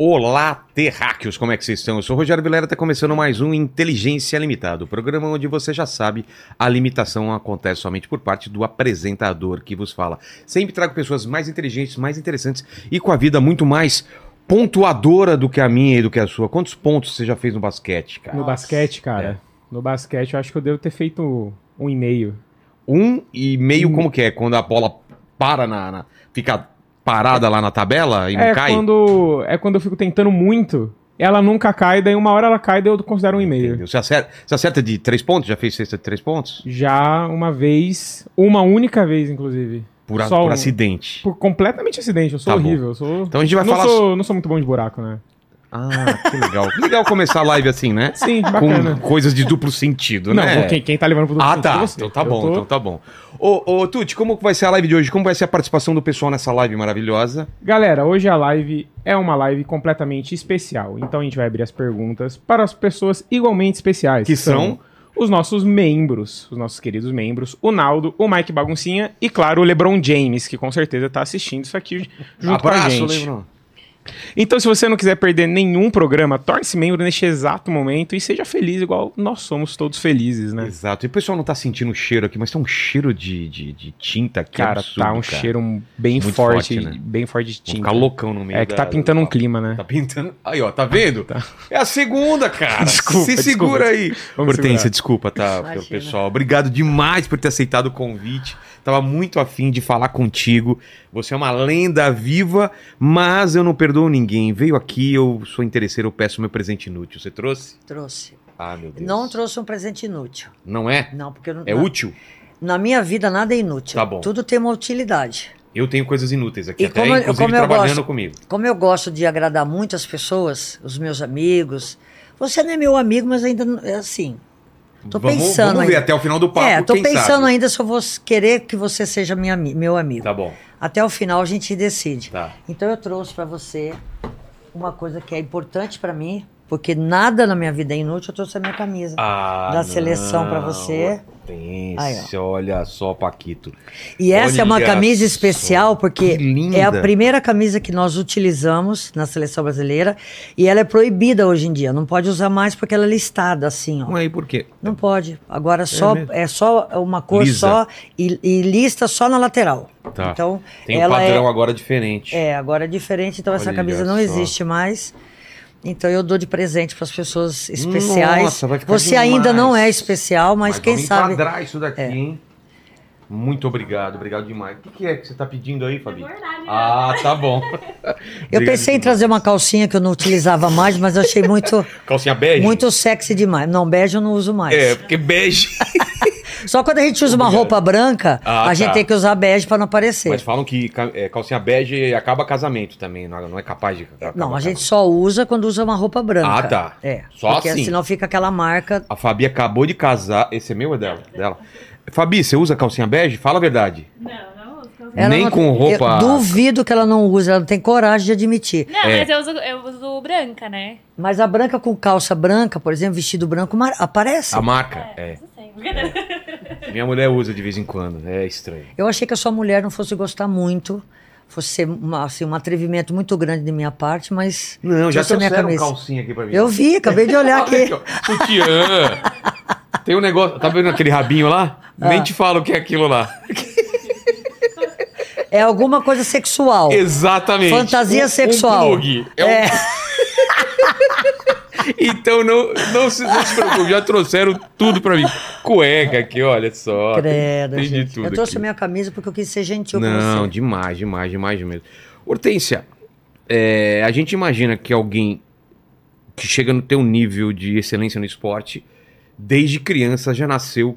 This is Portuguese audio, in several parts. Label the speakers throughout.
Speaker 1: Olá, terráqueos, como é que vocês estão? Eu sou o Rogério Vilera, está começando mais um Inteligência Limitada, o programa onde você já sabe, a limitação acontece somente por parte do apresentador que vos fala. Sempre trago pessoas mais inteligentes, mais interessantes e com a vida muito mais pontuadora do que a minha e do que a sua. Quantos pontos você já fez no basquete, cara?
Speaker 2: No basquete, cara. No basquete, eu acho que eu devo ter feito um e meio.
Speaker 1: Um e meio, como que é? Quando a bola para na... na- fica parada lá na tabela e não
Speaker 2: É
Speaker 1: cai?
Speaker 2: quando, é quando eu fico tentando muito, ela nunca cai, daí uma hora ela cai, daí eu considero um e meio.
Speaker 1: Entendeu? Você acerta, você acerta de três pontos? Já fez cesta de três pontos?
Speaker 2: Já uma vez, uma única vez, inclusive.
Speaker 1: Por, a-
Speaker 2: Só
Speaker 1: por
Speaker 2: um.
Speaker 1: acidente.
Speaker 2: Por completamente acidente, eu sou
Speaker 1: Tá bom.
Speaker 2: horrível. Eu sou,
Speaker 1: Então a gente vai
Speaker 2: não,
Speaker 1: falar.
Speaker 2: sou, não sou muito bom de buraco, né?
Speaker 1: Ah, que legal. Que legal começar a live assim, né?
Speaker 2: Sim, bacana.
Speaker 1: Com coisas de duplo sentido,
Speaker 2: Não,
Speaker 1: né?
Speaker 2: quem, quem tá levando pro
Speaker 1: Ah,
Speaker 2: sentido
Speaker 1: tá.
Speaker 2: é você.
Speaker 1: Então tá
Speaker 2: Eu
Speaker 1: bom,
Speaker 2: tô-
Speaker 1: então tá bom. Ô, ô, Tuti, como que vai ser a live de hoje? Como vai ser a participação do pessoal nessa live maravilhosa?
Speaker 2: Galera, hoje a live é uma live completamente especial. Então a gente vai abrir as perguntas para as pessoas igualmente especiais.
Speaker 1: Que são?
Speaker 2: os nossos membros, os nossos queridos membros, o Naldo, o Mike Baguncinha e, claro, o LeBron James, que com certeza tá assistindo isso aqui junto com a gente.
Speaker 1: Lebron.
Speaker 2: Então, se você não quiser perder nenhum programa, torne-se membro neste exato momento e seja feliz igual nós somos todos felizes, né?
Speaker 1: Exato. E o pessoal não tá sentindo o cheiro aqui, mas tá um cheiro de, de, de tinta aqui.
Speaker 2: Cara,
Speaker 1: absurdo,
Speaker 2: tá um cheiro bem
Speaker 1: Muito forte,
Speaker 2: forte,
Speaker 1: né?
Speaker 2: bem forte de
Speaker 1: Vou
Speaker 2: tinta.
Speaker 1: ficar loucão no meio.
Speaker 2: É que
Speaker 1: da-
Speaker 2: tá pintando
Speaker 1: do
Speaker 2: um
Speaker 1: papo.
Speaker 2: clima, né?
Speaker 1: Tá pintando. Aí, ó, tá vendo? É a segunda, cara.
Speaker 2: Desculpa,
Speaker 1: Se
Speaker 2: desculpa.
Speaker 1: segura aí.
Speaker 2: Vamos
Speaker 1: Hortência,
Speaker 2: segurar.
Speaker 1: desculpa, tá,
Speaker 3: Imagina.
Speaker 1: pessoal. Obrigado demais por ter aceitado o convite. Tava muito afim de falar contigo. Você é uma lenda viva, mas eu não perdoo ninguém. Veio aqui, eu sou interesseiro, eu peço meu presente inútil. Você trouxe?
Speaker 3: Trouxe.
Speaker 1: Ah, meu Deus.
Speaker 3: Não trouxe um presente inútil.
Speaker 1: Não é?
Speaker 3: Não, porque eu não,
Speaker 1: É
Speaker 3: na,
Speaker 1: útil?
Speaker 3: na minha vida nada é inútil.
Speaker 1: Tá bom.
Speaker 3: Tudo tem uma utilidade.
Speaker 1: Eu tenho coisas inúteis aqui,
Speaker 3: E
Speaker 1: até
Speaker 3: como eu-
Speaker 1: inclusive
Speaker 3: como eu
Speaker 1: trabalhando
Speaker 3: gosto-
Speaker 1: comigo.
Speaker 3: Como eu gosto de agradar muito as pessoas, os meus amigos. Você não é meu amigo, mas ainda não- é assim. Tô
Speaker 1: vamos,
Speaker 3: pensando
Speaker 1: Vamos ver
Speaker 3: ainda.
Speaker 1: até o final do papo.
Speaker 3: é, tô
Speaker 1: quem
Speaker 3: pensando
Speaker 1: sabe.
Speaker 3: ainda se eu vou querer que você seja minha, ami- meu amigo.
Speaker 1: Tá bom,
Speaker 3: Até o final a gente decide.
Speaker 1: tá.
Speaker 3: Então eu trouxe para você uma coisa que é importante para mim, porque nada na minha vida é inútil. Eu trouxe a minha camisa.
Speaker 1: Ah,
Speaker 3: Da seleção pra você.
Speaker 1: Hortência, olha só, Paquito.
Speaker 3: E essa é uma
Speaker 1: Olha
Speaker 3: camisa
Speaker 1: só,
Speaker 3: especial porque
Speaker 1: que linda.
Speaker 3: é a primeira camisa que nós utilizamos na seleção brasileira e ela é proibida hoje em dia. Não pode usar mais porque ela é listada assim, ó.
Speaker 1: Mas é aí por quê?
Speaker 3: Não pode. Agora só
Speaker 1: mesmo?
Speaker 3: é, só uma cor
Speaker 1: Lisa.
Speaker 3: só e, e lista só na lateral.
Speaker 1: Tá.
Speaker 3: Então
Speaker 1: Tem um
Speaker 3: ela
Speaker 1: padrão agora diferente.
Speaker 3: é, é agora é diferente. Então essa
Speaker 1: Olha
Speaker 3: camisa não
Speaker 1: só.
Speaker 3: existe mais. Então eu dou de presente para as pessoas especiais.
Speaker 1: Nossa, vai ficar
Speaker 3: Você
Speaker 1: demais. um
Speaker 3: ainda não é especial, mas, quem
Speaker 1: vamos
Speaker 3: sabe É.
Speaker 1: enquadrar isso daqui, hein? Muito obrigado, obrigado demais. O que, que é que você tá pedindo aí, Fabi? Ah, tá bom.
Speaker 3: Eu
Speaker 1: Obrigado
Speaker 3: pensei em
Speaker 1: demais.
Speaker 3: trazer uma calcinha que eu não utilizava mais, mas eu achei muito,
Speaker 1: Calcinha bege?
Speaker 3: muito sexy demais. Não, bege eu não uso mais.
Speaker 1: É, porque bege.
Speaker 3: Só quando a gente usa uma
Speaker 1: Obrigado.
Speaker 3: roupa branca,
Speaker 1: Ah,
Speaker 3: a
Speaker 1: tá.
Speaker 3: gente tem que usar bege para não
Speaker 1: Mas
Speaker 3: aparecer.
Speaker 1: falam que ca- é, calcinha bege acaba casamento também, não não é capaz de acabar
Speaker 3: Não, a
Speaker 1: casamento.
Speaker 3: gente só usa quando usa uma roupa branca.
Speaker 1: Ah, tá.
Speaker 3: É.
Speaker 1: Só
Speaker 3: porque
Speaker 1: assim.
Speaker 3: senão fica aquela marca.
Speaker 1: A Fabi acabou de casar. Esse é meu ou é dela? Dela. Fabi, você usa calcinha bege? Fala a verdade.
Speaker 4: Não, não uso calcinha.
Speaker 3: Ela
Speaker 1: Nem
Speaker 3: não-
Speaker 1: com roupa-
Speaker 3: Eu duvido que ela não use, ela não tem coragem de admitir.
Speaker 4: Não,
Speaker 1: É.
Speaker 4: mas eu uso, eu uso branca, né?
Speaker 3: Mas a branca com calça branca, por exemplo, vestido branco, mar- aparece.
Speaker 1: A marca? É.
Speaker 4: Não sei. Brincadeira.
Speaker 1: Minha mulher usa de vez em quando. É estranho.
Speaker 3: Eu achei que a sua mulher não fosse gostar muito. Fosse ser uma- assim, um atrevimento muito grande da minha parte, mas.
Speaker 1: Não, já
Speaker 3: trouxe a minha
Speaker 1: trouxeram
Speaker 3: camisa.
Speaker 1: calcinha aqui pra mim.
Speaker 3: Eu vi, acabei de olhar aqui.
Speaker 1: Sutiã. Tem um negócio. Tá vendo aquele rabinho lá? Nem te falo o que é aquilo lá.
Speaker 3: É alguma coisa sexual.
Speaker 1: Exatamente.
Speaker 3: Fantasia sexual.
Speaker 1: Um plug. É um- Então não, não, se, não se preocupe, já trouxeram tudo pra mim. Cueca aqui, olha só. tem-
Speaker 3: Credo,
Speaker 1: tem,
Speaker 3: gente.
Speaker 1: de tudo
Speaker 3: Eu trouxe
Speaker 1: aqui.
Speaker 3: a minha camisa porque eu quis ser gentil com
Speaker 1: Não,
Speaker 3: você.
Speaker 1: demais, demais, demais mesmo. Hortência, é, a gente imagina que alguém que chega no teu nível de excelência no esporte, desde criança já nasceu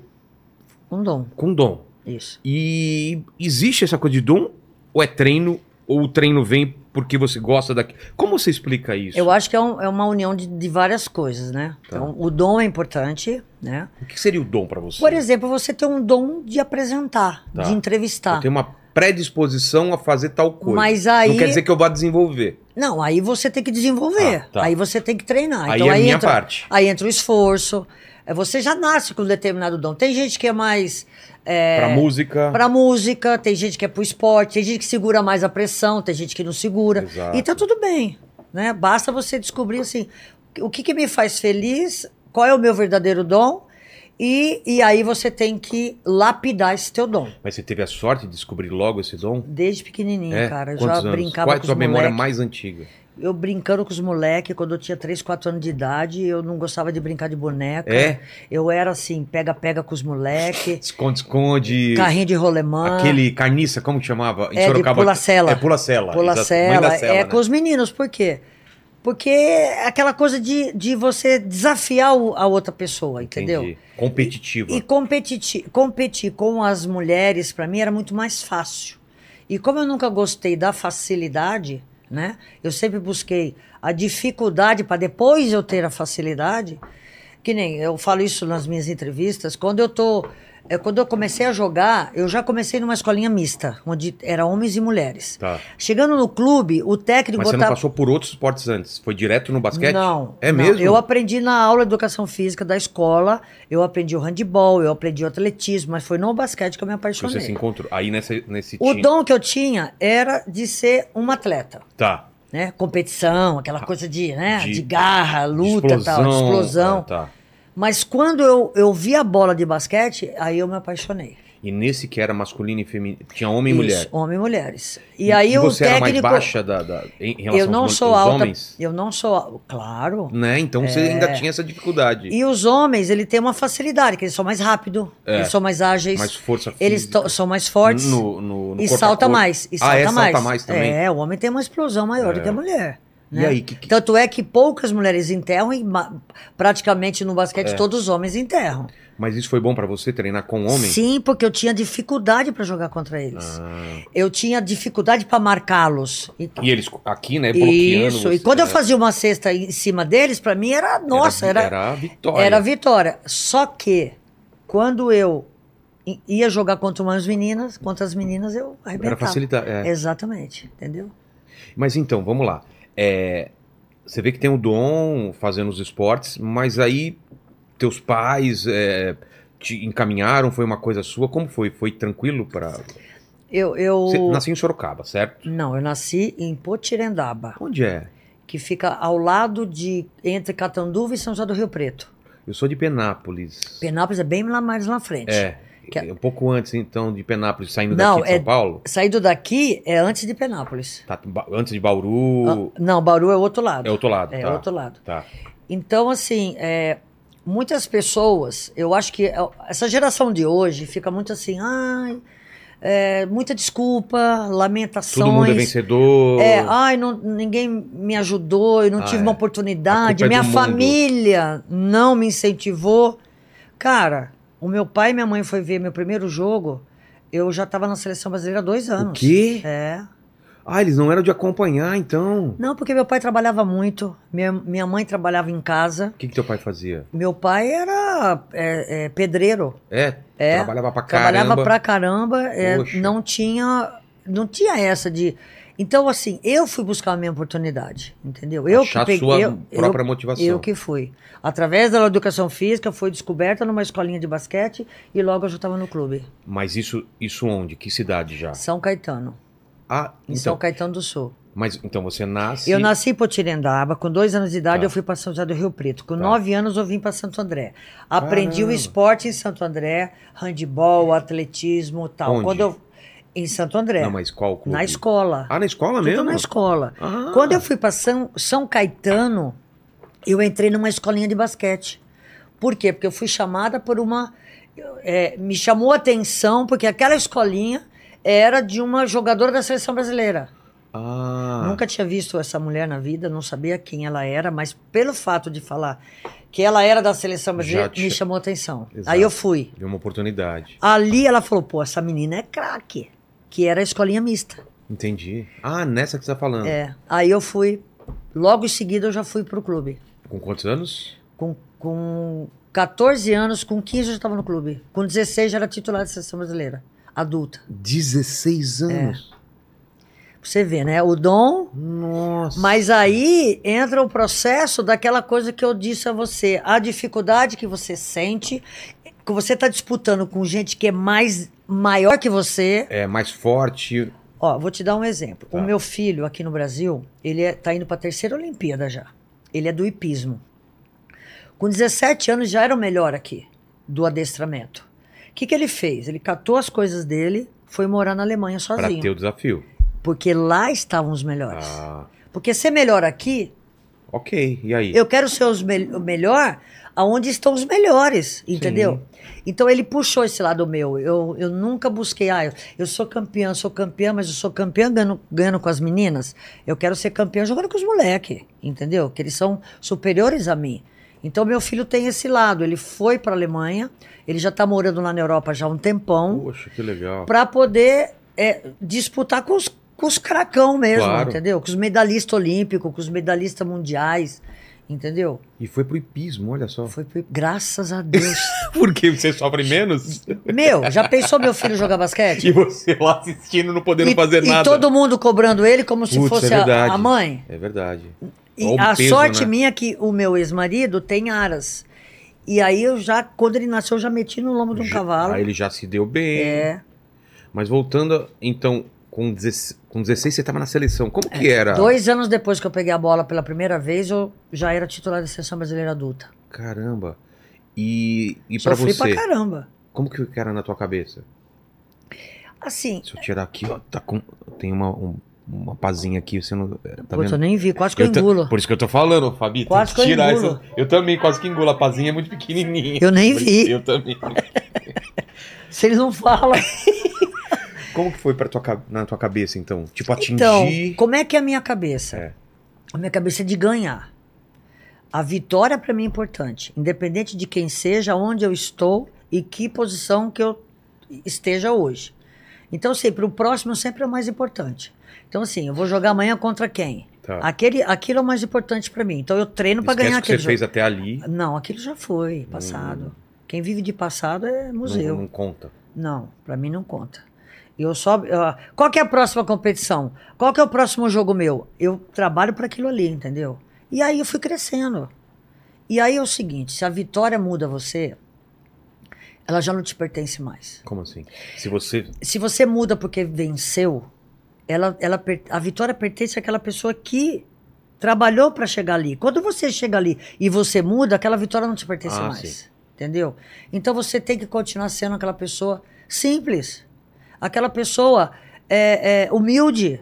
Speaker 3: Um dom,
Speaker 1: com dom.
Speaker 3: isso.
Speaker 1: E existe essa coisa de dom? Ou é treino? Ou o treino vem porque você gosta daqui? Como você explica isso?
Speaker 3: Eu acho que é, um- é uma união de, de várias coisas, né?
Speaker 1: Tá.
Speaker 3: Então, o dom é importante, né?
Speaker 1: O que seria o dom pra você?
Speaker 3: Por exemplo, você tem um dom de apresentar,
Speaker 1: Tá.
Speaker 3: de
Speaker 1: eu
Speaker 3: entrevistar.
Speaker 1: tenho uma predisposição a fazer tal coisa.
Speaker 3: Mas aí.
Speaker 1: Não quer dizer que eu vá desenvolver.
Speaker 3: Não, aí você tem que desenvolver.
Speaker 1: Ah, tá.
Speaker 3: Aí você tem que treinar.
Speaker 1: Aí
Speaker 3: então,
Speaker 1: é a
Speaker 3: aí
Speaker 1: minha
Speaker 3: entra,
Speaker 1: parte.
Speaker 3: Aí entra o esforço. É, Você já nasce com um determinado dom. Tem gente que é mais. É,
Speaker 1: pra música.
Speaker 3: pra música, tem gente que é pro esporte, tem gente que segura mais a pressão, tem gente que não segura.
Speaker 1: Exato.
Speaker 3: E tá tudo bem. Né? Basta você descobrir assim, o que, que me faz feliz, qual é o meu verdadeiro dom, e, e aí você tem que lapidar esse teu dom.
Speaker 1: Mas você teve a sorte de descobrir logo esse dom?
Speaker 3: Desde pequenininho,
Speaker 1: É?
Speaker 3: cara. Eu já
Speaker 1: Quantos anos?
Speaker 3: brincava
Speaker 1: Qual é a
Speaker 3: com
Speaker 1: sua
Speaker 3: os
Speaker 1: memória
Speaker 3: moleque.
Speaker 1: mais antiga?
Speaker 3: Eu brincando com os moleques, quando eu tinha 3, 4 anos de idade, eu não gostava de brincar de boneca.
Speaker 1: É?
Speaker 3: Eu era assim, pega-pega com os moleques,
Speaker 1: Esconde, esconde.
Speaker 3: carrinho de rolemã.
Speaker 1: Aquele carniça, como que chamava? Em
Speaker 3: É, de pula-sela.
Speaker 1: É pula-sela.
Speaker 3: Pula
Speaker 1: exato. Mãe
Speaker 3: cela,
Speaker 1: da cela,
Speaker 3: é
Speaker 1: né?
Speaker 3: com os meninos, por quê? Porque é aquela coisa de, de você desafiar o- a outra pessoa, entendeu?
Speaker 1: Entendi. Competitiva.
Speaker 3: E competitir, competir com as mulheres, pra mim, era muito mais fácil. E como eu nunca gostei da facilidade, né? Eu sempre busquei a dificuldade para depois eu ter a facilidade. Que nem eu falo isso nas minhas entrevistas. Quando eu tô, eh, quando eu comecei a jogar, eu já comecei numa escolinha mista, onde era homens e mulheres.
Speaker 1: Tá.
Speaker 3: Chegando no clube, o técnico
Speaker 1: Mas você não
Speaker 3: botava
Speaker 1: passou por outros esportes antes? Foi direto no basquete?
Speaker 3: não.
Speaker 1: É
Speaker 3: não.
Speaker 1: mesmo?
Speaker 3: Eu aprendi na aula de educação física da escola, eu aprendi o handball, eu aprendi o atletismo, mas foi no basquete que eu me
Speaker 1: Que você se
Speaker 3: apaixonei.
Speaker 1: encontrou. Aí nessa, nesse
Speaker 3: O
Speaker 1: time.
Speaker 3: dom que eu tinha era de ser uma atleta,
Speaker 1: Tá.
Speaker 3: né? Competição, aquela coisa de, né?
Speaker 1: De-
Speaker 3: De, garra, luta,
Speaker 1: explosão.
Speaker 3: tal, explosão.
Speaker 1: Ah, tá.
Speaker 3: Mas quando eu, eu vi a bola de basquete, aí eu me apaixonei.
Speaker 1: E nesse que era masculino e feminino. Tinha homem e mulher.
Speaker 3: Isso, Homem e mulheres. E, aí o
Speaker 1: você
Speaker 3: técnico.
Speaker 1: era mais baixa da, da- em em relação
Speaker 3: eu não
Speaker 1: aos,
Speaker 3: sou
Speaker 1: aos
Speaker 3: alta. É.
Speaker 1: homens?
Speaker 3: Eu não sou. al- Claro.
Speaker 1: Né? Então você ainda tinha essa dificuldade.
Speaker 3: E os homens, ele tem uma facilidade, que eles são mais rápidos,
Speaker 1: É.
Speaker 3: eles são mais ágeis,
Speaker 1: Mais força
Speaker 3: eles
Speaker 1: física.
Speaker 3: to- são mais fortes
Speaker 1: No- no- no
Speaker 3: e
Speaker 1: corpo a
Speaker 3: salta
Speaker 1: corpo.
Speaker 3: mais. E
Speaker 1: Ah,
Speaker 3: salta
Speaker 1: é, salta
Speaker 3: mais.
Speaker 1: mais também. É.
Speaker 3: É, o homem tem uma explosão maior do que a mulher. né?
Speaker 1: E aí, que- que-
Speaker 3: Tanto é que poucas mulheres enterram e ma- praticamente no
Speaker 1: É.
Speaker 3: basquete todos os homens enterram.
Speaker 1: Mas isso foi bom pra você treinar com Um homem?
Speaker 3: Sim, porque eu tinha dificuldade pra jogar contra eles.
Speaker 1: Ah.
Speaker 3: Eu tinha dificuldade pra marcá-los. E-
Speaker 1: E eles aqui, né? Bloqueando.
Speaker 3: Isso.
Speaker 1: você,
Speaker 3: e quando eu
Speaker 1: né?
Speaker 3: fazia uma cesta em cima deles, pra mim era nossa,
Speaker 1: era,
Speaker 3: era,
Speaker 1: a vitória.
Speaker 3: Era a vitória. Só que quando eu i- ia jogar contra umas meninas, contra as meninas eu arrebentava.
Speaker 1: Era facilitar. é.
Speaker 3: Exatamente, entendeu?
Speaker 1: Mas então, vamos lá. É, você vê que tem o dom fazendo os esportes, mas aí teus pais é, te encaminharam, foi uma coisa sua? Como foi? Foi tranquilo para
Speaker 3: Eu, eu
Speaker 1: Você nasceu em Sorocaba, certo?
Speaker 3: não, eu nasci em Potirendaba,
Speaker 1: Onde é?
Speaker 3: que fica ao lado de entre Catanduva e São José do Rio Preto.
Speaker 1: Eu sou de Penápolis.
Speaker 3: Penápolis é bem lá mais lá na frente.
Speaker 1: É.
Speaker 3: Que-
Speaker 1: é Um pouco antes, então, de Penápolis, saindo
Speaker 3: Não,
Speaker 1: daqui de São
Speaker 3: é-
Speaker 1: Paulo.
Speaker 3: Saído daqui é antes de Penápolis.
Speaker 1: Tá, ba- antes de Bauru.
Speaker 3: Ah, Não, Bauru é outro lado.
Speaker 1: É outro lado.
Speaker 3: É
Speaker 1: tá.
Speaker 3: outro lado.
Speaker 1: Tá.
Speaker 3: Então, assim, é, muitas pessoas, eu acho que é, essa geração de hoje fica muito assim, ai, é, muita desculpa, lamentações.
Speaker 1: Todo mundo é vencedor.
Speaker 3: É, ai, não- ninguém me ajudou, eu não
Speaker 1: Ah,
Speaker 3: tive
Speaker 1: é.
Speaker 3: uma
Speaker 1: A culpa
Speaker 3: oportunidade,
Speaker 1: é
Speaker 3: minha
Speaker 1: do mundo.
Speaker 3: família não me incentivou. Cara, o meu pai e minha mãe foi ver meu primeiro jogo, eu já estava na seleção brasileira há dois
Speaker 1: o
Speaker 3: anos.
Speaker 1: quê?
Speaker 3: É.
Speaker 1: Ah, eles não eram de acompanhar, então.
Speaker 3: Não, porque meu pai trabalhava muito, minha, minha mãe trabalhava em casa.
Speaker 1: O que, que teu pai fazia?
Speaker 3: Meu pai era é, é, pedreiro,
Speaker 1: É,
Speaker 3: É,
Speaker 1: trabalhava pra caramba.
Speaker 3: trabalhava pra caramba, é,
Speaker 1: Poxa.
Speaker 3: não tinha não tinha essa de. Então assim, eu fui buscar a minha oportunidade, entendeu? Eu
Speaker 1: Achar
Speaker 3: que peguei,
Speaker 1: sua
Speaker 3: eu,
Speaker 1: própria
Speaker 3: eu-
Speaker 1: motivação.
Speaker 3: eu que fui. Através da educação física, foi descoberta numa escolinha de basquete e logo eu já estava no clube
Speaker 1: Mas isso, isso onde? Que cidade já?
Speaker 3: São Caetano,
Speaker 1: Ah,
Speaker 3: em São
Speaker 1: então.
Speaker 3: Caetano do Sul.
Speaker 1: Mas então você nasce.
Speaker 3: Eu nasci em Potirendaba, com dois anos de idade
Speaker 1: Tá.
Speaker 3: eu fui para São José do Rio Preto. Com
Speaker 1: Tá.
Speaker 3: nove anos eu vim para Santo André. Aprendi
Speaker 1: Caramba.
Speaker 3: o esporte em Santo André, handball, atletismo, tal.
Speaker 1: Onde?
Speaker 3: Quando eu em Santo André,
Speaker 1: Não, mas qual clube?
Speaker 3: é, na escola.
Speaker 1: Ah, na escola
Speaker 3: Tudo
Speaker 1: mesmo?
Speaker 3: na escola.
Speaker 1: Ah.
Speaker 3: Quando eu fui para São, São Caetano, eu entrei numa escolinha de basquete. Por quê? Porque eu fui chamada por uma. eh, me chamou a atenção, porque aquela escolinha era de uma jogadora da seleção brasileira.
Speaker 1: Ah.
Speaker 3: Nunca tinha visto essa mulher na vida, não sabia quem ela era, mas pelo fato de falar que ela era da seleção brasileira,
Speaker 1: te-
Speaker 3: me chamou a atenção.
Speaker 1: Exato.
Speaker 3: Aí eu fui.
Speaker 1: Deu uma oportunidade.
Speaker 3: Ali ela falou: pô, essa menina é craque, que era a escolinha mista.
Speaker 1: Entendi. Ah, nessa que você tá falando.
Speaker 3: É. Aí eu fui. Logo em seguida eu já fui pro clube.
Speaker 1: Com quantos anos?
Speaker 3: Com, com 14 anos, com 15 eu já estava no clube. Com 16 já era titular da seleção brasileira, adulta. É.
Speaker 1: 16 anos.
Speaker 3: Pra você ver, né? O dom
Speaker 1: Nossa.
Speaker 3: Mas aí entra o processo daquela coisa que eu disse a você, a dificuldade que você sente, tá que você está disputando com gente que é mais maior que você,
Speaker 1: É mais forte.
Speaker 3: Ó, vou te dar um exemplo.
Speaker 1: Tá.
Speaker 3: O meu filho aqui no Brasil, ele é, tá indo para a terceira Olimpíada já. Ele é do hipismo. Com 17 anos já era o melhor aqui do adestramento. O que, que ele fez? Ele catou as coisas dele, foi morar na Alemanha
Speaker 1: Pra
Speaker 3: sozinho.
Speaker 1: ter o desafio.
Speaker 3: Porque lá estavam os melhores.
Speaker 1: Ah,
Speaker 3: Porque ser melhor aqui,
Speaker 1: ok, e aí?
Speaker 3: eu quero ser os mel- o melhor aonde estão os melhores, entendeu? Então ele puxou esse lado meu. Eu, eu nunca busquei, ah, eu, eu sou campeã, sou campeã, mas eu sou campeã ganhando, ganhando com as meninas. Eu quero ser campeã jogando com os moleques, entendeu? Que eles são superiores a mim. Então meu filho tem esse lado. Ele foi para Alemanha, ele já tá morando lá na Europa já há um tempão
Speaker 1: Poxa, que legal.
Speaker 3: para poder é, disputar com os, com os cracão mesmo,
Speaker 1: Claro.
Speaker 3: entendeu? Com os medalhistas olímpicos, com os medalhistas mundiais, entendeu?
Speaker 1: E foi pro hipismo, olha só.
Speaker 3: Foi por- graças a Deus.
Speaker 1: Porque você sofre menos
Speaker 3: meu, já pensou meu filho jogar basquete?
Speaker 1: e você lá assistindo não podendo
Speaker 3: E-
Speaker 1: fazer
Speaker 3: e
Speaker 1: nada.
Speaker 3: todo mundo cobrando ele como se
Speaker 1: Putz,
Speaker 3: fosse
Speaker 1: é
Speaker 3: a-
Speaker 1: verdade.
Speaker 3: a mãe.
Speaker 1: É verdade.
Speaker 3: E
Speaker 1: Olha o
Speaker 3: a
Speaker 1: peso,
Speaker 3: sorte
Speaker 1: né?
Speaker 3: minha é que o meu ex-marido tem aras. E aí eu já, quando ele nasceu, eu já meti no lombo de um
Speaker 1: Já-
Speaker 3: cavalo.
Speaker 1: Aí ele já se deu bem.
Speaker 3: É.
Speaker 1: Mas voltando, então, com 16, com 16 você tava na seleção. Como que era?
Speaker 3: É, Dois anos depois que eu peguei a bola pela primeira vez, eu já era titular da seleção brasileira adulta.
Speaker 1: Caramba. E, e para
Speaker 3: Sofri pra
Speaker 1: você,
Speaker 3: caramba.
Speaker 1: como que era na tua cabeça?
Speaker 3: Assim,
Speaker 1: Se eu tirar aqui, ó, tá com, tem uma, um- uma pazinha aqui, você não. é, Tá
Speaker 3: Putz, eu
Speaker 1: vendo?
Speaker 3: nem vi, quase que eu,
Speaker 1: ta-
Speaker 3: engulo.
Speaker 1: Por isso que eu tô falando, Fabi. tem
Speaker 3: Quase que
Speaker 1: que
Speaker 3: eu
Speaker 1: tirar
Speaker 3: engulo.
Speaker 1: essa. Eu também quase que engulo. A pazinha é muito pequenininha.
Speaker 3: Eu nem vi.
Speaker 1: Eu também.
Speaker 3: Se eles não falam.
Speaker 1: Como que foi pra tua, ca- na tua cabeça, então? Tipo, atingir.
Speaker 3: Então, como é que é a minha cabeça?
Speaker 1: É.
Speaker 3: A minha cabeça é de ganhar. A vitória pra mim é importante, independente de quem seja, onde eu estou e que posição que eu esteja hoje. Então, assim, pro próximo sempre é o mais importante. Então, assim, eu vou jogar amanhã contra quem?
Speaker 1: Tá.
Speaker 3: Aquele, aquilo é o mais importante pra mim. Então, eu treino pra
Speaker 1: Esquece
Speaker 3: ganhar
Speaker 1: o que você
Speaker 3: aquele
Speaker 1: fez
Speaker 3: jogo.
Speaker 1: até ali. não-
Speaker 3: Não, aquilo já foi, passado. Quem vive de passado é museu.
Speaker 1: não conta.
Speaker 3: Não, pra mim não conta. Eu só, ó, qual que é a próxima competição? Qual que é o próximo jogo meu? Eu trabalho para aquilo ali, entendeu? E aí eu fui crescendo. E aí é o seguinte, se a vitória muda você, ela já não te pertence mais.
Speaker 1: Como assim? Se você.
Speaker 3: Se você muda porque venceu, ela, ela per- a vitória pertence àquela pessoa que trabalhou para chegar ali. Quando você chega ali e você muda, aquela vitória não te pertence
Speaker 1: Ah,
Speaker 3: mais.
Speaker 1: sim.
Speaker 3: Entendeu? Então você tem que continuar sendo aquela pessoa simples, aquela pessoa é, é, humilde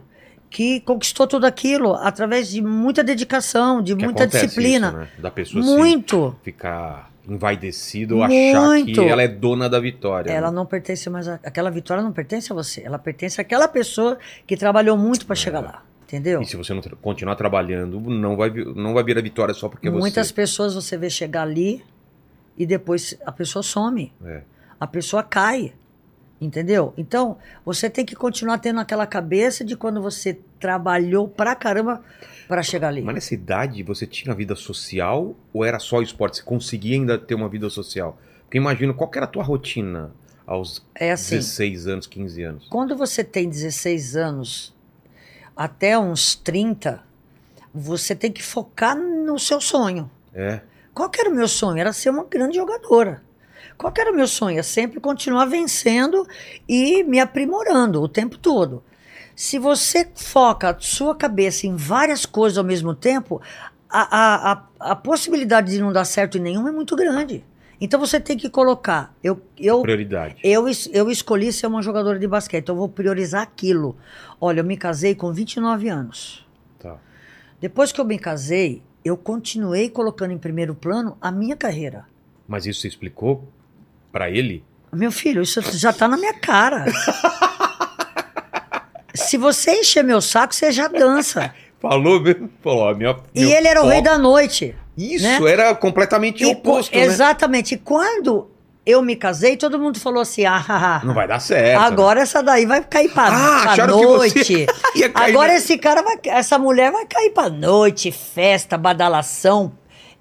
Speaker 3: que conquistou tudo aquilo através de muita dedicação, de
Speaker 1: que
Speaker 3: muita
Speaker 1: acontece
Speaker 3: disciplina.
Speaker 1: isso, né? Da pessoa se-
Speaker 3: Muito.
Speaker 1: ficar envaidecido ou achar que
Speaker 3: Muito.
Speaker 1: ela é dona da vitória.
Speaker 3: Ela
Speaker 1: né?
Speaker 3: não pertence mais. A, aquela vitória não pertence a você. Ela pertence àquela pessoa que trabalhou muito
Speaker 1: É.
Speaker 3: para chegar lá. Entendeu?
Speaker 1: E se você não tra- continuar trabalhando, não vai, vi- não vai vir a vitória só porque
Speaker 3: Muitas
Speaker 1: você.
Speaker 3: pessoas você vê chegar ali e depois a pessoa some.
Speaker 1: É.
Speaker 3: A pessoa cai. Entendeu? Então, você tem que continuar tendo aquela cabeça de quando você trabalhou pra caramba pra chegar ali.
Speaker 1: Mas nessa idade você tinha vida social ou era só esporte? Você conseguia ainda ter uma vida social? Porque imagino, qual que era a tua rotina aos
Speaker 3: É assim.
Speaker 1: 16 anos, 15 anos?
Speaker 3: Quando você tem 16 anos até uns 30, você tem que focar no seu sonho.
Speaker 1: É.
Speaker 3: Qual que era o meu sonho? Era ser uma grande jogadora. Qual que era o meu sonho? É sempre continuar vencendo e me aprimorando o tempo todo. Se você foca a sua cabeça em várias coisas ao mesmo tempo, a, a, a, a possibilidade de não dar certo em nenhuma é muito grande. Então você tem que colocar. Eu, eu
Speaker 1: Prioridade.
Speaker 3: eu, es- eu escolhi ser uma jogadora de basquete, então eu vou priorizar aquilo. Olha, eu me casei com 29 anos.
Speaker 1: Tá.
Speaker 3: Depois que eu me casei, eu continuei colocando em primeiro plano a minha carreira.
Speaker 1: Mas isso você explicou pra ele?
Speaker 3: Meu filho, isso já tá na minha cara. Se você encher meu saco, você já dança.
Speaker 1: Falou mesmo? Falou, ó, minha,
Speaker 3: E
Speaker 1: meu
Speaker 3: ele era o rei
Speaker 1: foco-
Speaker 3: da noite.
Speaker 1: Isso, era completamente
Speaker 3: E co-
Speaker 1: oposto, né?
Speaker 3: Exatamente. E Quando eu me casei, todo mundo falou assim: ah, ah, ah,
Speaker 1: Não vai dar certo. né?
Speaker 3: agora essa daí vai cair pra,
Speaker 1: Ah,
Speaker 3: pra
Speaker 1: acharam que
Speaker 3: noite.
Speaker 1: você ia cair
Speaker 3: Agora
Speaker 1: na-
Speaker 3: esse cara vai, essa mulher vai cair pra noite, festa, badalação,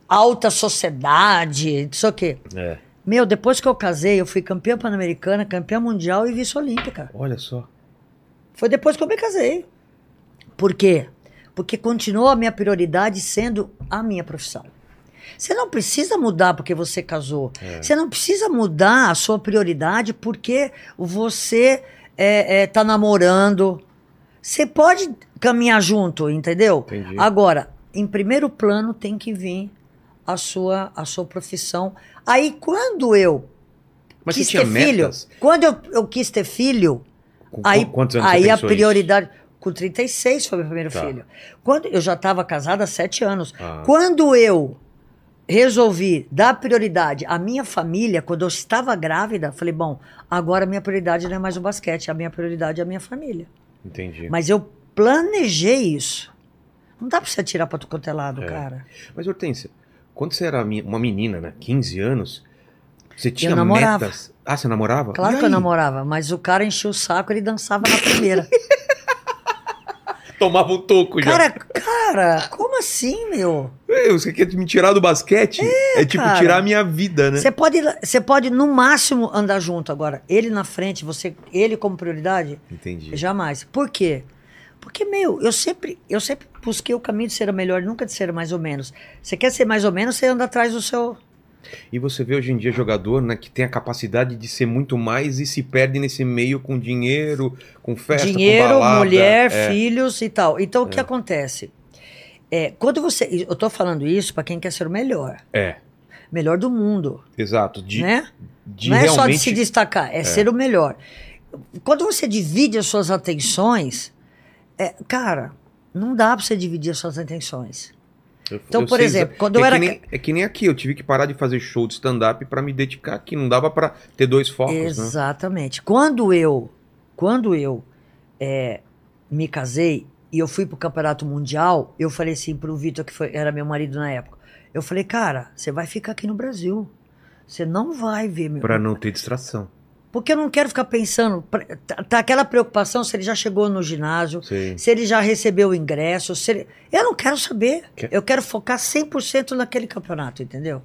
Speaker 3: alta sociedade, não sei o quê.
Speaker 1: É.
Speaker 3: Meu, depois que eu casei, eu fui campeã pan-americana, campeã mundial e vice-olímpica.
Speaker 1: Olha só.
Speaker 3: Foi depois que eu me casei. Por quê? Porque continuou a minha prioridade sendo a minha profissão. Você não precisa mudar porque você casou. Você não precisa mudar a sua prioridade porque você está é, tá namorando, Você pode caminhar junto, entendeu?
Speaker 1: Entendi.
Speaker 3: Agora, em primeiro plano tem que vir a sua, a sua profissão. Aí quando eu
Speaker 1: Mas
Speaker 3: quis
Speaker 1: você tinha
Speaker 3: ter filho,
Speaker 1: metas?
Speaker 3: quando eu, eu quis ter filho,
Speaker 1: Com-
Speaker 3: aí,
Speaker 1: com quantos anos
Speaker 3: aí
Speaker 1: você
Speaker 3: a
Speaker 1: pensou isso?
Speaker 3: prioridade. Com 36 foi meu primeiro
Speaker 1: Tá.
Speaker 3: filho. Quando eu já estava casada há 7 anos.
Speaker 1: Ah.
Speaker 3: Quando eu resolvi dar prioridade à minha família, quando eu estava grávida, falei, bom, agora minha prioridade não é mais o basquete, a minha prioridade é a minha família.
Speaker 1: Entendi.
Speaker 3: Mas eu planejei isso. Não dá pra você atirar pra tu quanto é lado,
Speaker 1: É.
Speaker 3: cara.
Speaker 1: Mas, Hortência, quando você era mi- uma menina, né? 15 anos, você tinha
Speaker 3: namorava.
Speaker 1: metas. Ah, você namorava?
Speaker 3: Claro
Speaker 1: E
Speaker 3: que eu
Speaker 1: aí?
Speaker 3: namorava, mas o cara enchia o saco, ele dançava na primeira.
Speaker 1: Tomava um toco já.
Speaker 3: cara, cara, como assim, meu?
Speaker 1: Ei, Você quer me tirar do basquete? É, tipo
Speaker 3: cara.
Speaker 1: tirar a minha vida, né?
Speaker 3: Você pode, você pode no máximo andar junto agora. Ele na frente, você, ele como prioridade,
Speaker 1: Entendi.
Speaker 3: jamais. Por quê? Porque meu, eu sempre, eu sempre busquei o caminho de ser a melhor, nunca de ser mais ou menos. Você quer ser mais ou menos, você anda atrás do seu,
Speaker 1: E você vê hoje em dia jogador né, que tem a capacidade de ser muito mais e se perde nesse meio com dinheiro, com festa, com
Speaker 3: dinheiro,
Speaker 1: balada.
Speaker 3: mulher,
Speaker 1: é.
Speaker 3: filhos e tal. Então, o que acontece? É, quando você. Eu tô falando isso para quem quer ser o melhor.
Speaker 1: É,
Speaker 3: Melhor do mundo.
Speaker 1: exato. De,
Speaker 3: né?
Speaker 1: de
Speaker 3: Não é só
Speaker 1: realmente...
Speaker 3: de se destacar, é, ser o melhor. Quando você divide as suas atenções, é, cara, não dá pra você dividir as suas atenções.
Speaker 1: Eu-
Speaker 3: Então,
Speaker 1: eu
Speaker 3: por
Speaker 1: sei
Speaker 3: exemplo,
Speaker 1: exa-
Speaker 3: quando
Speaker 1: é
Speaker 3: eu
Speaker 1: que
Speaker 3: era
Speaker 1: nem- é que nem aqui, eu tive que parar de fazer show de stand-up pra me dedicar aqui. Não dava pra ter dois focos, né?
Speaker 3: Exatamente. Quando eu, quando eu é, me casei e eu fui pro campeonato mundial, eu falei assim pro Vitor, que foi- era meu marido na época. Eu falei, cara, você vai ficar aqui no Brasil. Você não vai ver, meu.
Speaker 1: Pra não ter distração.
Speaker 3: Porque eu não quero ficar pensando. pra- Tá, tá aquela preocupação se ele já chegou no ginásio,
Speaker 1: Sei.
Speaker 3: se ele já recebeu o ingresso. Se ele- Eu não quero saber.
Speaker 1: Que-
Speaker 3: Eu quero focar 100% naquele campeonato, entendeu?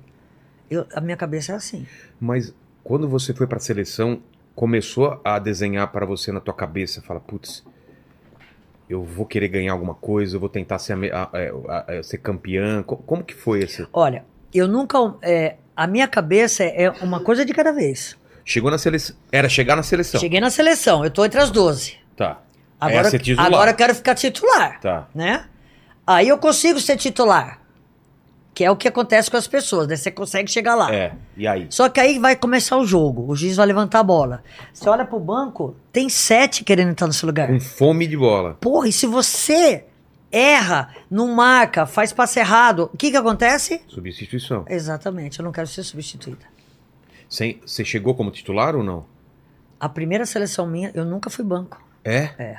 Speaker 3: Eu- a minha cabeça é assim.
Speaker 1: Mas quando você foi pra seleção, começou a desenhar pra você na tua cabeça, fala, putz, eu vou querer ganhar alguma coisa, eu vou tentar ser, a me- a- é, a- a- a- ser campeã. Co- Como que foi esse?
Speaker 3: Olha, eu nunca. é, a minha cabeça é uma coisa de cada vez.
Speaker 1: Chegou na seleção. Era chegar na seleção.
Speaker 3: Cheguei na seleção, eu tô entre as 12.
Speaker 1: Tá. Aí
Speaker 3: Agora,
Speaker 1: é Então. ser titular.
Speaker 3: agora eu quero ficar titular,
Speaker 1: Tá.
Speaker 3: né? Aí eu consigo ser titular, que é o que acontece com as pessoas, né? Você consegue chegar lá.
Speaker 1: É. E aí?
Speaker 3: Só que aí vai começar o jogo, o juiz vai levantar a bola. Você olha pro banco, tem sete querendo entrar no seu lugar.
Speaker 1: Com fome de bola.
Speaker 3: Porra, e se você erra, não marca, faz passe errado, o que que acontece?
Speaker 1: Substituição.
Speaker 3: Exatamente, eu não quero ser substituída.
Speaker 1: Sem- Você chegou como titular ou não?
Speaker 3: A primeira seleção minha, eu nunca fui banco.
Speaker 1: É?
Speaker 3: É.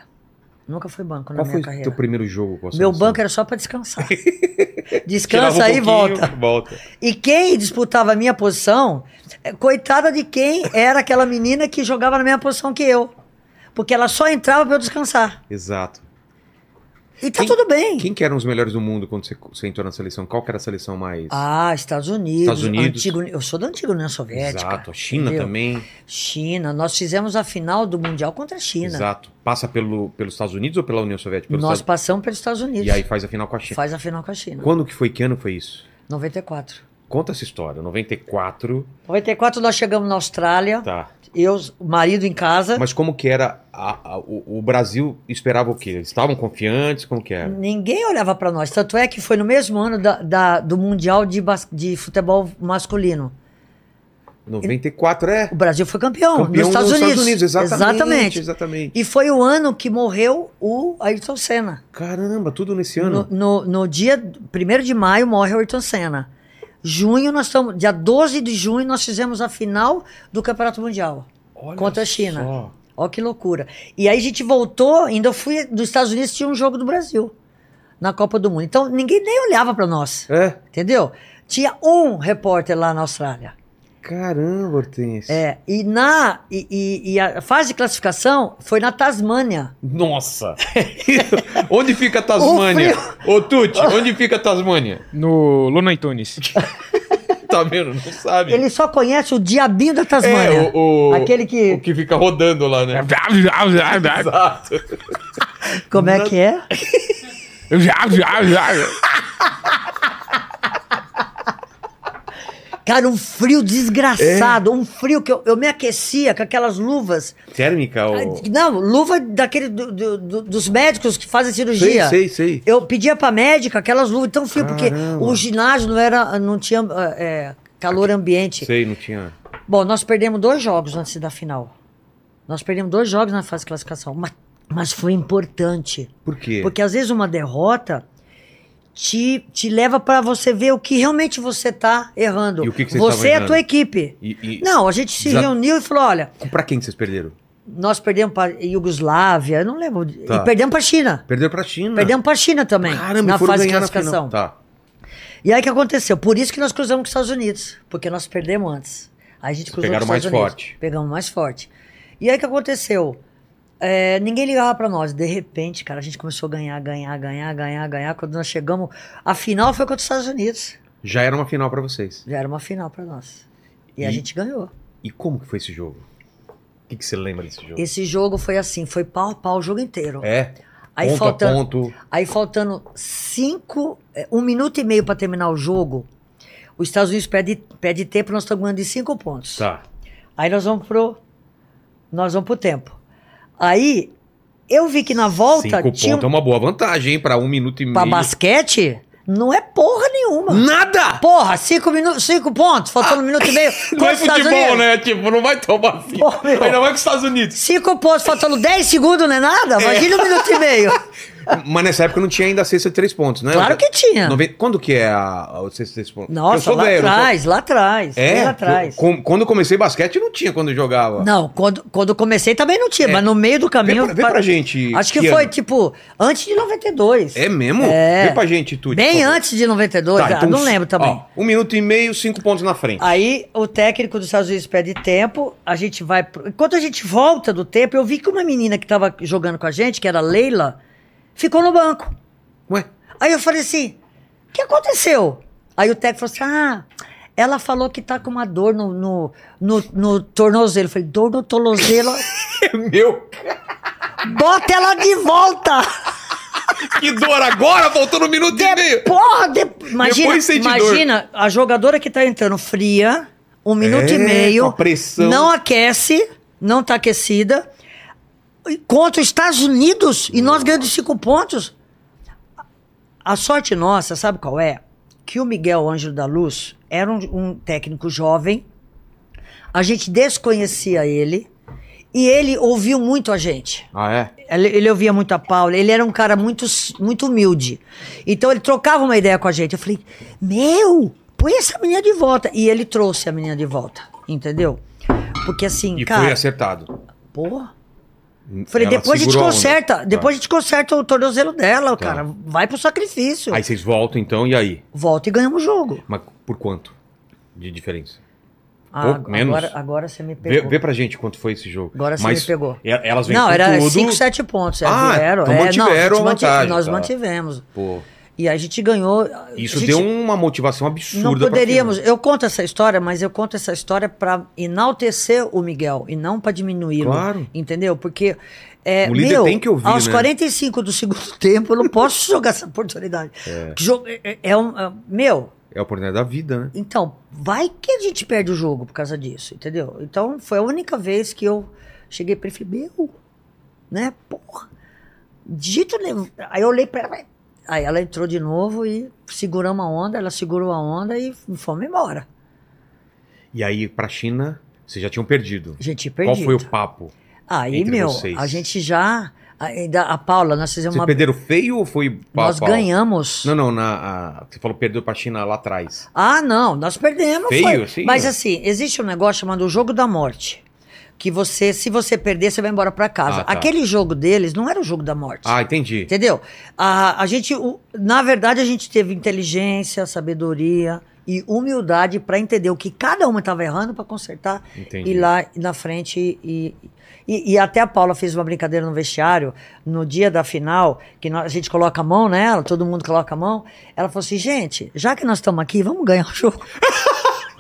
Speaker 3: Nunca fui banco na
Speaker 1: Qual
Speaker 3: minha
Speaker 1: foi o
Speaker 3: carreira.
Speaker 1: teu primeiro jogo com a
Speaker 3: Meu
Speaker 1: seleção?
Speaker 3: banco era só pra descansar.
Speaker 1: Tirava um
Speaker 3: Descansa aí e
Speaker 1: pouquinho,
Speaker 3: volta.
Speaker 1: Volta.
Speaker 3: E quem disputava a minha posição, eh, coitada de quem era aquela menina que jogava na mesma posição que eu. Porque ela só entrava pra eu descansar.
Speaker 1: Exato.
Speaker 3: E tá
Speaker 1: Quem-
Speaker 3: tudo bem.
Speaker 1: Quem que eram os melhores do mundo quando você, você entrou na seleção? Qual que era a seleção mais...
Speaker 3: Ah, Estados Unidos.
Speaker 1: Estados Unidos.
Speaker 3: antigo- né? eu sou da antiga União Soviética.
Speaker 1: Exato. A China
Speaker 3: entendeu?
Speaker 1: também.
Speaker 3: China. Nós fizemos a final do Mundial contra a China.
Speaker 1: Exato. Passa pelo, pelos Estados Unidos ou pela União Soviética? Pelos
Speaker 3: Nós
Speaker 1: Estados...
Speaker 3: passamos pelos Estados Unidos.
Speaker 1: E aí faz a final com a China.
Speaker 3: Faz a final com a China.
Speaker 1: Quando que foi? Que ano foi isso?
Speaker 3: 94.
Speaker 1: Conta essa história. 94.
Speaker 3: 94 nós chegamos na Austrália,
Speaker 1: Tá.
Speaker 3: eu, o marido em casa,
Speaker 1: Mas como que era... a- a- o, o Brasil esperava o quê? Eles estavam confiantes? Como que era?
Speaker 3: ninguém olhava pra nós. Tanto é que foi no mesmo ano da, da- do Mundial de, bas- de Futebol Masculino.
Speaker 1: 94 é...
Speaker 3: O Brasil foi campeão,
Speaker 1: Campeão
Speaker 3: nos Estados Unidos.
Speaker 1: exatamente. Exatamente.
Speaker 3: E foi o ano que morreu o Ayrton Senna.
Speaker 1: Caramba, tudo nesse
Speaker 3: No,
Speaker 1: ano.
Speaker 3: no, no dia 1 de maio morre o Ayrton Senna. Junho nós estamos, dia 12 de junho nós fizemos a final do Campeonato Mundial.
Speaker 1: Olha
Speaker 3: contra a China.
Speaker 1: só.
Speaker 3: Ó que loucura. E aí a gente voltou, ainda eu fui dos Estados Unidos, tinha um jogo do Brasil na Copa do Mundo. Então ninguém nem olhava pra nós,
Speaker 1: É.
Speaker 3: entendeu? Tinha um repórter lá na Austrália.
Speaker 1: Caramba, Hortência.
Speaker 3: É, e na e, e- e a fase de classificação foi na Tasmânia.
Speaker 1: Nossa! onde fica a Tasmânia? Ô, Tuti, onde fica a Tasmânia?
Speaker 2: No Luna e Tunis.
Speaker 1: Tá vendo? Não sabe.
Speaker 3: Ele só conhece o diabinho da Tasmânia.
Speaker 1: É, o, o-
Speaker 3: Aquele que- É.
Speaker 1: O que fica rodando lá, né? Exato.
Speaker 3: Como é que é? Cara, um frio desgraçado.
Speaker 1: É.
Speaker 3: Um frio que eu, eu me aquecia com aquelas luvas.
Speaker 1: Térmica ou...
Speaker 3: Não, luva daquele do- do- do- dos médicos que fazem
Speaker 1: Sei,
Speaker 3: cirurgia.
Speaker 1: sei, sei.
Speaker 3: Eu pedia pra médica aquelas luvas tão frio, porque
Speaker 1: Caramba.
Speaker 3: o ginásio não era, não tinha é, é, calor ambiente.
Speaker 1: Sei, não tinha...
Speaker 3: Bom, nós perdemos dois jogos antes da final. Nós perdemos dois jogos na fase de classificação, mas, mas foi importante.
Speaker 1: Por quê?
Speaker 3: Porque às vezes uma derrota te, te leva pra você ver o que realmente você tá errando.
Speaker 1: E o que que vocês
Speaker 3: você e
Speaker 1: estavam
Speaker 3: a tua
Speaker 1: errando?
Speaker 3: equipe.
Speaker 1: E, e...
Speaker 3: Não, a gente se
Speaker 1: Desa-
Speaker 3: reuniu e falou: olha,
Speaker 1: Pra quem vocês perderam?
Speaker 3: nós perdemos pra Iugoslávia, eu não lembro.
Speaker 1: Tá.
Speaker 3: E perdemos pra China.
Speaker 1: Perderam pra China.
Speaker 3: Perdemos pra China também.
Speaker 1: Caramba,
Speaker 3: na
Speaker 1: foram
Speaker 3: fase de
Speaker 1: ganhar na final.
Speaker 3: classificação.
Speaker 1: Tá.
Speaker 3: E aí o que aconteceu? Por isso que nós cruzamos com os Estados Unidos, porque nós perdemos antes. Aí a gente cruzou
Speaker 1: pegaram
Speaker 3: com os
Speaker 1: mais
Speaker 3: Estados Unidos.
Speaker 1: forte.
Speaker 3: Pegamos mais forte. E aí o que aconteceu? É, ninguém ligava pra nós. De repente, cara, a gente começou a ganhar, ganhar, ganhar, ganhar, ganhar. Quando nós chegamos, a final foi contra os Estados Unidos.
Speaker 1: Já era uma final pra vocês.
Speaker 3: Já era uma final pra nós. E, a
Speaker 1: E-
Speaker 3: gente ganhou.
Speaker 1: E como que foi esse jogo? O que, que você lembra desse jogo?
Speaker 3: Esse jogo foi assim, foi pau a pau o jogo inteiro.
Speaker 1: É?
Speaker 3: aí
Speaker 1: ponto
Speaker 3: faltando,
Speaker 1: a ponto.
Speaker 3: Aí faltando cinco, eh, um minuto e meio pra terminar o jogo, os Estados Unidos pede, pede tempo, nós estamos ganhando de cinco pontos.
Speaker 1: Tá.
Speaker 3: Aí nós vamos pro. Nós vamos pro tempo. Aí eu vi que na volta
Speaker 1: Cinco
Speaker 3: tinha. Tá
Speaker 1: pontos é uma boa vantagem, hein? Pra um minuto e
Speaker 3: Pra
Speaker 1: meio.
Speaker 3: basquete, não é porra nenhuma.
Speaker 1: Nada!
Speaker 3: Porra, cinco, minu... cinco pontos, faltando um minuto e meio.
Speaker 1: Não é
Speaker 3: Quantos Estados
Speaker 1: futebol,
Speaker 3: Unidos?
Speaker 1: né? Tipo, não vai tomar assim.
Speaker 3: Pô, meu.
Speaker 1: Ainda mais que os Estados Unidos.
Speaker 3: Cinco pontos, faltando dez segundos, não é nada? Imagina um minuto e meio.
Speaker 1: Mas nessa época não tinha ainda a cesta de três pontos, né?
Speaker 3: Claro que tinha.
Speaker 1: Noven- Quando que é a, a cesta de três pontos? Eu
Speaker 3: Nossa,
Speaker 1: sou
Speaker 3: lá
Speaker 1: velho, eu sou-
Speaker 3: atrás, lá atrás,
Speaker 1: É,
Speaker 3: bem lá atrás.
Speaker 1: eu- com- quando eu comecei basquete não tinha quando eu jogava.
Speaker 3: Não, quando, quando eu comecei também não tinha,
Speaker 1: É.
Speaker 3: mas no meio do
Speaker 1: Vê,
Speaker 3: caminho.
Speaker 1: pra, vê pra gente.
Speaker 3: Acho que,
Speaker 1: que
Speaker 3: foi,
Speaker 1: ano.
Speaker 3: tipo, antes de 92.
Speaker 1: É mesmo?
Speaker 3: É.
Speaker 1: Vê pra gente, Tuti. por
Speaker 3: Bem
Speaker 1: favor.
Speaker 3: antes de 92,
Speaker 1: Tá,
Speaker 3: ah,
Speaker 1: então,
Speaker 3: não lembro também. Ah.
Speaker 1: ó, um minuto e meio, cinco pontos na frente.
Speaker 3: Aí o técnico dos Estados Unidos pede tempo, a gente vai. pro- Enquanto a gente volta do tempo, eu vi que uma menina que tava jogando com a gente, que era a Leila, ficou no banco.
Speaker 1: Ué,
Speaker 3: Aí eu falei assim: o que aconteceu? Aí o técnico falou assim: ah, ela falou que tá com uma dor no, no, no, no tornozelo. Eu falei: dor no tornozelo,
Speaker 1: é meu.
Speaker 3: bota ela de volta!
Speaker 1: Que dor agora, faltando um minuto e meio.
Speaker 3: Porra, de- imagina,
Speaker 1: Depois sente dor.
Speaker 3: imagina a jogadora que tá entrando fria, um minuto
Speaker 1: É,
Speaker 3: e meio,
Speaker 1: com a pressão.
Speaker 3: não aquece, não tá aquecida, e contra os Estados Unidos e nós ganhamos cinco pontos. A sorte nossa, sabe qual é? Que o Miguel Ângelo da Luz era um, um técnico jovem, a gente desconhecia ele e ele ouviu muito a gente.
Speaker 1: Ah, é?
Speaker 3: Ele, ele ouvia muito a Paula, ele era um cara muito, s- muito humilde. Então ele trocava uma ideia com a gente. Eu falei, meu, põe essa menina de volta. E ele trouxe a menina de volta, entendeu? Porque assim,
Speaker 1: E foi
Speaker 3: cara,
Speaker 1: acertado.
Speaker 3: porra. Falei,
Speaker 1: Ela
Speaker 3: depois a gente
Speaker 1: segurou onda.
Speaker 3: conserta,
Speaker 1: Tá.
Speaker 3: depois a gente conserta o tornozelo dela, cara. Vai pro sacrifício.
Speaker 1: Aí vocês voltam então, e aí?
Speaker 3: Volta e ganhamos o jogo.
Speaker 1: Mas por quanto de diferença?
Speaker 3: Ah,
Speaker 1: Pouco menos.
Speaker 3: Agora, agora você me
Speaker 1: Vê,
Speaker 3: pegou.
Speaker 1: vê pra gente quanto foi esse jogo.
Speaker 3: Agora você
Speaker 1: Mas
Speaker 3: me pegou.
Speaker 1: e- Elas vêm
Speaker 3: não,
Speaker 1: com
Speaker 3: era
Speaker 1: tudo.
Speaker 3: 5, 7 pontos. é,
Speaker 1: Ah,
Speaker 3: vieram.
Speaker 1: então
Speaker 3: é,
Speaker 1: mantiveram
Speaker 3: não,
Speaker 1: a
Speaker 3: a gente mantive-
Speaker 1: vantagem,
Speaker 3: nós
Speaker 1: tá.
Speaker 3: mantivemos.
Speaker 1: Pô,
Speaker 3: E a gente ganhou. a
Speaker 1: isso
Speaker 3: gente-
Speaker 1: deu um uma motivação absurda.
Speaker 3: Não
Speaker 1: pra
Speaker 3: poderíamos.
Speaker 1: criança.
Speaker 3: Eu conto essa história, mas eu conto essa história para enaltecer o Miguel e não para diminuí-lo.
Speaker 1: Claro.
Speaker 3: Entendeu? Porque. É,
Speaker 1: O líder
Speaker 3: meu,
Speaker 1: tem que ouvir,
Speaker 3: Aos
Speaker 1: né?
Speaker 3: 45 do segundo tempo, eu não posso jogar essa oportunidade. Jogo- É. é um, é- meu,
Speaker 1: É a oportunidade da vida, né?
Speaker 3: então, vai que a gente perde o jogo por causa disso, entendeu? Então, foi a única vez que eu cheguei pra ele e falei, meu, né, porra, dito, né? Aí eu olhei pra ela, vai. aí ela entrou de novo e seguramos a onda, ela segurou a onda e fomos embora.
Speaker 1: E aí, pra China, vocês já tinham perdido.
Speaker 3: A gente
Speaker 1: Qual
Speaker 3: perdido.
Speaker 1: foi o papo?
Speaker 3: Aí,
Speaker 1: entre
Speaker 3: meu,
Speaker 1: vocês?
Speaker 3: a gente já, ainda, a Paula, nós fizemos
Speaker 1: Vocês
Speaker 3: uma...
Speaker 1: perderam feio ou foi pau a
Speaker 3: nós
Speaker 1: pau?
Speaker 3: ganhamos.
Speaker 1: Não, não, na, a- você falou perdeu pra China lá atrás.
Speaker 3: Ah, não, nós perdemos.
Speaker 1: Feio,
Speaker 3: foi.
Speaker 1: assim,
Speaker 3: Mas
Speaker 1: né?
Speaker 3: assim, existe um negócio chamado o jogo da morte. Que você, se você perder, você vai embora pra casa.
Speaker 1: Ah, tá.
Speaker 3: Aquele jogo deles não era o jogo da morte.
Speaker 1: Ah, entendi.
Speaker 3: Entendeu? A, a gente, o- na verdade, a gente teve inteligência, sabedoria e humildade pra entender o que cada uma estava errando pra consertar
Speaker 1: Entendi.
Speaker 3: e lá na frente e, e, e até a Paula fez uma brincadeira no vestiário no dia da final que nós- a gente coloca a mão nela, todo mundo coloca a mão. Ela falou assim, gente, já que nós estamos aqui, vamos ganhar o jogo.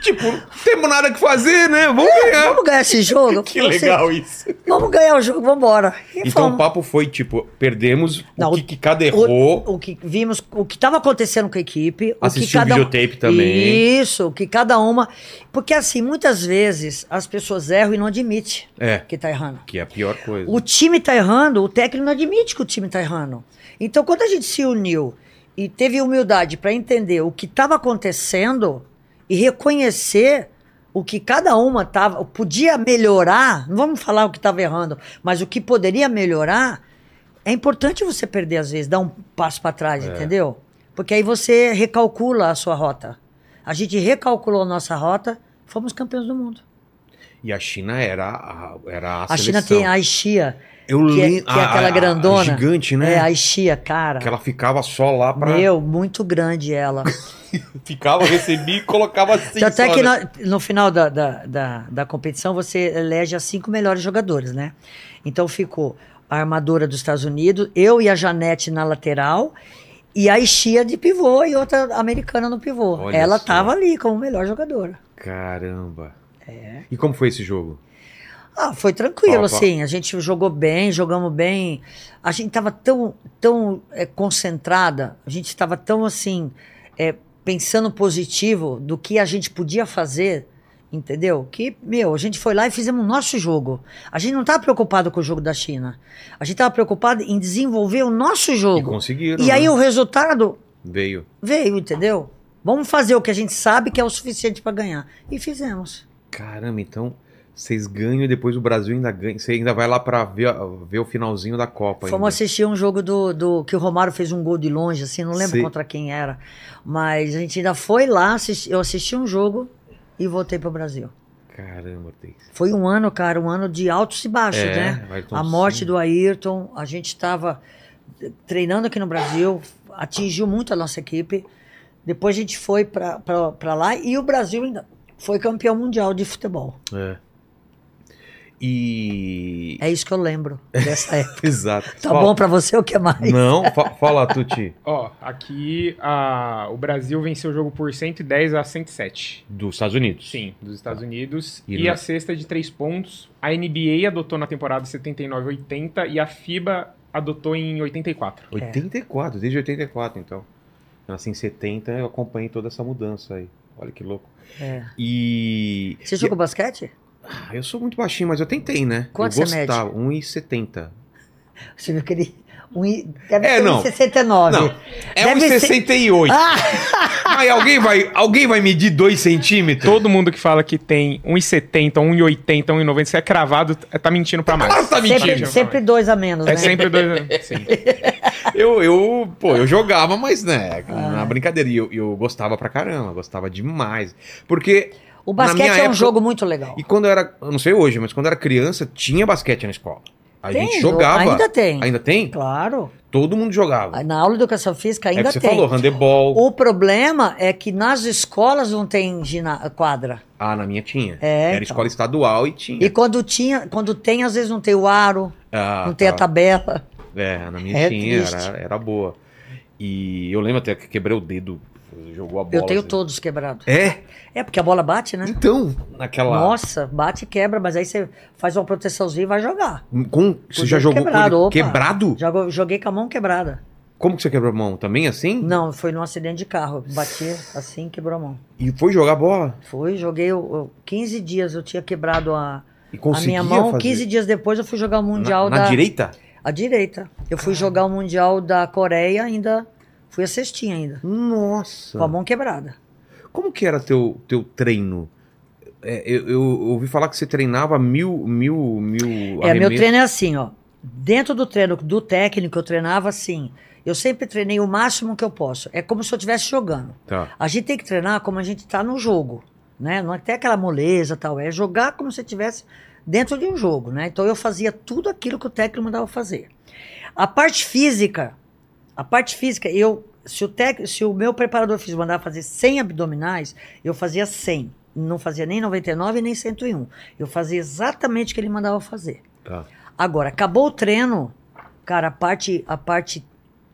Speaker 1: Tipo, não temos nada que fazer, né? Vamos ganhar.
Speaker 3: É, Vamos ganhar esse jogo?
Speaker 1: Que
Speaker 3: Você-
Speaker 1: legal isso.
Speaker 3: Vamos ganhar o jogo, vamos embora.
Speaker 1: Então o papo foi tipo, perdemos
Speaker 3: Não,
Speaker 1: o que, que cada errou.
Speaker 3: O, o que vimos, o que estava acontecendo com a equipe. o que
Speaker 1: Assistiu o
Speaker 3: cada um-
Speaker 1: videotape também.
Speaker 3: Isso, o que cada uma. Porque assim, muitas vezes as pessoas erram e não admitem
Speaker 1: É,
Speaker 3: que tá errando.
Speaker 1: que é a pior coisa.
Speaker 3: O time tá errando, o técnico não admite que o time tá errando. Então, quando a gente se uniu e teve humildade para entender o que estava acontecendo e reconhecer o que cada uma tava, podia melhorar, não vamos falar o que estava errando, mas o que poderia melhorar, é importante você perder às vezes, dar um passo para trás,
Speaker 1: É.
Speaker 3: entendeu? Porque aí você recalcula a sua rota. A gente recalculou a nossa rota, fomos campeões do mundo.
Speaker 1: E a China era a, era a,
Speaker 3: A, China
Speaker 1: seleção.
Speaker 3: tem a Aixia,
Speaker 1: Eu
Speaker 3: que é-
Speaker 1: lem-
Speaker 3: que é aquela grandona.
Speaker 1: gigante, né?
Speaker 3: é a Aixia, cara.
Speaker 1: Que ela ficava só lá pra.
Speaker 3: Meu, muito grande ela.
Speaker 1: Ficava, recebia e colocava assim.
Speaker 3: Tanto
Speaker 1: só,
Speaker 3: é que
Speaker 1: né?
Speaker 3: na- no, final da, da, da, da competição você elege as cinco melhores jogadores, né? Então ficou a armadora dos Estados Unidos, eu e a Janete na lateral, e a Ixia de pivô e outra americana no pivô.
Speaker 1: Olha
Speaker 3: ela
Speaker 1: só.
Speaker 3: tava ali como melhor jogadora.
Speaker 1: Caramba.
Speaker 3: É.
Speaker 1: E como foi esse jogo?
Speaker 3: Ah, foi tranquilo,
Speaker 1: Opa.
Speaker 3: assim. A gente jogou bem, jogamos bem. A gente estava tão, tão eh, concentrada, a gente estava tão, assim, eh, pensando positivo do que a gente podia fazer, entendeu? Que, meu, a gente foi lá e fizemos o nosso jogo. A gente não estava preocupado com o jogo da China. A gente estava preocupado em desenvolver o nosso
Speaker 1: E
Speaker 3: jogo.
Speaker 1: conseguiram.
Speaker 3: E, aí
Speaker 1: né?
Speaker 3: o resultado
Speaker 1: Veio.
Speaker 3: veio, entendeu? Vamos fazer o que a gente sabe que é o suficiente para ganhar. E fizemos.
Speaker 1: Caramba, então vocês ganham e depois o Brasil ainda ganha. Você ainda vai lá pra ver, a- ver o finalzinho da Copa.
Speaker 3: Fomos
Speaker 1: ainda.
Speaker 3: assistir um jogo do, do que o Romário fez um gol de longe, assim, não lembro
Speaker 1: Sei.
Speaker 3: contra quem era. Mas a gente ainda foi lá, assisti- eu assisti um jogo e voltei pro Brasil.
Speaker 1: Caramba, tem.
Speaker 3: Foi um ano, cara, um ano de altos e baixos,
Speaker 1: É,
Speaker 3: né?
Speaker 1: Ayrton
Speaker 3: a morte
Speaker 1: Senna.
Speaker 3: do Ayrton, a gente estava treinando aqui no Brasil, atingiu muito a nossa equipe. Depois a gente foi para lá e o Brasil ainda foi campeão mundial de futebol.
Speaker 1: É. E.
Speaker 3: É isso que eu lembro dessa época.
Speaker 1: Exato.
Speaker 3: Tá
Speaker 1: Fala-
Speaker 3: bom para você o que mais?
Speaker 1: Não, fa- fala, Tuti.
Speaker 2: Ó, aqui a- o Brasil venceu o jogo por 110 a 107.
Speaker 1: Dos Estados Unidos.
Speaker 2: Sim, dos Estados Unidos.
Speaker 1: Tá. E né?
Speaker 2: E,
Speaker 1: na-
Speaker 2: a cesta de três pontos, a NBA adotou na temporada 79-80 e a FIBA adotou em 84.
Speaker 1: 84, desde 84, então. Eu nasci em 70, eu acompanhei toda essa mudança aí. Olha que louco.
Speaker 3: É.
Speaker 1: E.
Speaker 3: Você jogou basquete?
Speaker 1: Ah, eu sou muito baixinho, mas eu tentei, né?
Speaker 3: Quanto
Speaker 1: eu
Speaker 3: você mede?
Speaker 1: gostava, 1,70.
Speaker 3: Você viu que ele. Um, i- deve
Speaker 1: É,
Speaker 3: ser
Speaker 1: não.
Speaker 3: um 69.
Speaker 1: Não, é
Speaker 3: Deve ser-
Speaker 1: 1,68.
Speaker 3: Ah,
Speaker 1: Mas alguém vai, alguém vai medir 2 centímetros?
Speaker 2: Todo mundo que fala que tem 1,70, 1,80, 1,90, se é cravado, tá mentindo pra mais.
Speaker 1: Claro que tá
Speaker 3: sempre,
Speaker 1: mentindo.
Speaker 3: sempre dois a menos,
Speaker 2: É
Speaker 3: né?
Speaker 2: sempre dois. né? Sim.
Speaker 1: Eu, eu, pô, eu jogava, mas né,
Speaker 3: Ah.
Speaker 1: na brincadeira. E eu, eu gostava pra caramba, gostava demais. Porque
Speaker 3: O
Speaker 1: Na
Speaker 3: basquete é
Speaker 1: minha
Speaker 3: um
Speaker 1: época-
Speaker 3: jogo muito legal.
Speaker 1: E quando eu era, eu não sei hoje, mas quando eu era criança, tinha basquete na escola. A
Speaker 3: Tem,
Speaker 1: gente jogava.
Speaker 3: Ainda tem.
Speaker 1: Ainda tem?
Speaker 3: Claro.
Speaker 1: Todo mundo jogava.
Speaker 3: Na aula de educação física
Speaker 1: é
Speaker 3: ainda
Speaker 1: que você
Speaker 3: tem.
Speaker 1: falou, handebol.
Speaker 3: O problema é que nas escolas não tem gina- quadra.
Speaker 1: Ah, na minha tinha.
Speaker 3: É,
Speaker 1: era
Speaker 3: então.
Speaker 1: escola estadual e tinha.
Speaker 3: E quando tinha, quando tem, às vezes não tem o aro,
Speaker 1: É. Ah,
Speaker 3: não tem a
Speaker 1: tá.
Speaker 3: tabela.
Speaker 1: É, na minha
Speaker 3: É
Speaker 1: tinha,
Speaker 3: triste.
Speaker 1: era, era boa. E eu lembro até que quebrei o dedo, jogou a bola.
Speaker 3: Eu tenho
Speaker 1: assim.
Speaker 3: todos quebrados.
Speaker 1: É?
Speaker 3: É porque a bola bate, né?
Speaker 1: Então, naquela.
Speaker 3: Nossa, bate e quebra, mas aí você faz uma proteçãozinha e vai jogar.
Speaker 1: Com, você
Speaker 3: O
Speaker 1: já
Speaker 3: dedo
Speaker 1: jogou
Speaker 3: quebrado,
Speaker 1: com ele
Speaker 3: opa.
Speaker 1: quebrado?
Speaker 3: Jogo- Joguei com a mão quebrada.
Speaker 1: Como que você quebrou a mão? Também assim?
Speaker 3: Não, foi num acidente de carro. Bati assim, quebrou a mão.
Speaker 1: E foi jogar bola?
Speaker 3: Foi, joguei eu, eu- 15 dias, eu tinha quebrado a,
Speaker 1: E
Speaker 3: a
Speaker 1: conseguia
Speaker 3: minha mão.
Speaker 1: fazer?
Speaker 3: 15 dias depois eu fui jogar o Mundial
Speaker 1: na, na
Speaker 3: da.
Speaker 1: direita?
Speaker 3: A direita. Eu fui jogar o Mundial da Coreia ainda. Fui a cestinha ainda.
Speaker 1: Nossa.
Speaker 3: Com a mão quebrada.
Speaker 1: Como que era teu teu treino? É, eu, eu ouvi falar que você treinava mil mil mil.
Speaker 3: É, meu
Speaker 1: arremesso.
Speaker 3: treino é assim, ó. Dentro do treino do técnico, eu treinava assim. Eu sempre treinei o máximo que eu posso. É como se eu estivesse jogando.
Speaker 1: Tá.
Speaker 3: A gente tem que treinar como a gente tá no jogo, né? Não é até aquela moleza tal, é jogar como se tivesse dentro de um jogo, né? Então eu fazia tudo aquilo que o técnico mandava eu fazer. A parte física, a parte física, eu se o tec, se o meu preparador físico mandava fazer 100 abdominais, eu fazia 100. Não fazia nem 99 nem 101. Eu fazia exatamente o que ele mandava eu fazer.
Speaker 1: tá.
Speaker 3: Agora, acabou o treino, cara, a parte, a parte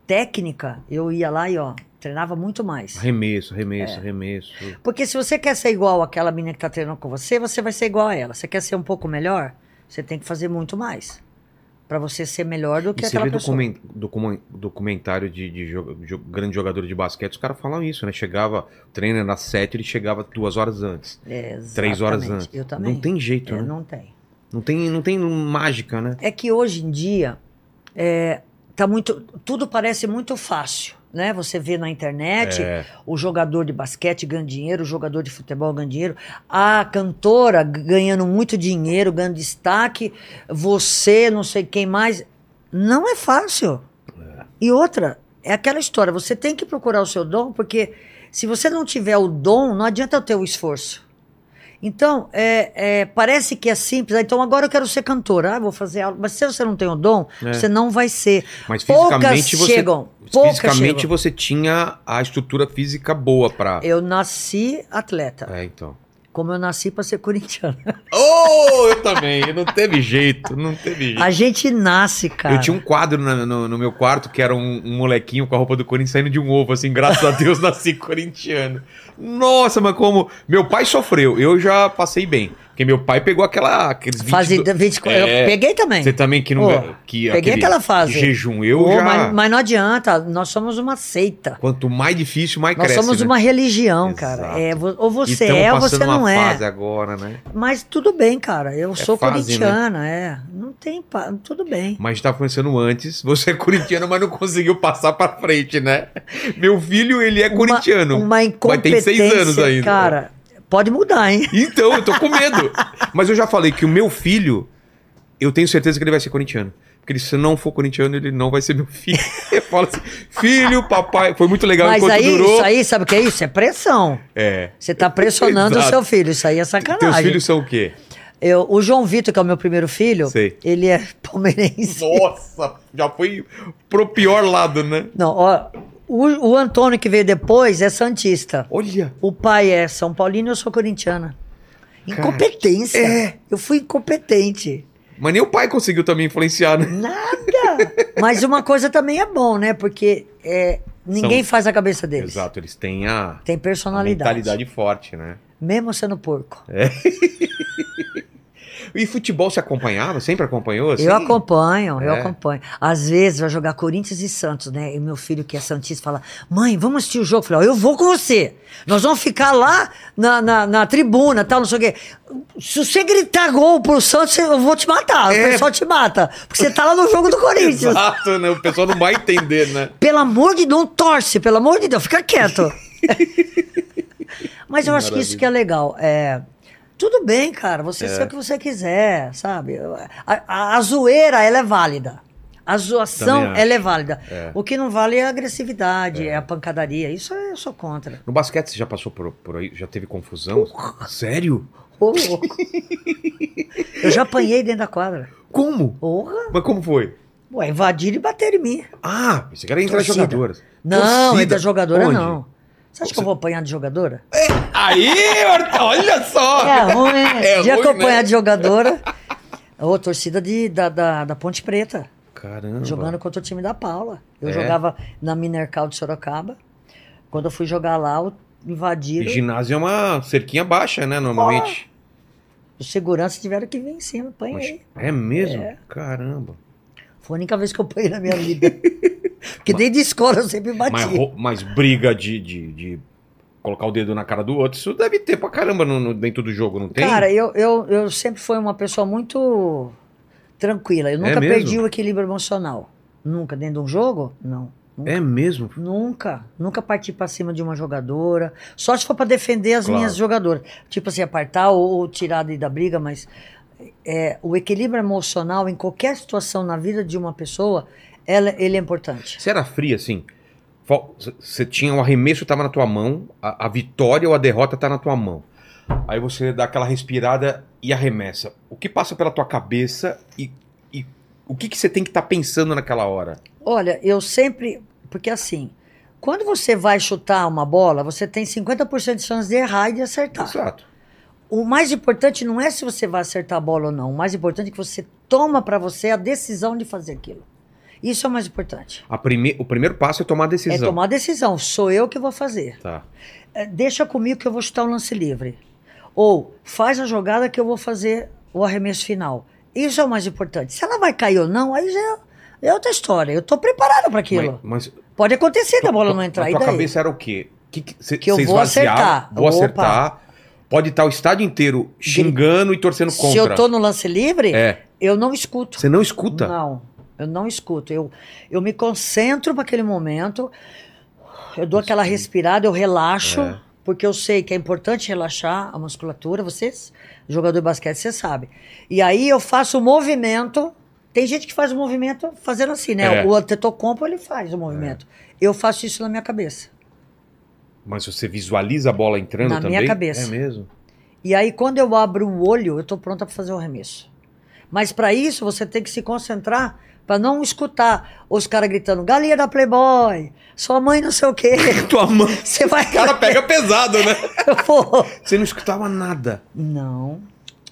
Speaker 3: técnica, eu ia lá e ó, Treinava muito mais.
Speaker 1: Remesso,
Speaker 3: É.
Speaker 1: remesso, remesso.
Speaker 3: Porque se você quer ser igual àquela menina que tá treinando com você, você vai ser igual a ela. Você quer ser um pouco melhor, você tem que fazer muito mais. Pra você ser melhor do que
Speaker 1: E você
Speaker 3: aquela
Speaker 1: vê
Speaker 3: pessoa.
Speaker 1: documen- documen- documentário de, de jo- jo- grande jogador de basquete, os caras falam isso, né? Chegava, o treino era às sete, ele chegava duas horas antes,
Speaker 3: É,
Speaker 1: três horas
Speaker 3: exatamente.
Speaker 1: antes.
Speaker 3: Eu também.
Speaker 1: Não tem jeito,
Speaker 3: É,
Speaker 1: né?
Speaker 3: não tem.
Speaker 1: Não tem, não tem mágica, né?
Speaker 3: É que hoje em dia é, tá muito, tudo parece muito fácil, né? Você vê na internet
Speaker 1: É.
Speaker 3: o jogador de basquete ganha dinheiro, o jogador de futebol ganha dinheiro, a cantora g- ganhando muito dinheiro, ganhando destaque, você, não sei quem mais, não é fácil. E outra é aquela história, você tem que procurar o seu dom porque se você não tiver o dom, não adianta eu ter o esforço. Então, é, é, parece que é simples. ah, Então, agora eu quero ser cantora. Ah, vou fazer aula. Mas se você não tem o dom,
Speaker 1: É.
Speaker 3: você não vai ser.
Speaker 1: Mas
Speaker 3: Poucas
Speaker 1: fisicamente você.
Speaker 3: chegam. Poucas
Speaker 1: fisicamente
Speaker 3: chegam.
Speaker 1: você tinha a estrutura física boa pra.
Speaker 3: Eu nasci atleta.
Speaker 1: É, então.
Speaker 3: Como eu nasci para ser corintiana.
Speaker 1: Oh, eu também. Não teve jeito, não teve jeito.
Speaker 3: A gente nasce, cara.
Speaker 1: Eu tinha um quadro na- no, no meu quarto que era um, um molequinho com a roupa do Corinthians saindo de um ovo, assim, graças a Deus nasci corintiano. Nossa, mas como. Meu pai sofreu, eu já passei bem. Porque meu pai pegou aquela. Aqueles 20
Speaker 3: Fase
Speaker 1: do-
Speaker 3: da 24.
Speaker 1: É.
Speaker 3: Eu peguei também.
Speaker 1: Você também que não.
Speaker 3: Pô,
Speaker 1: que
Speaker 3: peguei
Speaker 1: aquele
Speaker 3: aquela fase.
Speaker 1: Jejum, eu
Speaker 3: Ô,
Speaker 1: já.
Speaker 3: mas, mas não adianta, nós somos uma seita.
Speaker 1: Quanto mais difícil, mais
Speaker 3: Nós
Speaker 1: cresce.
Speaker 3: somos
Speaker 1: né?
Speaker 3: uma religião, cara.
Speaker 1: Exato.
Speaker 3: É, vo- ou
Speaker 1: E
Speaker 3: você
Speaker 1: tamo
Speaker 3: é ou
Speaker 1: passando
Speaker 3: você não
Speaker 1: uma
Speaker 3: é.
Speaker 1: fase agora, né?
Speaker 3: Mas tudo bem, cara. Eu sou
Speaker 1: fase, né?
Speaker 3: corintiana, é. Não tem. pa- Tudo bem.
Speaker 1: Mas estava conhecendo antes, você é corintiano, mas não conseguiu passar pra frente, né? Meu filho, ele é corintiano.
Speaker 3: Uma, uma
Speaker 1: mas tem
Speaker 3: incompetência,
Speaker 1: seis anos ainda.
Speaker 3: cara. Pode mudar, hein?
Speaker 1: Então, eu tô com medo. Mas eu já falei que o meu filho, eu tenho certeza que ele vai ser corintiano. Porque ele, se não for corintiano, ele não vai ser meu filho. Eu falo assim, filho, papai, foi muito legal
Speaker 3: Mas
Speaker 1: um enquanto
Speaker 3: aí,
Speaker 1: durou.
Speaker 3: isso aí, sabe o que é isso? É pressão.
Speaker 1: É.
Speaker 3: Você tá pressionando o
Speaker 1: Exato.
Speaker 3: seu filho. Isso aí é
Speaker 1: Teus
Speaker 3: sacanagem.
Speaker 1: filhos são o quê?
Speaker 3: Eu- o João Vitor, que é o meu primeiro filho,
Speaker 1: Sei.
Speaker 3: ele é palmeirense.
Speaker 1: Nossa, já foi pro pior lado, né?
Speaker 3: Não, ó, o, o Antônio que veio depois é santista.
Speaker 1: Olha.
Speaker 3: O pai é São Paulino e eu sou corintiana.
Speaker 1: Cara, é.
Speaker 3: Incompetência. Eu fui incompetente.
Speaker 1: Mas nem o pai conseguiu também influenciar, né?
Speaker 3: Nada. Mas uma coisa também é bom, né? Porque é, ninguém
Speaker 1: São-
Speaker 3: faz a cabeça deles.
Speaker 1: Exato, eles têm a,
Speaker 3: Tem
Speaker 1: a
Speaker 3: personalidade.
Speaker 1: mentalidade forte, né?
Speaker 3: Mesmo sendo porco.
Speaker 1: E futebol se acompanhava? Sempre acompanhou? assim?
Speaker 3: Eu acompanho, eu
Speaker 1: É.
Speaker 3: acompanho. Às vezes vai jogar Corinthians e Santos, né? E meu filho, que é Santista, fala: Mãe, vamos assistir o jogo. Eu falei: ó, Eu vou com você. Nós vamos ficar lá na, na, na tribuna, tal, não sei o quê. Se você gritar gol pro Santos, eu vou te matar.
Speaker 1: É.
Speaker 3: O pessoal te mata. Porque você tá lá no jogo do Corinthians.
Speaker 1: Exato, né? O pessoal não vai entender, né?
Speaker 3: Pelo amor de Deus, torce, pelo amor de Deus, fica quieto. Mas eu acho que isso que é legal. É, tudo bem, cara, você ser o que você quiser, sabe? A, a- a zoeira, ela é válida. A zoação,
Speaker 1: Também acho.
Speaker 3: ela é válida.
Speaker 1: É.
Speaker 3: O que não vale é a agressividade, é, a pancadaria. Isso eu sou contra.
Speaker 1: No basquete você já passou por, por aí? Já teve confusão? Sério?
Speaker 3: Ô, louco. eu já apanhei dentro da quadra.
Speaker 1: Como?
Speaker 3: Porra!
Speaker 1: Mas como foi?
Speaker 3: Ué, invadiram e bateram em mim.
Speaker 1: Ah, pensei que era entre as
Speaker 3: Torcida.
Speaker 1: jogadoras.
Speaker 3: Não, é
Speaker 1: Torcida.
Speaker 3: da jogadora,
Speaker 1: Onde?
Speaker 3: não. Você acha que eu vou apanhar de jogadora?
Speaker 1: Aí, Horta, olha só!
Speaker 3: É ruim, né?
Speaker 1: É
Speaker 3: de
Speaker 1: ruim,
Speaker 3: acompanhar
Speaker 1: né?
Speaker 3: de jogadora. Ô, torcida de, da, da, da Ponte Preta,
Speaker 1: Caramba.
Speaker 3: jogando contra o time da Paula. Eu
Speaker 1: Uhum. É?
Speaker 3: jogava na Minercal de Sorocaba. Quando eu fui jogar lá, o-
Speaker 1: E
Speaker 3: invadiram.
Speaker 1: ginásio é uma cerquinha baixa, né? Normalmente.
Speaker 3: Os seguranças tiveram que vir em cima,
Speaker 1: Mas-
Speaker 3: apanhei.
Speaker 1: é mesmo? Caramba.
Speaker 3: Foi a única vez que eu apanhei na minha vida. Porque desde escola eu sempre bati.
Speaker 1: Mas, rou- mas briga de, de, de colocar o dedo na cara do outro, isso deve ter pra caramba no- no- dentro do jogo, não tem?
Speaker 3: Cara, eu, eu, eu sempre fui uma pessoa muito tranquila.
Speaker 1: É
Speaker 3: Eu nunca
Speaker 1: mesmo?
Speaker 3: perdi o equilíbrio emocional. Nunca. Dentro de um jogo? Não. Nunca.
Speaker 1: é mesmo?
Speaker 3: Nunca, nunca parti pra cima de uma jogadora. Só se for pra defender as
Speaker 1: Claro.
Speaker 3: minhas jogadoras. Tipo assim, apartar ou, ou tirar daí da briga, mas é, o equilíbrio emocional em qualquer situação na vida de uma pessoa, ela, ele é importante.
Speaker 1: Você era fria, assim? Você tinha o arremesso tava na tua mão, a, a vitória ou a derrota tá na tua mão. Aí você dá aquela respirada e arremessa. O que passa pela tua cabeça e, e o que que você tem que estar pensando naquela hora?
Speaker 3: Olha, eu sempre. Porque assim, quando você vai chutar uma bola, você tem 50% de chance de errar e de acertar.
Speaker 1: Exato.
Speaker 3: O mais importante não é se você vai acertar a bola ou não. O mais importante é que você toma pra você a decisão de fazer aquilo. Isso é o mais importante.
Speaker 1: A prime... O primeiro passo é tomar a
Speaker 3: É
Speaker 1: decisão.
Speaker 3: tomar a decisão. Sou eu que vou fazer.
Speaker 1: Tá.
Speaker 3: É, Deixa comigo que eu vou chutar o lance livre. Ou faz a jogada que eu vou fazer o arremesso final. Isso é o mais importante. Se ela vai cair ou não, aí já é- é outra história. Eu estou preparada para aquilo.
Speaker 1: Mas, mas
Speaker 3: Pode acontecer da bola não entrar.
Speaker 1: na
Speaker 3: E
Speaker 1: tua
Speaker 3: daí?
Speaker 1: cabeça era o quê? Que, que, cê,
Speaker 3: Que eu
Speaker 1: cês
Speaker 3: vou
Speaker 1: vaziaram,
Speaker 3: acertar.
Speaker 1: Vou
Speaker 3: Opa.
Speaker 1: acertar. Pode estar o estádio inteiro xingando e torcendo é contra.
Speaker 3: Se eu tô no lance livre,
Speaker 1: É.
Speaker 3: eu não escuto.
Speaker 1: Você não escuta?
Speaker 3: Não, eu não escuto. Eu, eu me concentro para aquele momento, eu dou aquela respirada, eu relaxo,
Speaker 1: É.
Speaker 3: porque eu sei que é importante relaxar a musculatura. Vocês, jogador de basquete, você sabe. E aí eu faço o movimento. Tem gente que faz o movimento fazendo assim, né?
Speaker 1: É.
Speaker 3: O Antetokounmpo, ele faz o movimento. Eu faço isso na minha cabeça.
Speaker 1: Mas você visualiza a bola entrando
Speaker 3: Na
Speaker 1: também?
Speaker 3: minha cabeça.
Speaker 1: É mesmo?
Speaker 3: E aí, quando eu abro o olho, eu estou pronta para fazer o arremesso. Mas para isso, você tem que se concentrar para não escutar os caras gritando: galinha da Playboy, sua mãe não sei o quê.
Speaker 1: Tua mãe...
Speaker 3: Você vai.
Speaker 1: O cara pega pesado, né?
Speaker 3: Eu vou.
Speaker 1: Você não escutava nada.
Speaker 3: Não.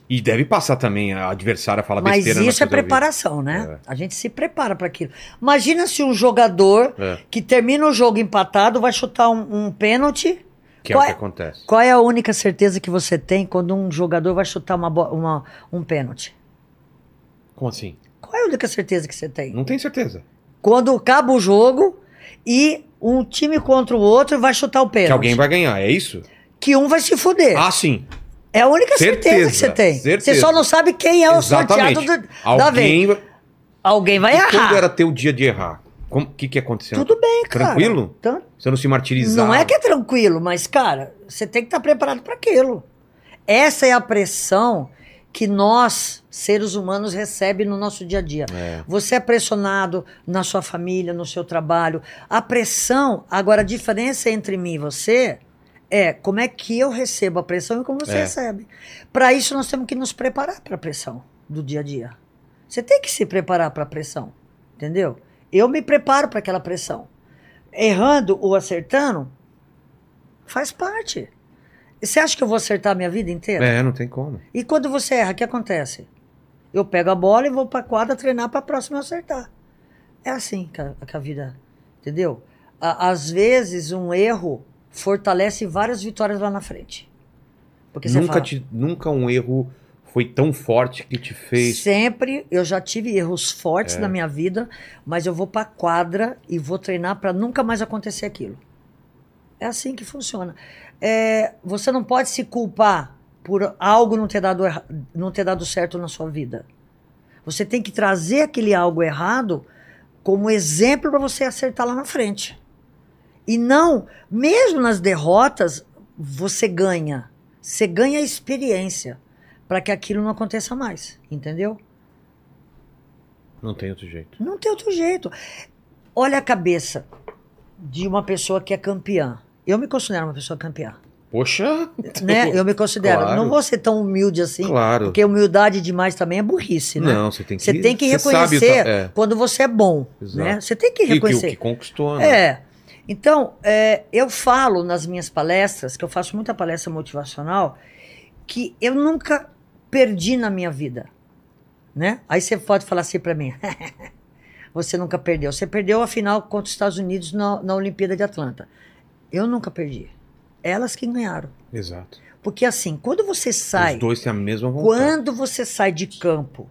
Speaker 1: E deve passar também a adversária fala Tá
Speaker 3: Mas
Speaker 1: besteira.
Speaker 3: isso é
Speaker 1: preparado.
Speaker 3: preparação,
Speaker 1: É.
Speaker 3: né? A gente se prepara para aquilo. Imagina se um jogador
Speaker 1: É.
Speaker 3: que termina o jogo empatado vai chutar um, um pênalti.
Speaker 1: Que é o
Speaker 3: Qual
Speaker 1: que
Speaker 3: é-
Speaker 1: acontece.
Speaker 3: Qual é a única certeza que você tem quando um jogador vai chutar uma bo- uma- um pênalti?
Speaker 1: Como assim?
Speaker 3: Qual é a única certeza que você tem?
Speaker 1: Não tenho certeza.
Speaker 3: quando acaba o jogo e um time contra o outro vai chutar o pênalti.
Speaker 1: Que alguém vai ganhar, é isso?
Speaker 3: Que um vai se fuder.
Speaker 1: Ah, sim.
Speaker 3: é a única certeza,
Speaker 1: certeza,
Speaker 3: que você tem.
Speaker 1: certeza.
Speaker 3: Você só não sabe quem é o
Speaker 1: Exatamente.
Speaker 3: sorteado do- da vez.
Speaker 1: Alguém...
Speaker 3: Alguém vai
Speaker 1: E
Speaker 3: errar.
Speaker 1: Quando era teu dia de errar? O que, que aconteceu?
Speaker 3: Tudo bem, cara.
Speaker 1: Tranquilo?
Speaker 3: Tan-
Speaker 1: Você não se martirizava?
Speaker 3: Não é que é tranquilo, mas, cara, você tem que estar preparado para aquilo. Essa é a pressão que nós, seres humanos, recebe no nosso dia a dia.
Speaker 1: É.
Speaker 3: Você é pressionado na sua família, no seu trabalho. A pressão, agora a diferença entre mim e você é como é que eu recebo a pressão e como você
Speaker 1: É.
Speaker 3: recebe. Para isso nós temos que nos preparar para a pressão do dia a dia. Você tem que se preparar para a pressão, entendeu? Eu me preparo para aquela pressão. Errando ou acertando faz parte. E Você acha que eu vou acertar a minha vida inteira?
Speaker 1: É, não tem como.
Speaker 3: E quando você erra, o que acontece? Eu pego a bola e vou pra quadra treinar pra próxima eu acertar. É assim que a, que a vida. Entendeu? A- às vezes, um erro fortalece várias vitórias lá na frente. Porque você
Speaker 1: Nunca,
Speaker 3: fala,
Speaker 1: te, nunca um erro foi tão forte que te fez...
Speaker 3: Sempre eu já tive erros fortes na minha vida, mas eu vou pra quadra e vou treinar pra nunca mais acontecer aquilo. É assim que funciona. É, você não pode se culpar por algo não ter, dado erra- não ter dado certo na sua vida. Você tem que trazer aquele algo errado como exemplo pra você acertar lá na frente. E não, mesmo nas derrotas, você ganha. Você ganha experiência para que aquilo não aconteça mais, entendeu?
Speaker 1: Não tem outro jeito.
Speaker 3: Não tem outro jeito. Olha a cabeça de uma pessoa que é campeã. Eu me considero uma pessoa campeã,
Speaker 1: Poxa!
Speaker 3: né? Eu me considero.
Speaker 1: Claro.
Speaker 3: Não vou ser tão humilde assim,
Speaker 1: Claro.
Speaker 3: porque humildade demais também é burrice, né?
Speaker 1: Não, você tem que...
Speaker 3: Você tem que
Speaker 1: sabe o ta-
Speaker 3: reconhecer
Speaker 1: é.
Speaker 3: quando você é bom,
Speaker 1: Exato.
Speaker 3: né? Você tem que
Speaker 1: E o que, o que
Speaker 3: reconhecer.
Speaker 1: conquistou, né?
Speaker 3: É. Então, é, eu falo nas minhas palestras, que eu faço muita palestra motivacional, que eu nunca perdi na minha vida, né? Aí você pode falar assim pra mim, você nunca perdeu. Você perdeu a final contra os Estados Unidos na, na Olimpíada de Atlanta. Eu nunca perdi. Elas que ganharam.
Speaker 1: Exato.
Speaker 3: Porque assim, quando você sai...
Speaker 1: Os dois têm a mesma vontade.
Speaker 3: Quando você sai de campo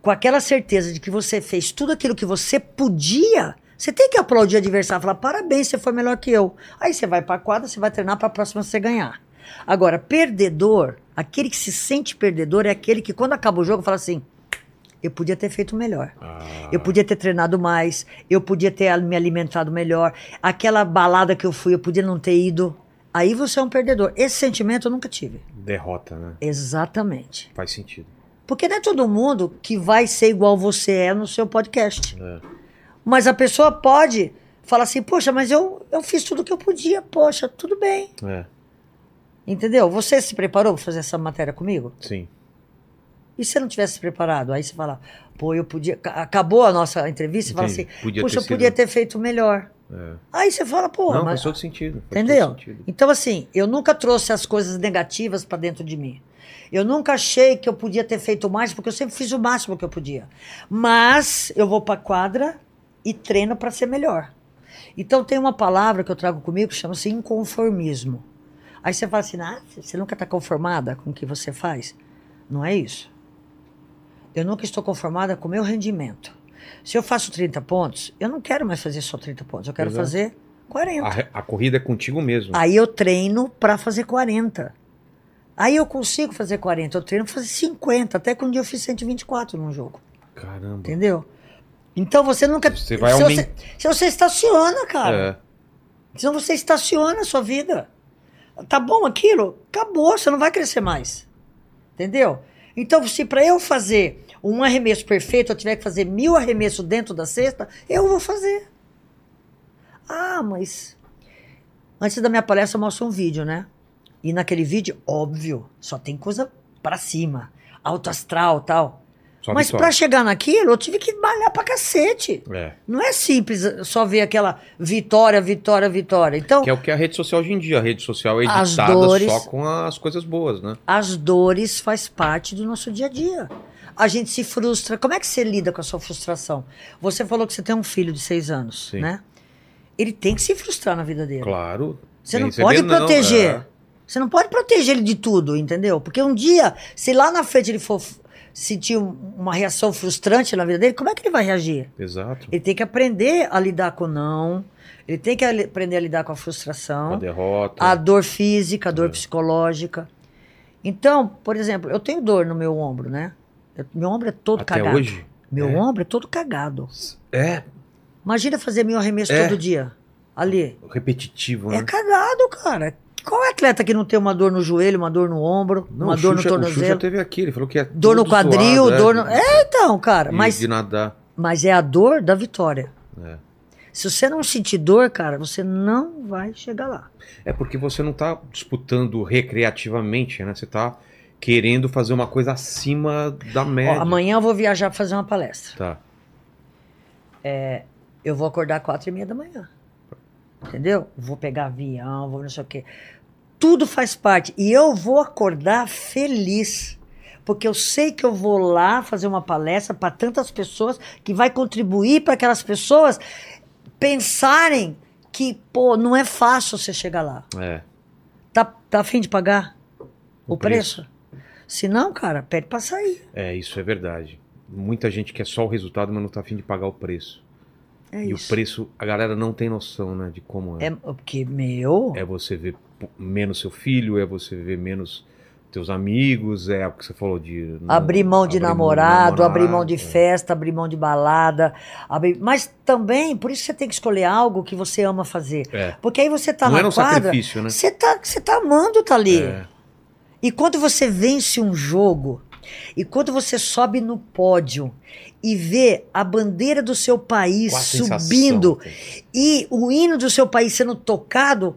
Speaker 3: com aquela certeza de que você fez tudo aquilo que você podia, você tem que aplaudir o adversário, falar parabéns, você foi melhor que eu. Aí você vai pra quadra, você vai treinar pra próxima você ganhar. Agora, perdedor, aquele que se sente perdedor é aquele que quando acaba o jogo fala assim: eu podia ter feito melhor.
Speaker 1: Ah,
Speaker 3: Eu podia ter treinado mais, eu podia ter me alimentado melhor. Aquela balada que eu fui, eu podia não ter ido. Aí você é um perdedor. Esse sentimento eu nunca tive.
Speaker 1: Derrota, né?
Speaker 3: Exatamente.
Speaker 1: Faz sentido.
Speaker 3: Porque não é todo mundo que vai ser igual você é no seu podcast.
Speaker 1: É.
Speaker 3: Mas a pessoa pode falar assim, poxa, mas eu, eu fiz tudo o que eu podia, poxa, tudo bem.
Speaker 1: É,
Speaker 3: Entendeu? Você se preparou para fazer essa matéria comigo?
Speaker 1: sim.
Speaker 3: E se eu não tivesse se preparado? Aí você fala, pô, eu podia. ca- Acabou a nossa entrevista e fala assim,
Speaker 1: Entendi. Podia
Speaker 3: poxa,
Speaker 1: ter
Speaker 3: eu podia
Speaker 1: sido-
Speaker 3: ter feito melhor.
Speaker 1: É.
Speaker 3: Aí você fala, pô,
Speaker 1: Não,
Speaker 3: mas.
Speaker 1: faz todo sentido. faz todo
Speaker 3: Entendeu?
Speaker 1: sentido.
Speaker 3: Então, assim, eu nunca trouxe as coisas negativas para dentro de mim. Eu nunca achei que eu podia ter feito mais, porque eu sempre fiz o máximo que eu podia. Mas eu vou para quadra e treino para ser melhor. Então tem uma palavra que eu trago comigo que chama-se inconformismo. Aí você fala assim, ah, você nunca está conformada com o que você faz? Não é isso. Eu nunca estou conformada com o meu rendimento. Se eu faço 30 pontos, eu não quero mais fazer só 30 pontos, eu quero
Speaker 1: Exato.
Speaker 3: fazer 40.
Speaker 1: A, re- a corrida é contigo mesmo.
Speaker 3: Aí eu treino para fazer 40. Aí eu consigo fazer 40, eu treino pra fazer 50, até que um dia eu fiz 124 num jogo,
Speaker 1: Caramba.
Speaker 3: Ah, entendeu? Então você nunca.
Speaker 1: Você vai
Speaker 3: se,
Speaker 1: aumentar.
Speaker 3: você, se você estaciona, cara.
Speaker 1: É.
Speaker 3: Senão você estaciona a sua vida. Tá bom aquilo? Acabou, você não vai crescer mais. Entendeu? Então, se para eu fazer um arremesso perfeito, eu tiver que fazer mil arremessos dentro da cesta, eu vou fazer. Ah, mas. Antes da minha palestra, eu mostro um vídeo, né? E naquele vídeo, óbvio, só tem coisa pra cima alto astral tal.
Speaker 1: Sobe,
Speaker 3: mas
Speaker 1: sobe.
Speaker 3: pra chegar naquilo, eu tive que malhar pra cacete.
Speaker 1: É.
Speaker 3: Não é simples só ver aquela vitória, vitória, vitória. Então,
Speaker 1: Que é o que é a rede social hoje em dia. A rede social é
Speaker 3: As
Speaker 1: editada
Speaker 3: dores-
Speaker 1: só com as coisas boas, né?
Speaker 3: as dores faz parte do nosso dia a dia. A gente se frustra. Como é que você lida com a sua frustração? Você falou que você tem um filho de seis anos,
Speaker 1: Sim.
Speaker 3: né? Ele tem que se frustrar na vida dele.
Speaker 1: Claro.
Speaker 3: Você
Speaker 1: Bem,
Speaker 3: não pode
Speaker 1: vê, não,
Speaker 3: proteger.
Speaker 1: é.
Speaker 3: Você não pode proteger ele de tudo, entendeu? Porque um dia, se lá na frente ele for f- sentir um- uma reação frustrante na vida dele, como é que ele vai reagir?
Speaker 1: Exato.
Speaker 3: Ele tem que aprender a lidar com o não, ele tem que ali- aprender a lidar com a frustração
Speaker 1: A derrota.
Speaker 3: a dor física, a dor
Speaker 1: É.
Speaker 3: psicológica. Então, por exemplo, eu tenho dor no meu ombro, né? Eu- meu ombro é todo
Speaker 1: Até
Speaker 3: cagado.
Speaker 1: hoje.
Speaker 3: Meu
Speaker 1: É.
Speaker 3: ombro é todo cagado.
Speaker 1: É
Speaker 3: Imagina fazer meu arremesso
Speaker 1: É.
Speaker 3: todo dia. Ali.
Speaker 1: repetitivo, né?
Speaker 3: É cagado, cara. Qual é atleta que não tem uma dor no joelho, uma dor no ombro,
Speaker 1: Não,
Speaker 3: uma
Speaker 1: o Xuxa-
Speaker 3: dor no
Speaker 1: o Xuxa já
Speaker 3: tornozelo,
Speaker 1: teve aqui, ele falou que é
Speaker 3: dor no
Speaker 1: tudo
Speaker 3: quadril,
Speaker 1: zoado,
Speaker 3: dor
Speaker 1: é,
Speaker 3: no. É, então, cara.
Speaker 1: de-
Speaker 3: Mas,
Speaker 1: De nadar.
Speaker 3: mas é a dor da vitória.
Speaker 1: É.
Speaker 3: Se você não sentir dor, cara, você não vai chegar lá.
Speaker 1: É porque você não tá disputando recreativamente, né? Você tá querendo fazer uma coisa acima da
Speaker 3: Ó,
Speaker 1: média.
Speaker 3: amanhã eu vou viajar pra fazer uma palestra.
Speaker 1: Tá.
Speaker 3: Eu vou acordar quatro e meia da manhã. Entendeu? Vou pegar avião, vou não sei o quê. Tudo faz parte. E eu vou acordar feliz. Porque eu sei que eu vou lá fazer uma palestra para tantas pessoas que vai contribuir para aquelas pessoas pensarem que, pô, não é fácil você chegar lá.
Speaker 1: É.
Speaker 3: Tá, tá afim de pagar o,
Speaker 1: O
Speaker 3: preço? Se não, cara, pede para sair.
Speaker 1: É, isso é verdade. Muita gente quer só o resultado, mas não tá afim de pagar o preço.
Speaker 3: É
Speaker 1: e
Speaker 3: isso.
Speaker 1: o preço, a galera não tem noção, né, de como é.
Speaker 3: É, porque, meu.
Speaker 1: É você ver p- menos seu filho, é você ver menos teus amigos, é o que você falou de. não-
Speaker 3: Abrir mão de namorado, abrir mão de
Speaker 1: é.
Speaker 3: festa, abrir mão de balada. Abrir... Mas também, por isso você tem que escolher algo que você ama fazer.
Speaker 1: É.
Speaker 3: Porque aí você tá
Speaker 1: não
Speaker 3: na
Speaker 1: era um
Speaker 3: quadra,
Speaker 1: sacrifício, né?
Speaker 3: você tá, você tá amando tá ali.
Speaker 1: É.
Speaker 3: E quando você vence um jogo, e quando você sobe no pódio e vê a bandeira do seu país
Speaker 1: Qual a sensação,
Speaker 3: subindo
Speaker 1: cara?
Speaker 3: e o hino do seu país sendo tocado,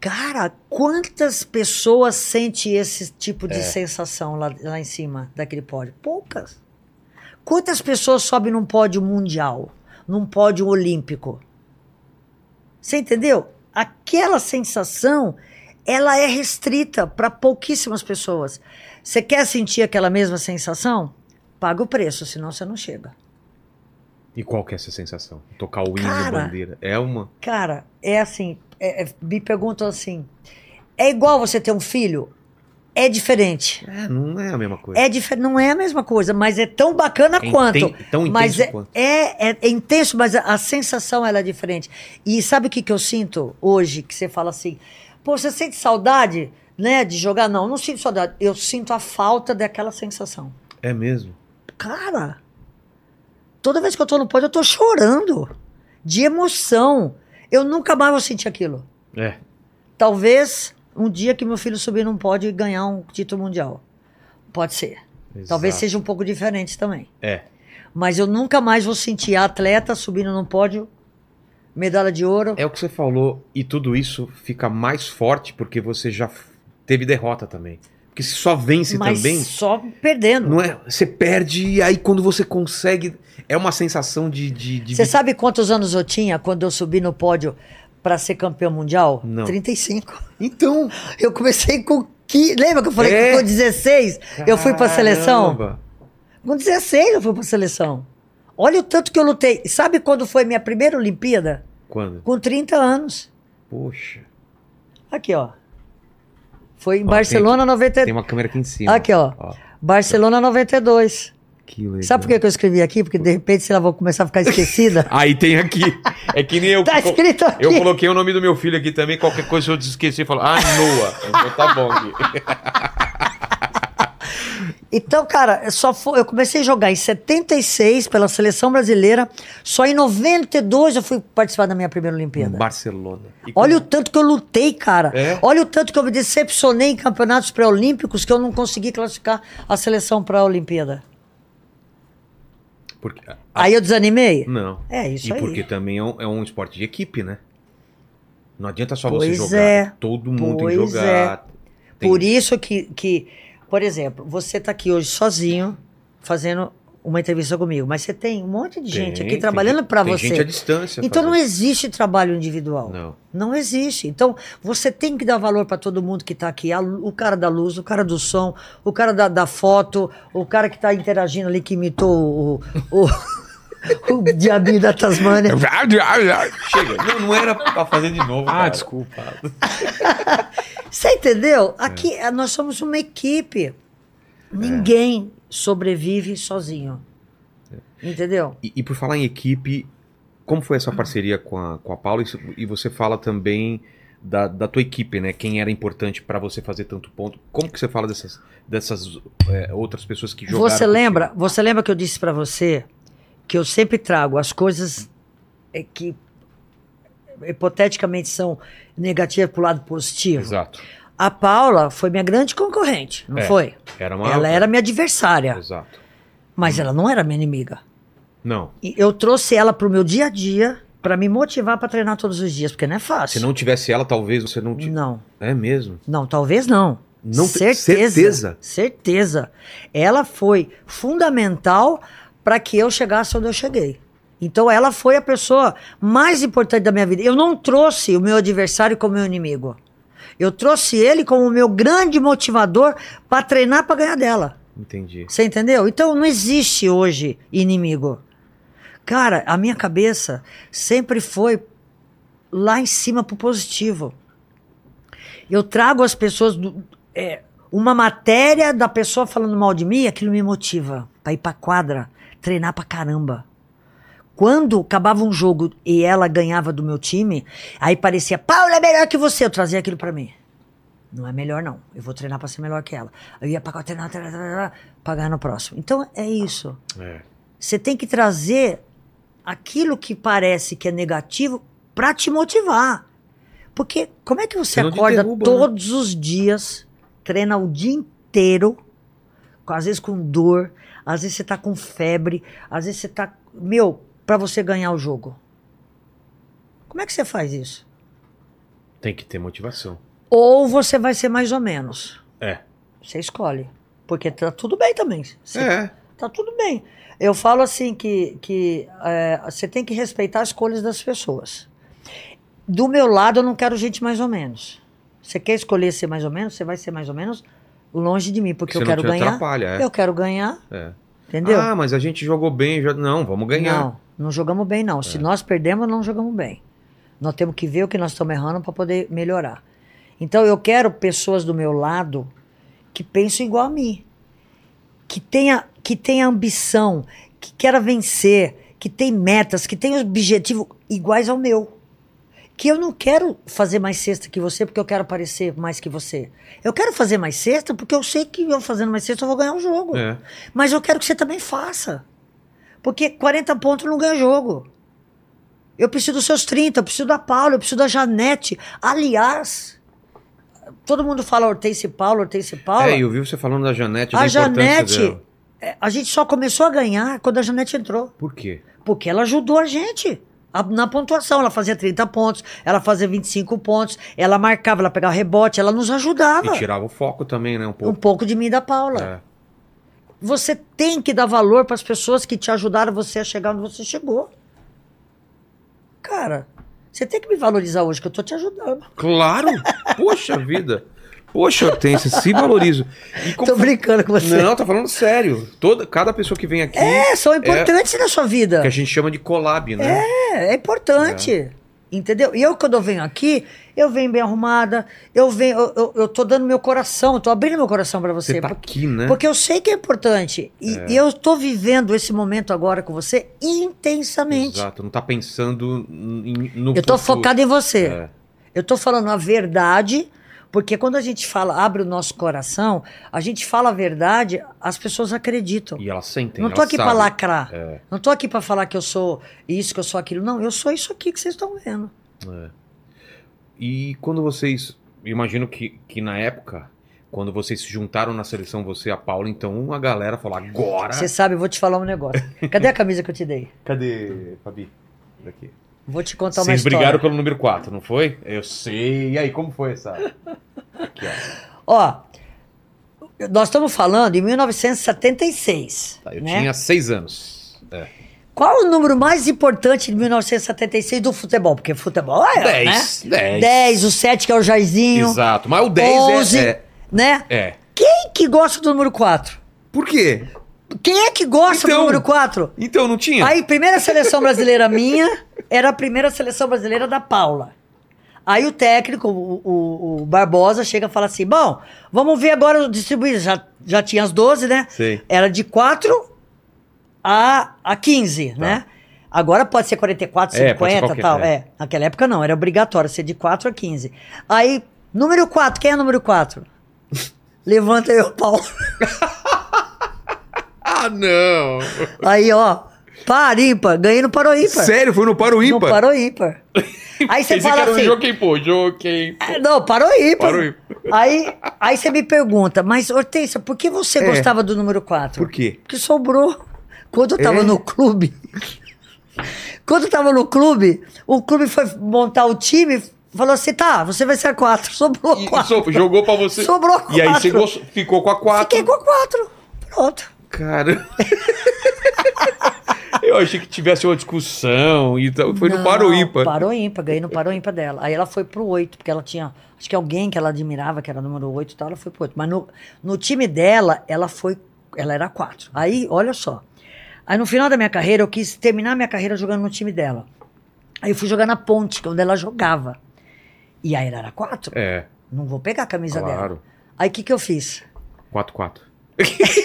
Speaker 3: cara, quantas pessoas sente esse tipo de sensação lá, lá em cima daquele pódio? Poucas. Quantas pessoas sobem num pódio mundial, num pódio olímpico? Você entendeu? Aquela sensação, ela é restrita para pouquíssimas pessoas. Você quer sentir aquela mesma sensação? Paga o preço, senão você não chega.
Speaker 1: E qual que é essa sensação? Tocar o hino,
Speaker 3: Cara.
Speaker 1: bandeira. É uma.
Speaker 3: Cara, é assim, é- é- me perguntam assim, é igual você ter um filho? É diferente.
Speaker 1: É, não é a mesma coisa.
Speaker 3: É difer não é a mesma coisa, mas é tão bacana
Speaker 1: É
Speaker 3: quanto.
Speaker 1: inten- tão
Speaker 3: mas
Speaker 1: intenso
Speaker 3: é,
Speaker 1: quanto.
Speaker 3: É, é- é intenso, mas a, a sensação ela é diferente. E sabe o que, que eu sinto hoje? Que você fala assim, pô, você sente saudade, né, de jogar? Não, eu não sinto saudade. Eu sinto a falta daquela sensação.
Speaker 1: É mesmo.
Speaker 3: Cara, toda vez que eu tô no pódio, eu tô chorando de emoção. Eu nunca mais vou sentir aquilo.
Speaker 1: É.
Speaker 3: Talvez um dia que meu filho subir num pódio e ganhar um título mundial. Pode ser. Talvez
Speaker 1: Exato.
Speaker 3: seja um pouco diferente também.
Speaker 1: É.
Speaker 3: Mas eu nunca mais vou sentir a atleta subindo num pódio, medalha de ouro.
Speaker 1: É o que você falou, e tudo isso fica mais forte porque você já f- teve derrota também. Porque se só vence
Speaker 3: mas
Speaker 1: também,
Speaker 3: só perdendo.
Speaker 1: não é? Você perde e aí quando você consegue, é uma sensação de. de, de-
Speaker 3: Você sabe quantos anos eu tinha quando eu subi no pódio para ser campeão mundial?
Speaker 1: Não.
Speaker 3: 35.
Speaker 1: Então.
Speaker 3: Eu comecei com. Que... Lembra que eu falei
Speaker 1: É.
Speaker 3: que com 16 eu fui para seleção?
Speaker 1: Caramba.
Speaker 3: Com 16 eu fui para seleção. Olha o tanto que eu lutei. Sabe quando foi minha primeira Olimpíada?
Speaker 1: Quando?
Speaker 3: Com 30 anos.
Speaker 1: Poxa.
Speaker 3: Aqui, ó. Foi em
Speaker 1: Ó,
Speaker 3: Barcelona
Speaker 1: Tem
Speaker 3: 92.
Speaker 1: uma câmera aqui em cima.
Speaker 3: Aqui, ó. Barcelona 92.
Speaker 1: que legal.
Speaker 3: Sabe por que que eu escrevi aqui? Porque de repente, sei lá, vou começar a ficar esquecida.
Speaker 1: Aí tem aqui. É que nem eu.
Speaker 3: tá escrito aqui.
Speaker 1: Eu coloquei o nome do meu filho aqui também. Qualquer coisa, se eu esquecer, falo, ah, Noah. Então tá bom aqui.
Speaker 3: Então, cara, só foi, eu comecei a jogar em 76 pela seleção brasileira. Só em 92 eu fui participar da minha primeira Olimpíada.
Speaker 1: Barcelona. E
Speaker 3: Olha o
Speaker 1: como-
Speaker 3: tanto que eu lutei, cara.
Speaker 1: É?
Speaker 3: Olha o tanto que eu me decepcionei em campeonatos pré-olímpicos que eu não consegui classificar a seleção para a Olimpíada.
Speaker 1: Porque...
Speaker 3: Aí eu desanimei?
Speaker 1: Não.
Speaker 3: É isso
Speaker 1: e
Speaker 3: aí.
Speaker 1: porque também é um, é um esporte de equipe, né? Não adianta só você
Speaker 3: Pois
Speaker 1: jogar.
Speaker 3: é.
Speaker 1: Todo mundo tem que
Speaker 3: Pois é.
Speaker 1: jogar. Tem-
Speaker 3: Por isso que, que, por exemplo, você tá aqui hoje sozinho fazendo uma entrevista comigo, mas você tem um monte de gente
Speaker 1: tem-
Speaker 3: aqui
Speaker 1: tem
Speaker 3: trabalhando
Speaker 1: gente-
Speaker 3: para
Speaker 1: tem
Speaker 3: você.
Speaker 1: gente à distância.
Speaker 3: Então não
Speaker 1: fazendo.
Speaker 3: existe trabalho individual.
Speaker 1: Não.
Speaker 3: Não existe. Então, você tem que dar valor para todo mundo que está aqui. A lu- o cara da luz, o cara do som, o cara da, da foto, o cara que está interagindo ali, que imitou o, o, o diabinho da Tasmânia.
Speaker 1: Chega. Não, não era pra fazer de novo.
Speaker 2: Ah,
Speaker 1: cara.
Speaker 2: desculpa.
Speaker 3: Você entendeu?
Speaker 1: É.
Speaker 3: Aqui eh, nós somos uma equipe. Ninguém sobrevive sozinho.
Speaker 1: É.
Speaker 3: Entendeu?
Speaker 1: E, e por falar em equipe, como foi essa parceria com a, com a Paula? E, se- e você fala também da, da tua equipe, né? Quem era importante pra você fazer tanto ponto? Como que você fala dessas, dessas é, outras pessoas que jogaram?
Speaker 3: Você
Speaker 1: contigo?
Speaker 3: lembra? Você lembra que eu disse para você que eu sempre trago as coisas eh, que hipoteticamente são negativas para o lado positivo.
Speaker 1: Exato.
Speaker 3: A Paula foi minha grande concorrente, não
Speaker 1: É,
Speaker 3: foi?
Speaker 1: Era uma.
Speaker 3: Ela era minha adversária,
Speaker 1: Exato.
Speaker 3: mas ela não era minha inimiga.
Speaker 1: Não.
Speaker 3: E eu trouxe ela pro meu dia a dia para me motivar para treinar todos os dias, porque não é
Speaker 1: Se
Speaker 3: fácil.
Speaker 1: não tivesse ela, talvez você não. Te...
Speaker 3: Não,
Speaker 1: É mesmo.
Speaker 3: não, talvez não.
Speaker 1: Não te-
Speaker 3: certeza,
Speaker 1: certeza?
Speaker 3: certeza. Ela foi fundamental para que eu chegasse onde eu cheguei. Então ela foi a pessoa mais importante da minha vida. Eu não trouxe o meu adversário como meu inimigo. Eu trouxe ele como o meu grande motivador para treinar para ganhar dela.
Speaker 1: Entendi.
Speaker 3: Você entendeu? Então não existe hoje inimigo. Cara, a minha cabeça sempre foi lá em cima pro positivo. Eu trago as pessoas. do- é, uma matéria da pessoa falando mal de mim, aquilo me motiva pra ir pra quadra, treinar pra caramba. Quando acabava um jogo e ela ganhava do meu time, aí parecia, Paula é melhor que você, eu trazia aquilo pra mim. Não é melhor, não. Eu vou treinar pra ser melhor que ela. Eu ia pagar, treinar, treinar, treinar, pagar no próximo. Então é isso.
Speaker 1: É.
Speaker 3: Você tem que trazer aquilo que parece que é negativo pra te motivar. Porque como é que você
Speaker 1: Senão te
Speaker 3: acorda
Speaker 1: derruba, né?
Speaker 3: todos os dias, treina o dia inteiro, com- às vezes com dor, às vezes você tá com febre, às vezes você tá, meu, pra você ganhar o jogo. Como é que você faz isso?
Speaker 1: Tem que ter motivação.
Speaker 3: Ou você vai ser mais ou menos.
Speaker 1: É.
Speaker 3: Você escolhe. Porque tá tudo bem também. Você
Speaker 1: É.
Speaker 3: Tá tudo bem. Eu falo assim que, que é, você tem que respeitar as escolhas das pessoas. Do meu lado, eu não quero gente mais ou menos. Você quer escolher ser mais ou menos, você vai ser mais ou menos longe de mim, porque
Speaker 1: Você
Speaker 3: eu
Speaker 1: não
Speaker 3: quero
Speaker 1: te
Speaker 3: ganhar.
Speaker 1: atrapalha, é.
Speaker 3: Eu quero ganhar,
Speaker 1: É.
Speaker 3: entendeu?
Speaker 1: Ah, mas a gente jogou bem. Já... Não, vamos ganhar. É.
Speaker 3: Não, não jogamos bem, não. Se nós perdemos, não jogamos bem. Nós temos que ver o que nós estamos errando para poder melhorar. Então, eu quero pessoas do meu lado que pensam igual a mim, que tenha, que tenha ambição, que queira vencer, que tem metas, que tem objetivos iguais ao meu. Que eu não quero fazer mais cesta que você porque eu quero parecer mais que você. Eu quero fazer mais cesta porque eu sei que eu fazendo mais cesta eu vou ganhar o jogo.
Speaker 1: É.
Speaker 3: Mas eu quero que você também faça. Porque 40 pontos não ganha jogo. Eu preciso dos seus 30, eu preciso da Paula, eu preciso da Janete. Aliás, todo mundo fala Hortense e Paula, Hortense e Paula.
Speaker 1: É, eu vi você falando da Janete.
Speaker 3: a
Speaker 1: da importância
Speaker 3: Janete,
Speaker 1: dela.
Speaker 3: é, a gente só começou a ganhar quando a Janete entrou.
Speaker 1: Por quê?
Speaker 3: Porque ela ajudou a gente a- na pontuação. Ela fazia 30 pontos, ela fazia 25 pontos, ela marcava, ela pegava rebote, ela nos ajudava.
Speaker 1: E tirava o foco também, né? Um
Speaker 3: Um
Speaker 1: pouco.
Speaker 3: pouco de mim e da Paula.
Speaker 1: É.
Speaker 3: Você tem que dar valor para as pessoas que te ajudaram você a chegar onde você chegou. Cara, você tem que me valorizar hoje, que eu tô te ajudando.
Speaker 1: Claro! Poxa vida! Poxa, Hortência, se valorizo. E como-
Speaker 3: Tô brincando com você.
Speaker 1: Não, tô falando sério. Toda, cada pessoa que vem aqui,
Speaker 3: É, são importantes na sua vida.
Speaker 1: que a gente chama de collab, né?
Speaker 3: É, é importante. Entendeu? E eu, quando eu venho aqui, eu venho bem arrumada, eu venho, eu, eu, eu tô dando meu coração, eu tô abrindo meu coração pra você.
Speaker 1: Você tá
Speaker 3: porque,
Speaker 1: aqui, né? É.
Speaker 3: porque eu sei que é importante. E, e eu tô vivendo esse momento agora com você intensamente.
Speaker 1: Exato, não tá pensando em- no
Speaker 3: é Eu tô
Speaker 1: futuro.
Speaker 3: focada em você.
Speaker 1: um É.
Speaker 3: Eu tô falando a verdade, porque quando a gente fala, abre o nosso coração, a gente fala a verdade, as pessoas acreditam.
Speaker 1: E ela sentem,
Speaker 3: não tô
Speaker 1: ela
Speaker 3: aqui
Speaker 1: sabe.
Speaker 3: pra lacrar.
Speaker 1: É.
Speaker 3: Não tô aqui pra falar que eu sou isso, que eu sou aquilo. Não, eu sou isso aqui que vocês estão vendo.
Speaker 1: E quando vocês. Imagino que, que na época, quando vocês se juntaram na seleção, você e a Paula, então a galera falou: agora.
Speaker 3: Você sabe, eu vou te falar um negócio. Cadê a camisa que eu te dei?
Speaker 1: Cadê, Fabi? Daqui.
Speaker 3: Vou te contar uma
Speaker 1: Vocês
Speaker 3: história.
Speaker 1: brigaram pelo número 4, não foi? Eu sei. E aí, como foi essa? Aqui, ó.
Speaker 3: Ó, nós estamos falando em 1976.
Speaker 1: Tá, eu
Speaker 3: né?
Speaker 1: tinha seis anos. É.
Speaker 3: Qual o número mais importante de 1976 do futebol? Porque futebol é.
Speaker 1: Dez,
Speaker 3: Né?
Speaker 1: dez.
Speaker 3: 10, o 7 que é o Jairzinho.
Speaker 1: Exato. Mas o 10
Speaker 3: 11,
Speaker 1: é,
Speaker 3: né?
Speaker 1: é. É.
Speaker 3: Quem que gosta do número 4?
Speaker 1: Por quê?
Speaker 3: Quem é que gosta
Speaker 1: Então.
Speaker 3: do número 4?
Speaker 1: Então, não tinha?
Speaker 3: Aí, primeira seleção brasileira minha era a primeira seleção brasileira da Paula. Aí o técnico, o, o- o Barbosa, chega e fala assim: bom, vamos ver agora o distribuir. Já, já tinha as 12, né?
Speaker 1: Sei.
Speaker 3: Era de 4 a, a 15, né? Agora pode ser 44,
Speaker 1: Tá. É, pode ser
Speaker 3: 50
Speaker 1: qualquer,
Speaker 3: tal.
Speaker 1: é.
Speaker 3: É. naquela época não, era obrigatório ser de 4 a 15. Aí, número 4, quem é número 4? Levanta aí o Paulo.
Speaker 1: Ah, não!
Speaker 3: Aí, ó, par ímpar, ganhei no paro ímpar.
Speaker 1: Sério, foi no Paro
Speaker 3: Não
Speaker 1: é Ímpar?
Speaker 3: parou ímpar. Aí você
Speaker 1: Pensei
Speaker 3: fala
Speaker 1: que era um
Speaker 3: assim.
Speaker 1: jockey, pô, jockey.
Speaker 3: "É, Não, parou ímpar.
Speaker 1: Parou ímpar.
Speaker 3: Aí, aí você me pergunta, mas Hortência, por que você
Speaker 1: É.
Speaker 3: gostava do número 4?
Speaker 1: Por quê?
Speaker 3: Porque sobrou. Quando eu tava
Speaker 1: É?
Speaker 3: no clube. Quando eu tava no clube, o clube foi montar o time, falou assim: tá, você vai ser a 4. Sobrou
Speaker 1: E- e
Speaker 3: 4.
Speaker 1: so- jogou pra você.
Speaker 3: Sobrou
Speaker 1: E aí você
Speaker 3: quatro.
Speaker 1: gos- ficou com a 4.
Speaker 3: Fiquei com a 4. Pronto.
Speaker 1: Cara. Eu achei que tivesse uma discussão e tal. Foi no Paro Ímpar.
Speaker 3: Parou ímpar, ganhei no Parou ímpar dela. Aí ela foi pro 8, porque ela tinha. Acho que alguém que ela admirava, que era número 8 e tal, ela foi pro 8. Mas no, no time dela, ela foi. Ela era 4. Aí, olha só. Aí no final da minha carreira, eu quis terminar minha carreira jogando no time dela. Aí eu fui jogar na ponte, que é onde ela jogava. E aí ela era 4.
Speaker 1: É,
Speaker 3: Não vou pegar a camisa dela.
Speaker 1: claro.
Speaker 3: Aí o que, que eu fiz?
Speaker 1: 4-4.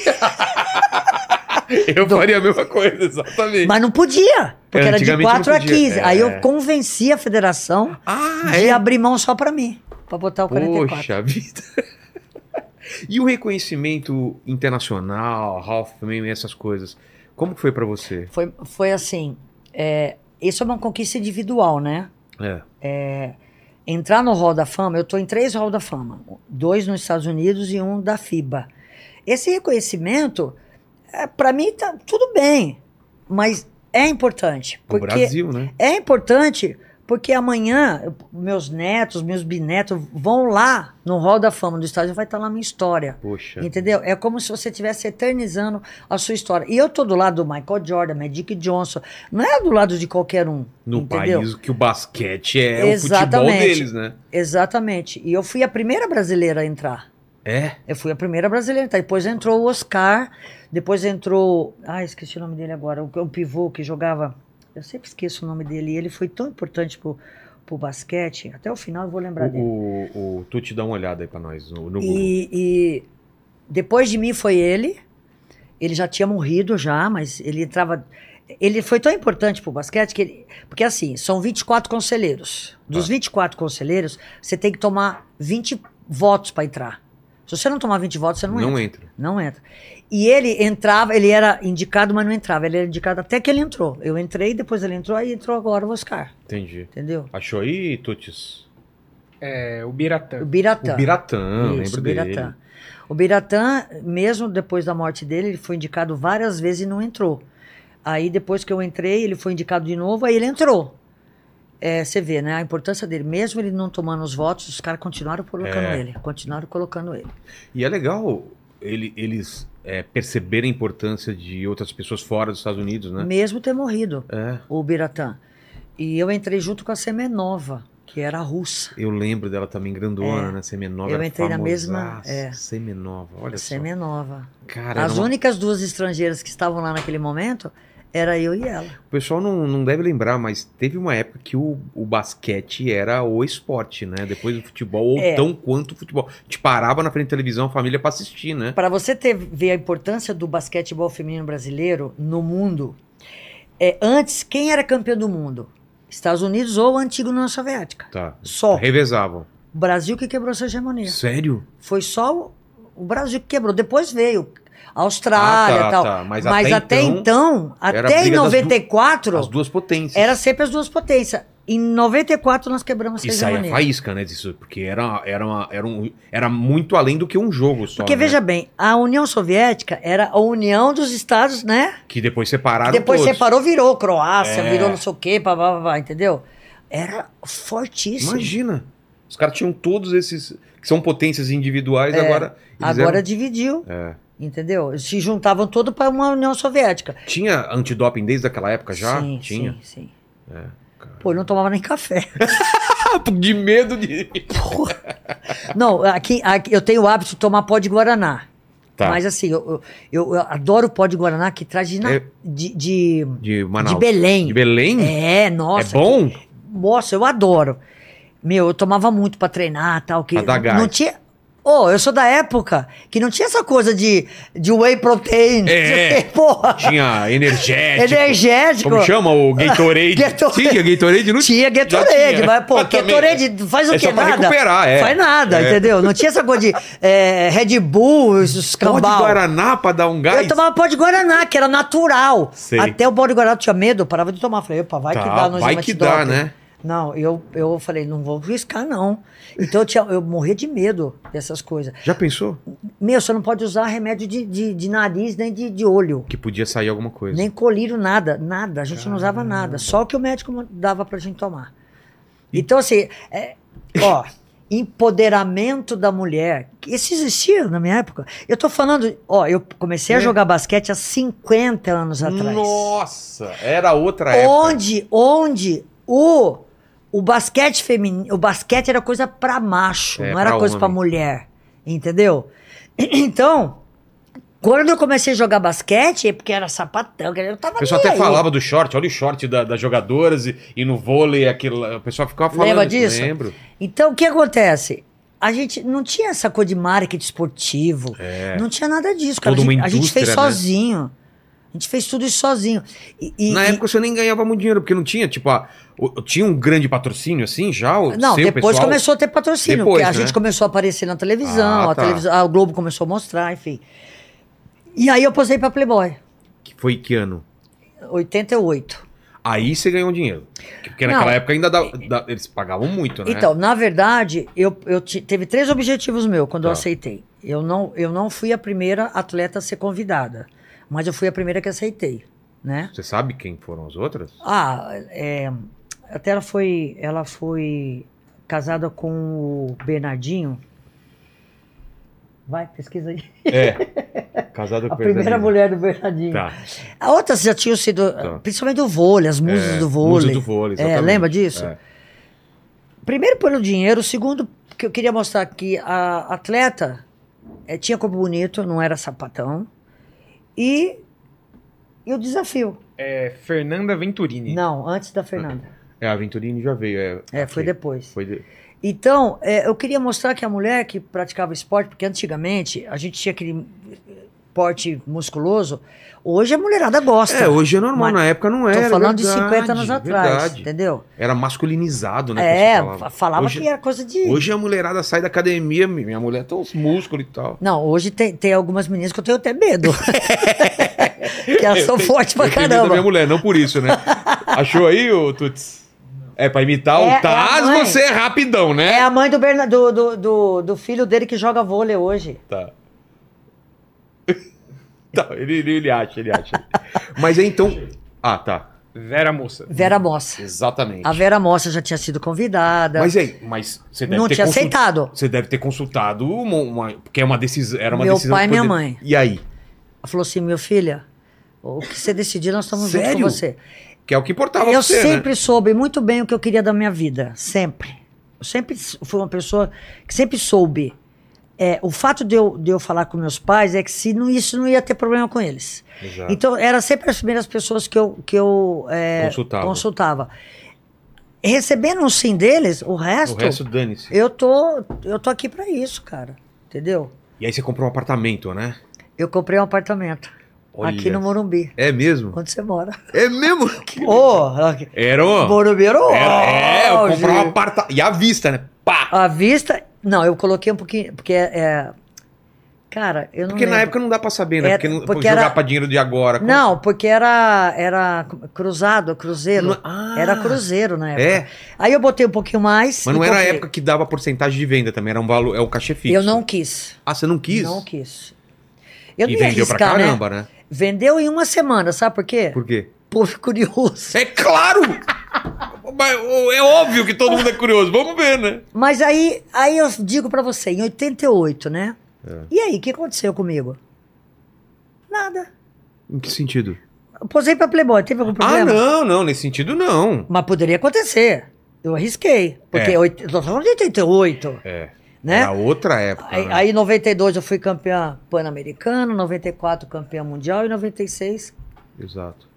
Speaker 1: Eu faria a mesma coisa, exatamente.
Speaker 3: Mas não podia, porque
Speaker 1: É,
Speaker 3: era de
Speaker 1: antigamente não
Speaker 3: 4 a
Speaker 1: podia.
Speaker 3: 15. Aí
Speaker 1: É.
Speaker 3: eu convenci a federação
Speaker 1: Ah,
Speaker 3: de abrir mão só pra mim, pra botar o 44.
Speaker 1: Poxa vida. E o reconhecimento internacional, Ralph Meme, essas coisas. Como que foi pra você?
Speaker 3: Foi, foi assim, é, isso é uma conquista individual, né?
Speaker 1: É.
Speaker 3: Entrar no Hall da Fama, eu tô em três Hall da Fama, dois nos Estados Unidos e um da FIBA. Esse reconhecimento, é, para mim, tá tudo bem, mas é importante.
Speaker 1: O
Speaker 3: Porque
Speaker 1: Brasil, né?
Speaker 3: É importante porque amanhã eu- meus netos, meus bisnetos vão lá no Hall da Fama do estádio, vai estar lá minha história.
Speaker 1: Poxa.
Speaker 3: Entendeu? É como se você estivesse eternizando a sua história. E eu tô do lado do Michael Jordan, Magic Johnson. Não é do lado de qualquer um.
Speaker 1: No
Speaker 3: entendeu?
Speaker 1: país que o basquete é o futebol
Speaker 3: Exatamente.
Speaker 1: deles, né?
Speaker 3: Exatamente. E eu fui a primeira brasileira a entrar.
Speaker 1: É.
Speaker 3: Eu fui a primeira brasileira a entrar. Depois entrou o Oscar. Depois entrou. Ai, esqueci o nome dele agora. O, o pivô que jogava. Eu sempre esqueço o nome dele. E ele foi tão importante pro, pro basquete. Até o final eu vou lembrar dele.
Speaker 1: O, o, o Tuti dá uma olhada aí pra nós no, no Google.
Speaker 3: E, e depois de mim foi ele. Ele já tinha morrido já, mas ele entrava. Ele foi tão importante pro basquete que ele, porque assim, são 24 conselheiros. Dos 24 conselheiros, você tem que tomar 20 votos para entrar. Se você não tomar 20 votos, você não,
Speaker 1: Não entra.
Speaker 3: entra. Não entra. E ele entrava, ele era indicado, mas não entrava. Ele era indicado até que ele entrou. Eu entrei, depois ele entrou, aí entrou agora o Oscar.
Speaker 1: Entendi.
Speaker 3: Entendeu?
Speaker 1: Achou aí, Tutis?
Speaker 2: É, o Biratã.
Speaker 3: O Biratã.
Speaker 1: O Biratã,
Speaker 3: Tá. Isso,
Speaker 1: lembro
Speaker 3: o
Speaker 1: dele.
Speaker 3: Biratã. O Biratã, mesmo depois da morte dele, ele foi indicado várias vezes e não entrou. Aí depois que eu entrei, ele foi indicado de novo, aí ele entrou. É, você vê, né? A importância dele, mesmo ele não tomando os votos, os caras continuaram colocando
Speaker 1: É.
Speaker 3: ele. Continuaram colocando ele.
Speaker 1: E é legal ele- eles é, perceberem a importância de outras pessoas fora dos Estados Unidos, né?
Speaker 3: Mesmo ter morrido,
Speaker 1: É.
Speaker 3: o Biratã. E eu entrei junto com a Semenova, que era russa.
Speaker 1: Eu lembro dela também grandona,
Speaker 3: É.
Speaker 1: né? Semenova.
Speaker 3: Eu
Speaker 1: era
Speaker 3: entrei na mesma-
Speaker 1: famosaça.
Speaker 3: é.
Speaker 1: Semenova, olha
Speaker 3: Semenova.
Speaker 1: só. Cara, era
Speaker 3: As
Speaker 1: uma-
Speaker 3: únicas duas estrangeiras que estavam lá naquele momento era eu e ela.
Speaker 1: o pessoal não, não deve lembrar, mas teve uma época que o, o basquete era o esporte, né? Depois do futebol, ou
Speaker 3: É.
Speaker 1: tão quanto o futebol. Te parava na frente da televisão, a família, pra assistir, né?
Speaker 3: Para você ter, ver a importância do basquetebol feminino brasileiro no mundo, é, antes, quem era campeão do mundo? Estados Unidos ou a antiga União Soviética.
Speaker 1: Tá.
Speaker 3: Só.
Speaker 1: Revezavam.
Speaker 3: O Brasil que quebrou essa hegemonia.
Speaker 1: Sério?
Speaker 3: Foi só o, o Brasil que quebrou. Depois veio a Austrália e
Speaker 1: Ah, tá,
Speaker 3: tal.
Speaker 1: tá. Mas
Speaker 3: Mas,
Speaker 1: até
Speaker 3: até, então,
Speaker 1: era a
Speaker 3: até em
Speaker 1: briga das du-
Speaker 3: 94,
Speaker 1: As duas potências.
Speaker 3: era sempre as duas potências. Em 94 nós quebramos
Speaker 1: E
Speaker 3: essa
Speaker 1: saía
Speaker 3: hegemonia.
Speaker 1: faísca, né? Disso, porque era, era, uma- era, um, era muito além do que um jogo só.
Speaker 3: Porque
Speaker 1: né?
Speaker 3: veja bem, a União Soviética era a união dos estados, né?
Speaker 1: Que depois separaram.
Speaker 3: Depois
Speaker 1: todos.
Speaker 3: separou, virou Croácia,
Speaker 1: É.
Speaker 3: virou não sei o quê, pá, pá, pá, pá, entendeu? Era fortíssimo.
Speaker 1: Imagina. Os caras tinham todos esses. Que são potências individuais, agora. eles
Speaker 3: É, Agora
Speaker 1: eram-
Speaker 3: dividiu,
Speaker 1: É.
Speaker 3: entendeu? Se juntavam todo para uma União Soviética.
Speaker 1: Tinha antidoping desde aquela época já?
Speaker 3: Sim,
Speaker 1: Tinha.
Speaker 3: sim, sim.
Speaker 1: É, cara.
Speaker 3: Pô, eu não tomava nem café.
Speaker 1: Ah, De medo de.
Speaker 3: Não, aqui, aqui eu tenho o hábito de tomar pó de Guaraná.
Speaker 1: Tá.
Speaker 3: Mas assim, eu, eu, eu adoro o pó de Guaraná que traz de, na-
Speaker 1: É-
Speaker 3: de, de,
Speaker 1: De Manaus.
Speaker 3: de Belém.
Speaker 1: De Belém?
Speaker 3: É, nossa.
Speaker 1: É bom?
Speaker 3: Nossa, eu adoro. Meu, eu tomava muito pra treinar tal. Que
Speaker 1: Pra dar gás.
Speaker 3: Não tinha. Ô, eu sou da época que não tinha essa coisa de, de whey protein.
Speaker 1: É.
Speaker 3: Porra.
Speaker 1: Tinha energético.
Speaker 3: Energético.
Speaker 1: Como chama? O Gatorade.
Speaker 3: Gatorade.
Speaker 1: Sim, tinha Gatorade não
Speaker 3: Tinha Gatorade,
Speaker 1: Já tinha. né?
Speaker 3: mas, pô,
Speaker 1: Mas também-
Speaker 3: Gatorade faz o
Speaker 1: é
Speaker 3: que?
Speaker 1: só pra
Speaker 3: nada.
Speaker 1: recuperar, é.
Speaker 3: Faz nada,
Speaker 1: É.
Speaker 3: entendeu? Não tinha essa coisa de é, Red Bull, esses
Speaker 1: Pó de
Speaker 3: cambal.
Speaker 1: Guaraná pra dar um gás?
Speaker 3: Eu tomava pó de Guaraná, que era natural.
Speaker 1: Sei.
Speaker 3: Até o pó de Guaraná eu tinha medo, eu parava de tomar. Falei, opa, vai
Speaker 1: Tá,
Speaker 3: que dá no
Speaker 1: vai que dá, né?
Speaker 3: Não, eu, eu falei, não vou riscar, não. Então eu, tinha- eu morria de medo dessas coisas.
Speaker 1: Já pensou?
Speaker 3: Meu, você não pode usar remédio de, de, de nariz, nem de, de olho,
Speaker 1: Que podia sair alguma coisa.
Speaker 3: nem colírio, nada, nada. A gente não usava nada, só o que o médico dava pra gente tomar. Então, assim, é, ó, empoderamento da mulher. Isso existia na minha época. Eu tô falando, ó, eu comecei a
Speaker 1: É.
Speaker 3: jogar basquete há 50 anos atrás.
Speaker 1: Nossa, era outra época.
Speaker 3: onde, onde o, o basquete feminino, o basquete era coisa pra macho,
Speaker 1: É,
Speaker 3: não era
Speaker 1: pra
Speaker 3: coisa pra
Speaker 1: homem.
Speaker 3: mulher, entendeu? Então, quando eu comecei a jogar basquete, é porque era sapatão, eu tava
Speaker 1: O pessoal
Speaker 3: nem
Speaker 1: até
Speaker 3: aí.
Speaker 1: falava do short, olha o short da- das jogadoras e, e no vôlei, aquilo. O pessoal ficava falando.
Speaker 3: Lembra disso?
Speaker 1: Lembro.
Speaker 3: Então, o que acontece? A gente não tinha essa coisa de marketing esportivo,
Speaker 1: É.
Speaker 3: não tinha nada disso, cara. A
Speaker 1: Toda uma
Speaker 3: gente, a gente fez
Speaker 1: indústria, né?
Speaker 3: sozinho. A gente fez tudo isso sozinho. E- e-
Speaker 1: Na
Speaker 3: e-
Speaker 1: época você nem ganhava muito dinheiro, porque não tinha, tipo, a- o- tinha um grande patrocínio assim já? O
Speaker 3: Não,
Speaker 1: seu,
Speaker 3: depois
Speaker 1: pessoal?
Speaker 3: começou a ter patrocínio,
Speaker 1: Depois,
Speaker 3: porque a
Speaker 1: né?
Speaker 3: gente começou a aparecer na televisão,
Speaker 1: Ah,
Speaker 3: a
Speaker 1: tá.
Speaker 3: televisão, a Globo começou a mostrar, enfim. E aí eu posei pra Playboy,
Speaker 1: Que foi que ano?
Speaker 3: 88.
Speaker 1: Aí você ganhou um dinheiro. Porque
Speaker 3: Não.
Speaker 1: naquela época ainda dava- da- eles pagavam muito, né?
Speaker 3: Então, na verdade, eu, eu ti- teve três objetivos meus quando eu
Speaker 1: Tá.
Speaker 3: aceitei. Eu não, eu não fui a primeira atleta a ser convidada, mas eu fui a primeira que aceitei, né?
Speaker 1: Você sabe quem foram as outras?
Speaker 3: Ah, é, até ela foi, ela foi casada com o Bernardinho. Vai, pesquisa aí.
Speaker 1: É. Casado com
Speaker 3: A primeira
Speaker 1: Bernardino.
Speaker 3: mulher do Bernardinho.
Speaker 1: Tá.
Speaker 3: A outras já tinham sido, principalmente do vôlei, as musas do vôlei.
Speaker 1: É, Musa do vôlei,
Speaker 3: é,
Speaker 1: exatamente.
Speaker 3: lembra disso?
Speaker 1: É.
Speaker 3: Primeiro pelo dinheiro, segundo que eu queria mostrar que a atleta eh, tinha corpo bonito, não era sapatão. E, e o desafio.
Speaker 2: É Fernanda Venturini.
Speaker 3: Não, antes da Fernanda.
Speaker 1: É, a Venturini já veio. É,
Speaker 3: É, foi
Speaker 1: aqui.
Speaker 3: depois.
Speaker 1: Foi de-
Speaker 3: Então, eh, eu queria mostrar que a mulher que praticava esporte, porque antigamente a gente tinha aquele eh, porte musculoso, hoje a mulherada gosta.
Speaker 1: É, hoje é normal,
Speaker 3: Mas
Speaker 1: na época não era.
Speaker 3: Estou falando
Speaker 1: verdade,
Speaker 3: de 50 anos atrás,
Speaker 1: verdade.
Speaker 3: entendeu?
Speaker 1: Era masculinizado, né? que
Speaker 3: É,
Speaker 1: se
Speaker 3: falava,
Speaker 1: hoje,
Speaker 3: que era coisa de.
Speaker 1: Hoje a mulherada sai da academia, minha mulher tem uns músculos e tal.
Speaker 3: Não, hoje tem, tem algumas meninas que eu tenho até medo. que elas
Speaker 1: Eu
Speaker 3: são
Speaker 1: tenho-
Speaker 3: fortes pra
Speaker 1: eu tenho medo da minha
Speaker 3: caramba.
Speaker 1: mulher, não por isso, né? Achou aí, ô Tuts? É, pra imitar
Speaker 3: É- é
Speaker 1: o
Speaker 3: a
Speaker 1: Taz,
Speaker 3: mãe.
Speaker 1: você é rapidão, né?
Speaker 3: É a mãe do, Berna, do, do, do, do filho dele que joga vôlei hoje.
Speaker 1: Tá. tá ele, ele, ele acha, ele acha. Mas é então... Ah, tá.
Speaker 2: Vera Moça.
Speaker 3: Vera Mossa.
Speaker 1: Exatamente.
Speaker 3: A Vera Mossa já tinha sido convidada.
Speaker 1: Mas é- aí, mas você deve
Speaker 3: não
Speaker 1: ter
Speaker 3: tinha
Speaker 1: consul-
Speaker 3: aceitado.
Speaker 1: Você deve ter consultado uma, uma- porque é uma decisão, era uma
Speaker 3: Meu
Speaker 1: decisão
Speaker 3: pai e
Speaker 1: que poder-
Speaker 3: minha mãe.
Speaker 1: E aí?
Speaker 3: Ela falou assim: meu filha, o que você decidir, nós estamos juntos
Speaker 1: Sério?
Speaker 3: com você.
Speaker 1: Que é o que importava pra
Speaker 3: Eu
Speaker 1: você, né?
Speaker 3: sempre soube muito bem o que eu queria da minha vida. Sempre. eu sempre s- fui uma pessoa que sempre soube. É, o fato de eu, de eu falar com meus pais é que se não, isso não ia ter problema com eles.
Speaker 1: Exato.
Speaker 3: Então, eram sempre as primeiras pessoas que eu, que eu é,
Speaker 1: Consultava.
Speaker 3: consultava. Recebendo um sim deles, o resto,
Speaker 1: o resto dane-se.
Speaker 3: eu tô eu tô aqui pra isso, cara. Entendeu?
Speaker 1: E aí você comprou um apartamento, né?
Speaker 3: Eu comprei um apartamento
Speaker 1: Olha.
Speaker 3: aqui no Morumbi,
Speaker 1: É mesmo?
Speaker 3: onde você mora.
Speaker 1: É mesmo?
Speaker 3: Ô, oh,
Speaker 1: Era, ó.
Speaker 3: Morumbi era o
Speaker 1: Era- é, eu
Speaker 3: auge.
Speaker 1: comprei um apartamento. E à vista, né? Pá!
Speaker 3: A vista. Não, eu coloquei um pouquinho. Porque é. é- Cara, eu não.
Speaker 1: Porque na
Speaker 3: lembro.
Speaker 1: época não dá pra saber, né?
Speaker 3: É,
Speaker 1: porque não,
Speaker 3: porque
Speaker 1: jogar
Speaker 3: era-
Speaker 1: pra dinheiro de agora. como-
Speaker 3: Não, porque era, era cruzado, cruzeiro.
Speaker 1: Não- Ah!
Speaker 3: Era cruzeiro na época.
Speaker 1: É.
Speaker 3: Aí eu botei um pouquinho mais.
Speaker 1: Mas
Speaker 3: e
Speaker 1: não era a
Speaker 3: comprei.
Speaker 1: época que dava porcentagem de venda também, era um valor, é um cachê fixo.
Speaker 3: Eu não quis.
Speaker 1: Ah, você não quis?
Speaker 3: Não quis. Eu
Speaker 1: e
Speaker 3: não ia
Speaker 1: vendeu pra
Speaker 3: arriscar, né?
Speaker 1: caramba, né?
Speaker 3: Vendeu em uma semana, sabe por quê?
Speaker 1: Por quê?
Speaker 3: Por curioso.
Speaker 1: É claro! Mas, ô, é óbvio que todo mundo é curioso. Vamos ver, né?
Speaker 3: Mas aí, aí eu digo pra você, em 88, né?
Speaker 1: É.
Speaker 3: E aí, o que aconteceu comigo? Nada.
Speaker 1: Em que sentido?
Speaker 3: Eu posei pra Playboy, teve algum
Speaker 1: Ah,
Speaker 3: problema?
Speaker 1: não, não, nesse sentido não.
Speaker 3: Mas poderia acontecer. Eu arrisquei. Porque
Speaker 1: É.
Speaker 3: oit- eu tô falando de 88,
Speaker 1: É.
Speaker 3: né?
Speaker 1: Era outra época.
Speaker 3: Aí,
Speaker 1: né?
Speaker 3: aí em 92 eu fui campeã pan-americana, 94 campeã mundial e 96,
Speaker 1: Exato.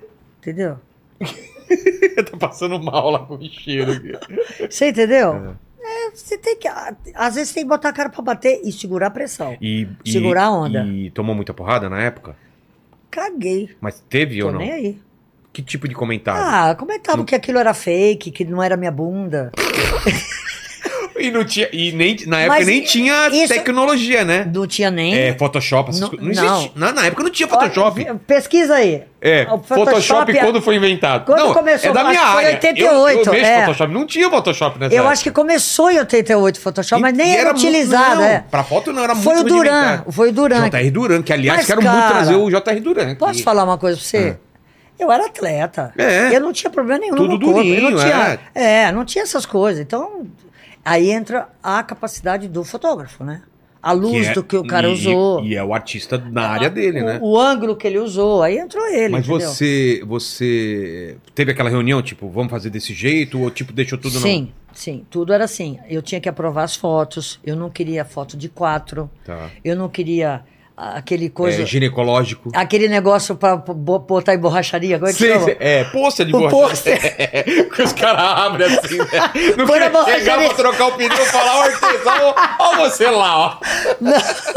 Speaker 3: entendeu?
Speaker 1: tá passando mal lá com o cheiro.
Speaker 3: Você entendeu? É, você tem que. a- Às vezes tem que botar a cara pra bater e segurar a pressão.
Speaker 1: E, e-
Speaker 3: Segurar a onda.
Speaker 1: E tomou muita porrada na época?
Speaker 3: Caguei.
Speaker 1: Mas teve
Speaker 3: Tô
Speaker 1: ou não?
Speaker 3: nem aí.
Speaker 1: Que tipo de comentário?
Speaker 3: Ah, comentava que aquilo era fake, que não era minha bunda.
Speaker 1: E não tinha. E nem, na época
Speaker 3: Mas
Speaker 1: nem tinha
Speaker 3: isso-
Speaker 1: tecnologia, né?
Speaker 3: Não tinha nem.
Speaker 1: É, Photoshop, essas
Speaker 3: Não-
Speaker 1: coisas. Não, existia. Na, na época não tinha Photoshop.
Speaker 3: Olha, Pesquisa aí.
Speaker 1: É,
Speaker 3: O
Speaker 1: Photoshop, quando foi inventado?
Speaker 3: Quando
Speaker 1: não,
Speaker 3: começou,
Speaker 1: é da
Speaker 3: acho
Speaker 1: minha
Speaker 3: que foi
Speaker 1: área.
Speaker 3: em 88,
Speaker 1: eu, eu mexo
Speaker 3: é.
Speaker 1: Photoshop, não tinha Photoshop nessa
Speaker 3: Eu
Speaker 1: época.
Speaker 3: acho que começou em 88 Photoshop, mas
Speaker 1: é. E-
Speaker 3: nem
Speaker 1: e
Speaker 3: era,
Speaker 1: muito-
Speaker 3: utilizado,
Speaker 1: não,
Speaker 3: é.
Speaker 1: Pra foto não, era
Speaker 3: Foi o
Speaker 1: muito
Speaker 3: Duran,
Speaker 1: rudimentar.
Speaker 3: foi o Duran.
Speaker 1: JR Duran, que aliás,
Speaker 3: Mas,
Speaker 1: quero muito
Speaker 3: cara,
Speaker 1: trazer o JR Duran. é- aqui.
Speaker 3: Posso falar uma coisa pra você? Eu era atleta.
Speaker 1: Ah. É.
Speaker 3: Eu não tinha problema nenhum
Speaker 1: Tudo
Speaker 3: no corpo. eu não
Speaker 1: durinho,
Speaker 3: tinha, é. não tinha essas coisas. Então, aí entra a capacidade do fotógrafo, né? A luz
Speaker 1: Que é-
Speaker 3: do que o cara
Speaker 1: e-
Speaker 3: usou. Ah,
Speaker 1: E é o artista na área dele,
Speaker 3: o,
Speaker 1: né?
Speaker 3: o ângulo que ele usou, aí entrou ele.
Speaker 1: Mas
Speaker 3: entendeu?
Speaker 1: você, você teve aquela reunião, tipo, vamos fazer desse jeito? Ou, tipo, deixou tudo
Speaker 3: sim, sim, tudo era assim. Eu tinha que aprovar as fotos, eu não queria foto de quatro,
Speaker 1: na... Tá.
Speaker 3: eu não queria ah, aquele coisa,
Speaker 1: É, ginecológico.
Speaker 3: aquele negócio pra bo- botar em borracharia, como é que
Speaker 1: Sim,
Speaker 3: chama? Um
Speaker 1: sim, é, poça de
Speaker 3: O
Speaker 1: borracha.
Speaker 3: pôster.
Speaker 1: É, que os caras abrem assim, né? Não
Speaker 3: Põe na
Speaker 1: quer
Speaker 3: borracha
Speaker 1: chegar
Speaker 3: ali.
Speaker 1: pra trocar o pneu e falar, ó, artesão, ó você lá, ó.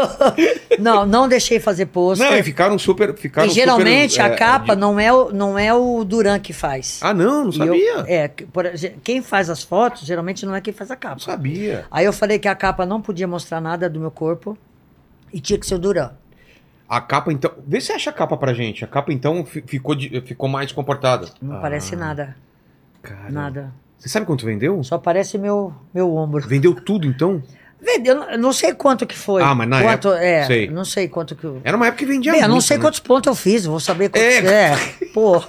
Speaker 3: Não, não deixei fazer pôster.
Speaker 1: Não, e ficaram super... Ficaram
Speaker 3: e geralmente
Speaker 1: super,
Speaker 3: a
Speaker 1: é,
Speaker 3: capa
Speaker 1: de-
Speaker 3: não, é o, não é o Duran que faz.
Speaker 1: Ah, não, não
Speaker 3: E eu-
Speaker 1: sabia.
Speaker 3: é, que- por exe- quem faz as fotos geralmente não é quem faz a
Speaker 1: Não
Speaker 3: capa.
Speaker 1: sabia.
Speaker 3: Aí eu falei que a capa não podia mostrar nada do meu corpo e tinha que ser o Duran.
Speaker 1: A capa, então... Vê se acha a capa pra gente. A capa, então, fi- ficou, de- ficou mais comportada.
Speaker 3: Não
Speaker 1: Ah,
Speaker 3: parece nada,
Speaker 1: caramba.
Speaker 3: nada.
Speaker 1: Você sabe quanto vendeu?
Speaker 3: Só parece meu, meu ombro.
Speaker 1: Vendeu tudo, então?
Speaker 3: Vendeu, eu não sei quanto que foi.
Speaker 1: Ah, mas na
Speaker 3: quanto,
Speaker 1: época-
Speaker 3: É,
Speaker 1: sei.
Speaker 3: não sei quanto que... eu-
Speaker 1: Era uma época que vendia
Speaker 3: Bem, eu não
Speaker 1: muito,
Speaker 3: sei
Speaker 1: né?
Speaker 3: quantos pontos eu fiz, vou saber quantos...
Speaker 1: É.
Speaker 3: É, pô...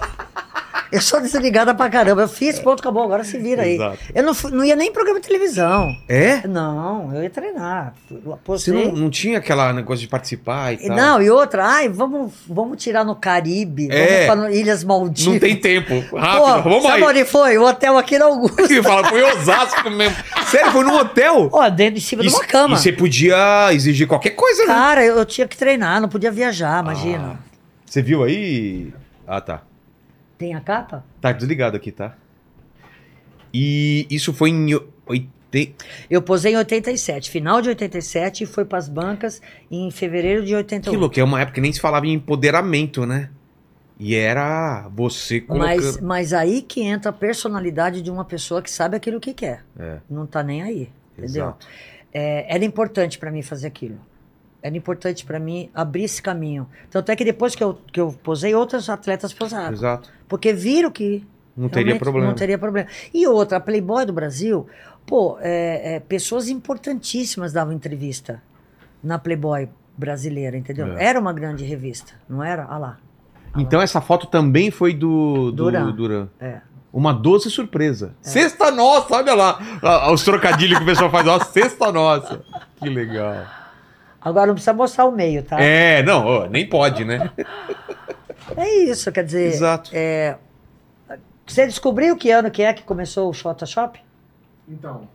Speaker 3: Eu sou desligada pra caramba. Eu fiz, ponto, acabou. Agora se vira aí.
Speaker 1: Exato.
Speaker 3: Eu não, fu- não ia nem em programa de televisão.
Speaker 1: É?
Speaker 3: Não, eu ia treinar. Eu
Speaker 1: Você
Speaker 3: apostei.
Speaker 1: não, tá. não tinha aquela negócio de participar e
Speaker 3: E
Speaker 1: tal?
Speaker 3: Não, e outra, ai, vamos, vamos tirar no Caribe,
Speaker 1: É.
Speaker 3: vamos para Ilhas Maldivas.
Speaker 1: Não tem tempo.
Speaker 3: Pô,
Speaker 1: Rápido, vamos
Speaker 3: sabe
Speaker 1: aí.
Speaker 3: onde foi? O hotel aqui na Augusta.
Speaker 1: E fala, foi Osasco mesmo. Sério, foi num hotel?
Speaker 3: Ó, dentro em cima de uma
Speaker 1: E-
Speaker 3: cama. Tá.
Speaker 1: E você podia exigir qualquer coisa, né?
Speaker 3: Cara, eu, eu tinha que treinar, não podia viajar, imagina.
Speaker 1: Ah, você viu aí? Ah, tá.
Speaker 3: Tem a capa?
Speaker 1: Tá desligado aqui, tá? E isso foi em... oitenta-
Speaker 3: Eu posei em 87, final de 87 e foi pras bancas em fevereiro de um.
Speaker 1: Que
Speaker 3: 88.
Speaker 1: louco, é uma época que nem se falava em empoderamento, né? E era você colocando...
Speaker 3: Mas, mas aí que entra a personalidade de uma pessoa que sabe aquilo que quer.
Speaker 1: É.
Speaker 3: Não tá nem aí, entendeu?
Speaker 1: Exato.
Speaker 3: É, era importante para mim fazer aquilo. Era importante para mim abrir esse caminho. Tanto é que depois que eu, que eu posei, outros atletas posaram.
Speaker 1: Exato.
Speaker 3: Porque viram que.
Speaker 1: Não teria
Speaker 3: realmente
Speaker 1: problema.
Speaker 3: Não teria problema. E outra, a Playboy do Brasil, pô, é, é, pessoas importantíssimas davam entrevista na Playboy brasileira, entendeu?
Speaker 1: É.
Speaker 3: Era uma grande revista, não era? Ah lá.
Speaker 1: Então essa foto também foi do, do
Speaker 3: Duran.
Speaker 1: Duran.
Speaker 3: É.
Speaker 1: Uma doce surpresa. Sexta nossa, olha lá. Ah, Os trocadilhos que o pessoal faz, ó, sexta nossa. Que legal.
Speaker 3: Agora não precisa mostrar o meio, tá? É,
Speaker 1: É, não, ó, nem pode, né?
Speaker 3: isso, quer dizer.
Speaker 1: Exato.
Speaker 3: Você descobriu que ano que é que começou o Photoshop?
Speaker 2: Então,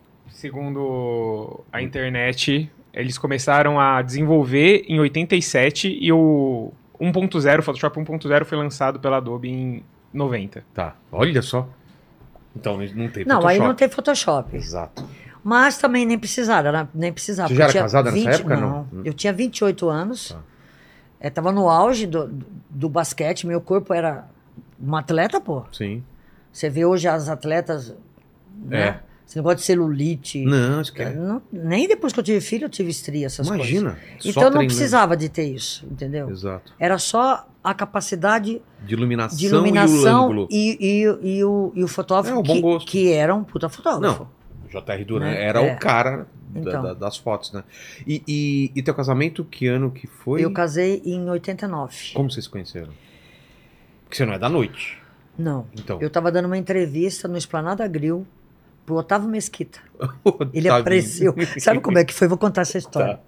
Speaker 2: segundo a internet, eles começaram a desenvolver em 87 e o 1.0, o Photoshop 1.0 foi lançado pela Adobe em 90.
Speaker 1: Tá. Olha só. Então, não tem
Speaker 3: Não, aí
Speaker 1: Photoshop.
Speaker 3: não tem Photoshop.
Speaker 1: Exato.
Speaker 3: Mas também nem precisava, né? nem precisava.
Speaker 1: Você já
Speaker 3: Eu
Speaker 1: era
Speaker 3: tinha
Speaker 1: casada nessa época, não?
Speaker 3: Não, eu tinha 28 anos.
Speaker 1: Tá.
Speaker 3: Eu tava no auge do, do basquete, meu corpo era uma atleta, pô.
Speaker 1: Sim.
Speaker 3: Você vê hoje as atletas, né?
Speaker 1: É.
Speaker 3: Esse negócio de celulite.
Speaker 1: Não,
Speaker 3: Cara,
Speaker 1: esquece.
Speaker 3: não- nem depois que eu tive filho eu tive estria, essas coisas.
Speaker 1: Imagina. só
Speaker 3: Então eu não
Speaker 1: treinando.
Speaker 3: precisava de ter isso, entendeu?
Speaker 1: Exato.
Speaker 3: Era só a capacidade
Speaker 1: De iluminação,
Speaker 3: de
Speaker 1: e o
Speaker 3: iluminação
Speaker 1: ângulo.
Speaker 3: e, e- e o, e o fotógrafo,
Speaker 1: É, o bom gosto.
Speaker 3: que, que era um puta fotógrafo.
Speaker 1: Não, JR Duran
Speaker 3: Né?
Speaker 1: era
Speaker 3: É.
Speaker 1: o cara da-
Speaker 3: Então.
Speaker 1: da- das fotos, né? E, e, e teu casamento, que ano que foi?
Speaker 3: Eu casei em 89.
Speaker 1: Como vocês se conheceram? Porque você não é da noite.
Speaker 3: Não.
Speaker 1: Então,
Speaker 3: Eu tava dando uma entrevista no Esplanada Grill pro Otávio Mesquita. Ele
Speaker 1: Tá
Speaker 3: apareceu. Sabe como é que foi? Vou contar essa história.
Speaker 1: Tá.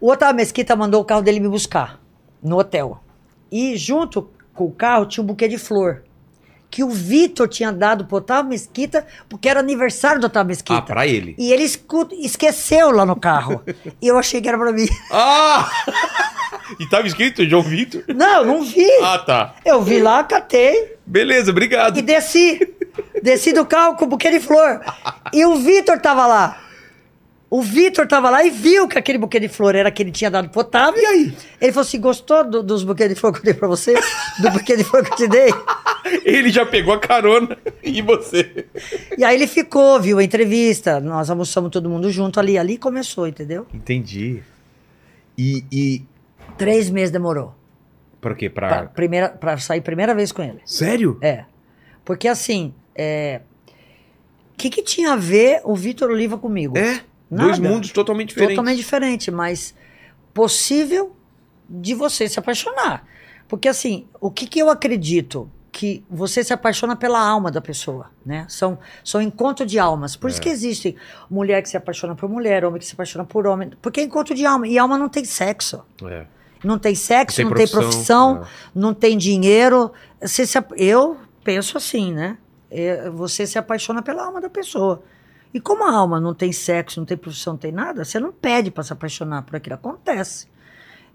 Speaker 3: O Otávio Mesquita mandou o carro dele me buscar no hotel. E junto com o carro tinha um buquê de flor. Que o Vitor tinha dado pro Otávio Mesquita, porque era aniversário do Otávio Mesquita.
Speaker 1: Ah, pra ele.
Speaker 3: E ele escu- esqueceu lá no carro. e eu achei que era pra mim.
Speaker 1: Ah! e tava escrito João Vitor?
Speaker 3: Não, não vi.
Speaker 1: Ah, tá.
Speaker 3: Eu vi lá, catei.
Speaker 1: Beleza, obrigado.
Speaker 3: e desci. Desci do carro com um buquê de flor. E o Vitor tava lá. O Vitor tava lá e viu que aquele buquê de flor era que ele tinha dado pro Otávio. E aí? Ele falou assim: gostou do- dos buquês de flor que eu dei pra você? Do buquê de flor que eu te dei?
Speaker 1: Ele já pegou a carona e você.
Speaker 3: E aí ele ficou, viu a entrevista. Nós almoçamos todo mundo junto ali. Ali começou, entendeu?
Speaker 1: Entendi. E, e
Speaker 3: Três meses demorou
Speaker 1: pra quê? Pra...
Speaker 3: pra, primeira, pra sair primeira vez com ele.
Speaker 1: Sério?
Speaker 3: É. Porque assim, é. O que, que tinha a ver o Vitor Oliva comigo?
Speaker 1: É?
Speaker 3: Nada.
Speaker 1: Dois mundos totalmente diferentes.
Speaker 3: Totalmente diferente, mas possível de você se apaixonar. Porque assim, o que, que eu acredito? Que você se apaixona pela alma da pessoa, né? São, são encontro de almas. Por isso que existe mulher que se apaixona por mulher, homem que se apaixona por homem. Porque é encontro de alma. E alma não tem sexo.
Speaker 1: É.
Speaker 3: Não tem sexo,
Speaker 1: Tem
Speaker 3: não tem
Speaker 1: profissão, é.
Speaker 3: profissão, não tem dinheiro. Você se ap- eu penso assim, né? É, Você se apaixona pela alma da pessoa. E como a alma não tem sexo, não tem profissão, não tem nada, você não pede para se apaixonar por aquilo. Acontece.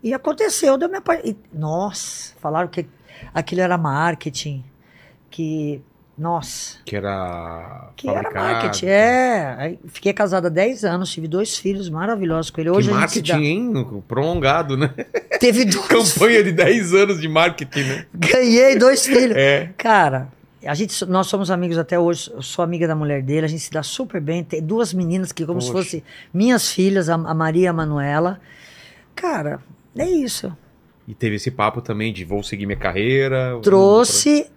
Speaker 3: E aconteceu, deu minha apa... e- Nossa, falaram que aquilo era marketing. Que. Nossa.
Speaker 1: Que era.
Speaker 3: Que
Speaker 1: fabricado.
Speaker 3: era marketing. É. Aí Fiquei casada há 10 anos, tive dois filhos maravilhosos com ele. Hoje
Speaker 1: que
Speaker 3: a gente se dá-
Speaker 1: marketing, hein? Prolongado, né?
Speaker 3: Teve dois.
Speaker 1: Campanha de 10 anos de marketing, né?
Speaker 3: Ganhei dois filhos.
Speaker 1: É.
Speaker 3: Cara, a gente, so- nós somos amigos até hoje. Eu sou amiga da mulher dele, a gente se dá super bem. Tem duas meninas que, como se
Speaker 1: Poxa.
Speaker 3: fossem minhas filhas, a, a Maria e a Manuela. Cara, é isso.
Speaker 1: E teve esse papo também de vou seguir minha carreira.
Speaker 3: Trouxe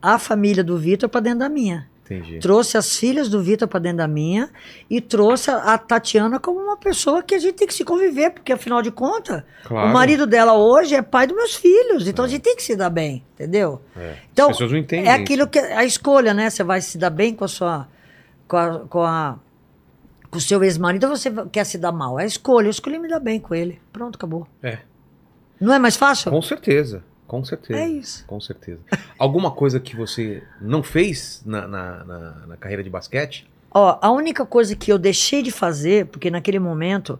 Speaker 3: a família do Vitor pra dentro da minha.
Speaker 1: Entendi.
Speaker 3: Trouxe as filhas do Vitor pra dentro da minha. E trouxe a, a Tatiana como uma pessoa que a gente tem que se conviver, porque afinal de contas,
Speaker 1: Claro.
Speaker 3: o marido dela hoje é pai dos meus filhos. Então a gente tem que se dar bem, entendeu?
Speaker 1: É.
Speaker 3: Então,
Speaker 1: As pessoas não entendem.
Speaker 3: É aquilo que a escolha, né? Você vai se dar bem com a sua com a, com a- com o seu ex-marido ou você quer se dar mal? É a escolha, eu escolhi me dar bem com ele. Pronto, acabou.
Speaker 1: É.
Speaker 3: Não é mais fácil?
Speaker 1: Com certeza. Com certeza.
Speaker 3: É isso.
Speaker 1: Com certeza. Alguma coisa que você não fez na, na, na- na carreira de basquete?
Speaker 3: Ó, a única coisa que eu deixei de fazer, porque naquele momento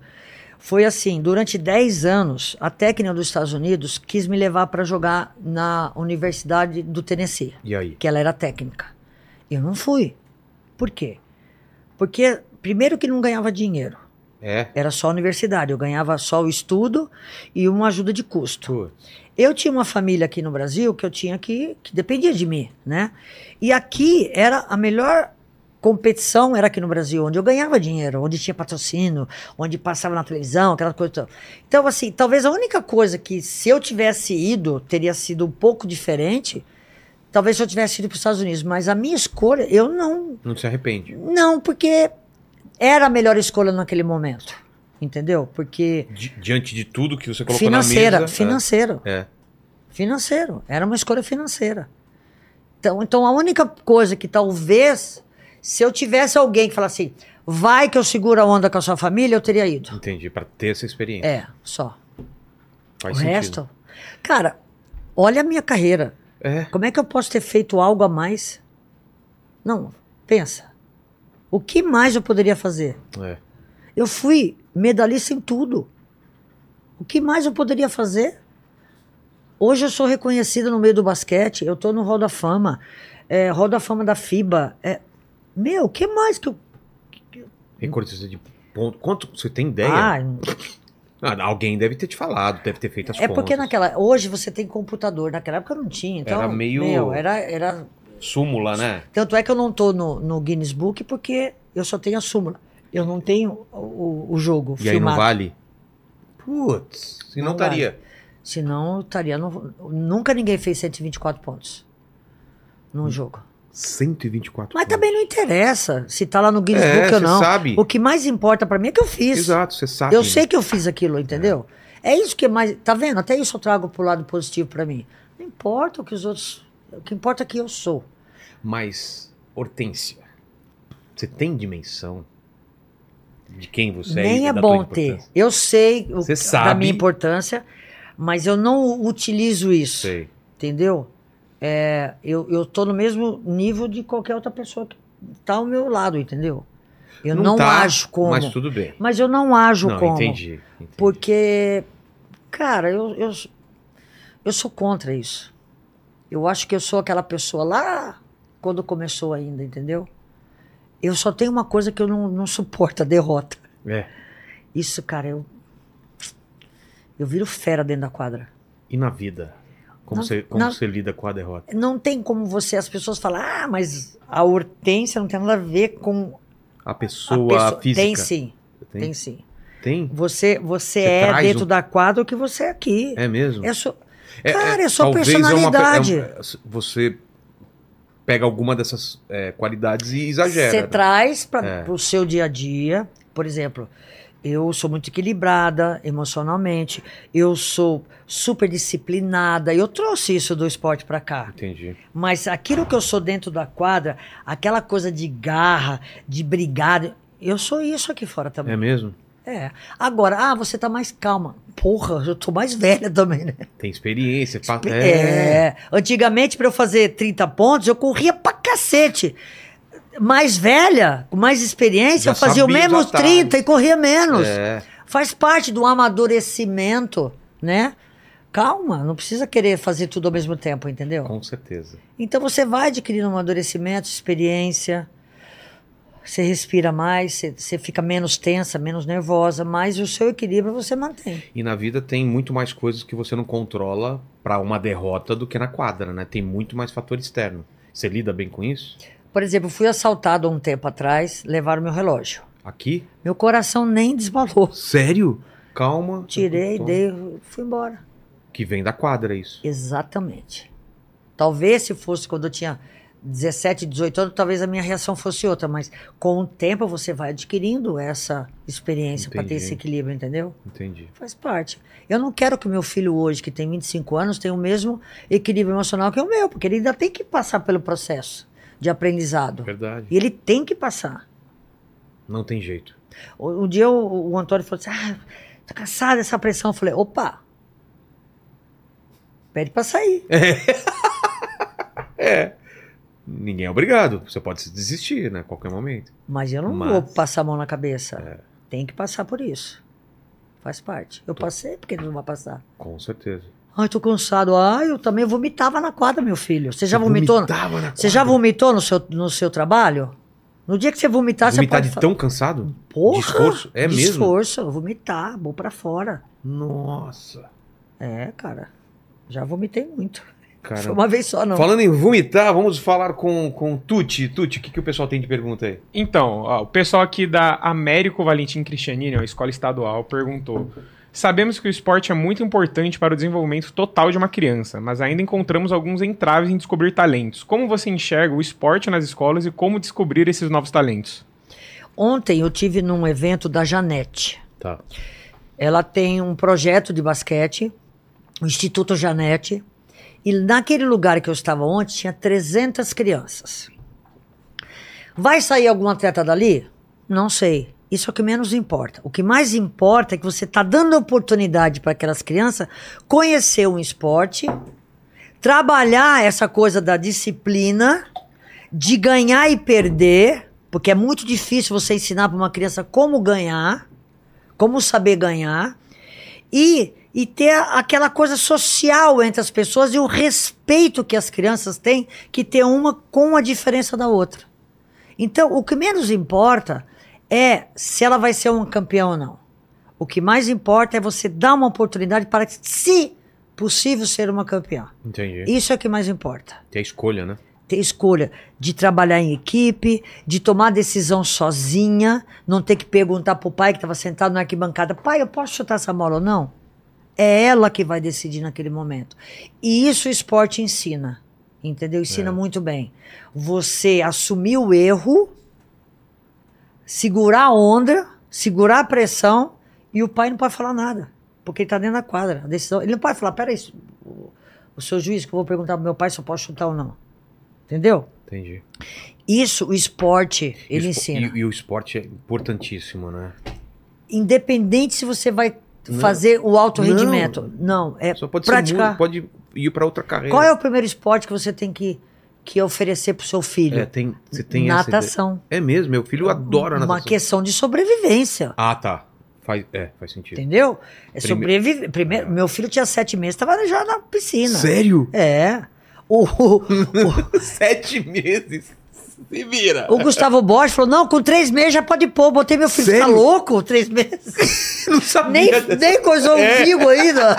Speaker 3: foi assim, durante 10 anos, a técnica dos Estados Unidos quis me levar para jogar na Universidade do Tennessee.
Speaker 1: E aí?
Speaker 3: que ela era técnica. Eu não fui. Por quê? Porque, primeiro, que não ganhava dinheiro.
Speaker 1: É.
Speaker 3: Era só a universidade. Eu ganhava só o estudo e uma ajuda de custo.
Speaker 1: Tu.
Speaker 3: Eu tinha uma família aqui no Brasil que eu tinha que. que dependia de mim, né? E aqui era a melhor. Competição era aqui no Brasil, onde eu ganhava dinheiro, onde tinha patrocínio, onde passava na televisão, aquela coisa. toda. Então, assim, talvez a única coisa que, se eu tivesse ido, teria sido um pouco diferente, talvez se eu tivesse ido para os Estados Unidos. Mas a minha escolha, eu não
Speaker 1: Não se arrepende.
Speaker 3: não, porque era a melhor escolha naquele momento. Entendeu? Porque
Speaker 1: Di- diante de tudo que você colocou
Speaker 3: financeira,
Speaker 1: na mesa.
Speaker 3: financeiro,
Speaker 1: É. É.
Speaker 3: financeiro. Era uma escolha financeira. Então, então a única coisa que talvez, se eu tivesse alguém que falasse, assim, vai que eu seguro a onda com a sua família, eu teria ido.
Speaker 1: Entendi. Pra ter essa experiência.
Speaker 3: É, só.
Speaker 1: Faz
Speaker 3: o
Speaker 1: sentido.
Speaker 3: resto. Cara, olha a minha carreira.
Speaker 1: É.
Speaker 3: Como é que eu posso ter feito algo a mais? Não, pensa. O que mais eu poderia fazer?
Speaker 1: É.
Speaker 3: Eu fui medalhista em tudo. O que mais eu poderia fazer? Hoje eu sou reconhecida no meio do basquete, eu tô no Hall da Fama, é, Hall da Fama da FIBA. é, meu, o que mais que eu.
Speaker 1: Recordista de ponto. Quanto você tem ideia?
Speaker 3: Ah,
Speaker 1: Ah, alguém deve ter te falado, deve ter feito as
Speaker 3: é porque
Speaker 1: contas.
Speaker 3: naquela. Hoje você tem computador, naquela época não tinha. Então,
Speaker 1: Era meio-
Speaker 3: meu, era, era
Speaker 1: Súmula, né?
Speaker 3: Tanto é que eu não tô no, no Guinness Book porque eu só tenho a súmula. Eu não tenho o, o jogo
Speaker 1: E aí não
Speaker 3: filmado.
Speaker 1: vale? Putz, se não
Speaker 3: Não vale.
Speaker 1: estaria.
Speaker 3: Senão eu estaria. no- Nunca ninguém fez 124 pontos num
Speaker 1: Hum.
Speaker 3: jogo.
Speaker 1: 124
Speaker 3: Mas
Speaker 1: pontos.
Speaker 3: também não interessa se tá lá no Guinness
Speaker 1: É,
Speaker 3: Book ou
Speaker 1: você
Speaker 3: não.
Speaker 1: sabe.
Speaker 3: O que mais importa pra mim é que eu fiz.
Speaker 1: Exato, você sabe.
Speaker 3: Eu sei que eu fiz aquilo, entendeu? É. isso que mais. Tá vendo? Até isso eu trago pro lado positivo pra mim. Não importa o que os outros. O que importa é que eu sou.
Speaker 1: Mas, Hortência, você tem dimensão de quem você é?
Speaker 3: Nem
Speaker 1: e
Speaker 3: é
Speaker 1: da tua
Speaker 3: bom ter.
Speaker 1: importância?
Speaker 3: Eu sei o,
Speaker 1: Você
Speaker 3: da
Speaker 1: sabe.
Speaker 3: minha importância, mas eu não utilizo isso,
Speaker 1: Sei.
Speaker 3: entendeu? É, eu, eu tô no mesmo nível de qualquer outra pessoa que tá ao meu lado, entendeu? Eu não,
Speaker 1: tá,
Speaker 3: ajo como.
Speaker 1: Mas
Speaker 3: Mas,
Speaker 1: tudo bem.
Speaker 3: eu não ajo
Speaker 1: Não,
Speaker 3: como.
Speaker 1: entendi. entendi.
Speaker 3: Porque, cara, eu, eu, eu sou contra isso. Eu acho que eu sou aquela pessoa lá quando começou ainda, entendeu? Eu só tenho uma coisa que eu não, não suporto, a derrota.
Speaker 1: É.
Speaker 3: Isso, cara, eu. Eu viro fera dentro da quadra.
Speaker 1: E na vida? Como,
Speaker 3: Na-
Speaker 1: você, como
Speaker 3: na-
Speaker 1: você lida com a derrota?
Speaker 3: Não tem como você. As pessoas falam, ah, mas a hortência não tem nada a ver com
Speaker 1: A
Speaker 3: a
Speaker 1: pessoa
Speaker 3: pessoa.
Speaker 1: física?
Speaker 3: Tem sim, tem,
Speaker 1: Tem?
Speaker 3: sim.
Speaker 1: Tem?
Speaker 3: Você, você
Speaker 1: Você
Speaker 3: é
Speaker 1: traz
Speaker 3: dentro
Speaker 1: um-
Speaker 3: da quadra o que você é aqui.
Speaker 1: É mesmo?
Speaker 3: É, só-
Speaker 1: É-
Speaker 3: cara, é sua
Speaker 1: talvez uma pe-
Speaker 3: personalidade.
Speaker 1: é um- você pega alguma dessas é, qualidades e exagera.
Speaker 3: Você
Speaker 1: né?
Speaker 3: traz para
Speaker 1: É.
Speaker 3: o seu dia a dia, por exemplo, eu sou muito equilibrada emocionalmente, eu sou super disciplinada, eu trouxe isso do esporte para cá.
Speaker 1: Entendi.
Speaker 3: Mas aquilo que eu sou dentro da quadra, aquela coisa de garra, de brigada, eu sou isso aqui fora
Speaker 1: É
Speaker 3: também.
Speaker 1: mesmo?
Speaker 3: É. Agora, ah, você tá mais calma. Porra, eu tô mais velha também, né?
Speaker 1: Tem experiência. fa- É.
Speaker 3: É. Antigamente, pra eu fazer 30 pontos, eu corria pra cacete. Mais velha, com mais experiência,
Speaker 1: Já
Speaker 3: eu fazia
Speaker 1: sabia
Speaker 3: o
Speaker 1: os
Speaker 3: mesmo
Speaker 1: atalhos.
Speaker 3: 30 e corria menos.
Speaker 1: É.
Speaker 3: Faz parte do amadurecimento, né? Calma, não precisa querer fazer tudo ao mesmo tempo, entendeu?
Speaker 1: com certeza.
Speaker 3: Então você vai adquirindo um amadurecimento, experiência, você respira mais, você, você fica menos tensa, menos nervosa, mas o seu equilíbrio você mantém.
Speaker 1: E na vida tem muito mais coisas que você não controla pra uma derrota do que na quadra, né? Tem muito mais fator externo. Você lida bem com isso?
Speaker 3: Por exemplo, fui assaltado há um tempo atrás, levaram meu relógio.
Speaker 1: Aqui?
Speaker 3: Meu coração nem desbalou.
Speaker 1: Sério? Calma.
Speaker 3: Tirei,
Speaker 1: Toma.
Speaker 3: dei, fui embora.
Speaker 1: Que vem da quadra isso.
Speaker 3: Exatamente. Talvez se fosse quando eu tinha 17, 18 anos, talvez a minha reação fosse outra, mas com o tempo você vai adquirindo essa experiência para ter
Speaker 1: Entendi.
Speaker 3: esse equilíbrio, entendeu?
Speaker 1: Entendi.
Speaker 3: Faz parte. Eu não quero que meu filho hoje, que tem 25 anos, tenha o mesmo equilíbrio emocional que o meu, porque ele ainda tem que passar pelo processo de aprendizado.
Speaker 1: Verdade.
Speaker 3: E ele tem que passar.
Speaker 1: Não tem jeito.
Speaker 3: O- Um dia o, o Antônio falou assim: ah, tô cansado dessa pressão. Eu falei: opa, pede pra sair.
Speaker 1: É. Ninguém é obrigado. Você pode se desistir, né? A qualquer momento.
Speaker 3: Mas eu não
Speaker 1: Mas- É.
Speaker 3: vou passar a mão na cabeça. Tem que passar por isso. Faz parte. Eu passei, porque ele não vai passar.
Speaker 1: Com certeza.
Speaker 3: Ai, tô cansado. Ai, eu também vomitava na quadra, meu filho. Você já vomitou?
Speaker 1: Vomitava na
Speaker 3: Você já
Speaker 1: quadra.
Speaker 3: vomitou no seu, no seu trabalho? No dia que você vomitar, você
Speaker 1: Vomitar
Speaker 3: pode.
Speaker 1: de
Speaker 3: fa-
Speaker 1: tão cansado?
Speaker 3: Porra!
Speaker 1: De esforço? É
Speaker 3: de
Speaker 1: mesmo?
Speaker 3: esforço, vomitar, vou pra fora.
Speaker 1: Nossa.
Speaker 3: É, cara. Já vomitei muito. Foi
Speaker 1: Caramba.
Speaker 3: uma vez só, não.
Speaker 1: Falando em vomitar, vamos falar com, com o Tuti. Tuti, o que, que o pessoal tem de pergunta aí?
Speaker 2: Então, ó, o pessoal aqui da Américo Valentim Cristianini, uma escola estadual, perguntou. Sabemos que o esporte é muito importante para o desenvolvimento total de uma criança, mas ainda encontramos alguns entraves em descobrir talentos. Como você enxerga o esporte nas escolas e como descobrir esses novos talentos?
Speaker 3: Ontem eu tive num evento da Janete.
Speaker 1: Tá.
Speaker 3: Ela tem um projeto de basquete, o Instituto Janete. E naquele lugar que eu estava ontem tinha 300 crianças. Vai sair algum atleta dali? Não sei. Isso é o que menos importa. O que mais importa é que você está dando oportunidade para aquelas crianças conhecer um esporte, trabalhar essa coisa da disciplina, de ganhar e perder, Porque é muito difícil você ensinar para uma criança como ganhar, como saber ganhar e, e ter a- aquela coisa social entre as pessoas e o respeito que as crianças têm que ter uma com a diferença da outra. Então, o que menos importa é se ela vai ser uma campeã ou não. O que mais importa é você dar uma oportunidade para, se possível, ser uma campeã.
Speaker 1: Entendi.
Speaker 3: Isso é o que mais importa
Speaker 1: Tem a escolha, né?
Speaker 3: ter escolha de trabalhar em equipe, de tomar decisão sozinha, não ter que perguntar pro pai que estava sentado na arquibancada, pai, eu posso chutar essa bola ou não? É ela que vai decidir naquele momento. E isso o esporte ensina, entendeu? Ensina
Speaker 1: É.
Speaker 3: muito bem. Você assumir o erro, segurar a onda, segurar a pressão, e o pai não pode falar nada, porque ele está dentro da quadra. A decisão, ele não pode falar, peraí, o, o seu juiz que eu vou perguntar pro meu pai se eu posso chutar ou não. Entendeu?
Speaker 1: Entendi.
Speaker 3: Isso o esporte ele
Speaker 1: Espo-
Speaker 3: ensina.
Speaker 1: E, e o esporte é importantíssimo, né?
Speaker 3: Independente se você vai
Speaker 1: Não.
Speaker 3: fazer o alto
Speaker 1: Não.
Speaker 3: rendimento. Não, é
Speaker 1: Só pode
Speaker 3: praticar.
Speaker 1: ser mu- pode ir pra outra carreira.
Speaker 3: Qual é o primeiro esporte que você tem que, que oferecer pro seu filho?
Speaker 1: É, tem, você tem essa ideia.
Speaker 3: natação.
Speaker 1: É mesmo, meu filho adora natação.
Speaker 3: Uma questão de sobrevivência.
Speaker 1: Ah, tá. Faz, é, faz sentido.
Speaker 3: Entendeu?
Speaker 1: Prime- É.
Speaker 3: É sobreviver. Primeiro, meu filho tinha sete meses, estava já na piscina.
Speaker 1: Sério?
Speaker 3: É. O, o-
Speaker 1: Sete meses. Se vira.
Speaker 3: o Gustavo Borges falou: não, com três meses já pode pôr. Botei meu filho, tá
Speaker 1: Sério?
Speaker 3: louco? Três meses?
Speaker 1: não sabia.
Speaker 3: Nem,
Speaker 1: dessa-
Speaker 3: nem coisou
Speaker 1: É.
Speaker 3: o vivo ainda.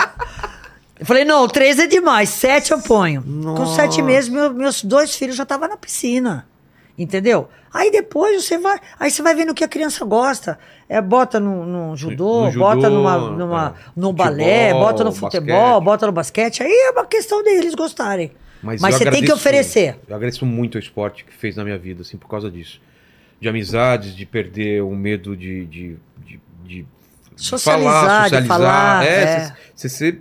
Speaker 3: Eu falei, não, três é demais, sete eu ponho. Com
Speaker 1: Nossa.
Speaker 3: sete meses, meu- meus dois filhos já estavam na piscina. Entendeu? Aí depois você vai. Aí você vai vendo o que a criança gosta. É, bota no, no judô,
Speaker 1: No judô,
Speaker 3: bota numa, numa,
Speaker 1: é.
Speaker 3: no
Speaker 1: Futebol,
Speaker 3: balé, bota no futebol,
Speaker 1: basquete.
Speaker 3: bota no basquete. Aí é uma questão deles gostarem. Mas
Speaker 1: eu
Speaker 3: você tem que
Speaker 1: agradeço-
Speaker 3: oferecer.
Speaker 1: Eu agradeço muito ao esporte que fez na minha vida, assim, por causa disso. De amizades, de perder o medo de. de, de, de
Speaker 3: Socializar, de falar, é.
Speaker 1: É, você. você-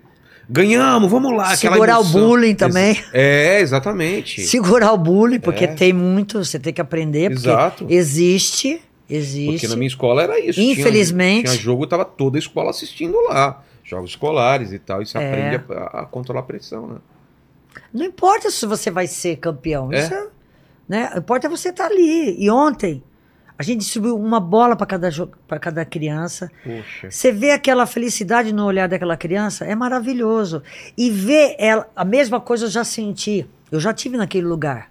Speaker 1: Ganhamos, vamos lá. aquela
Speaker 3: Segurar o
Speaker 1: emoção.
Speaker 3: bullying
Speaker 1: Ex-
Speaker 3: também.
Speaker 1: É, exatamente.
Speaker 3: Segurar o bullying, porque
Speaker 1: É.
Speaker 3: tem muito, você tem que aprender. Porque
Speaker 1: Exato.
Speaker 3: existe, existe.
Speaker 1: Porque na minha escola era isso. tinha-
Speaker 3: Infelizmente.
Speaker 1: Tinha, jogo, tava toda a escola assistindo lá. Jogos escolares e tal. E você
Speaker 3: É.
Speaker 1: aprende a, a controlar a pressão, né?
Speaker 3: Não importa se você vai ser campeão.
Speaker 1: É.
Speaker 3: Isso é, né? O que importa é você estar ali. E ontem, a gente distribuiu uma bola para cada, jo- pra cada criança.
Speaker 1: Poxa.
Speaker 3: Você vê aquela felicidade no olhar daquela criança, é maravilhoso. E ver ela, a mesma coisa eu já senti. Eu já tive naquele lugar.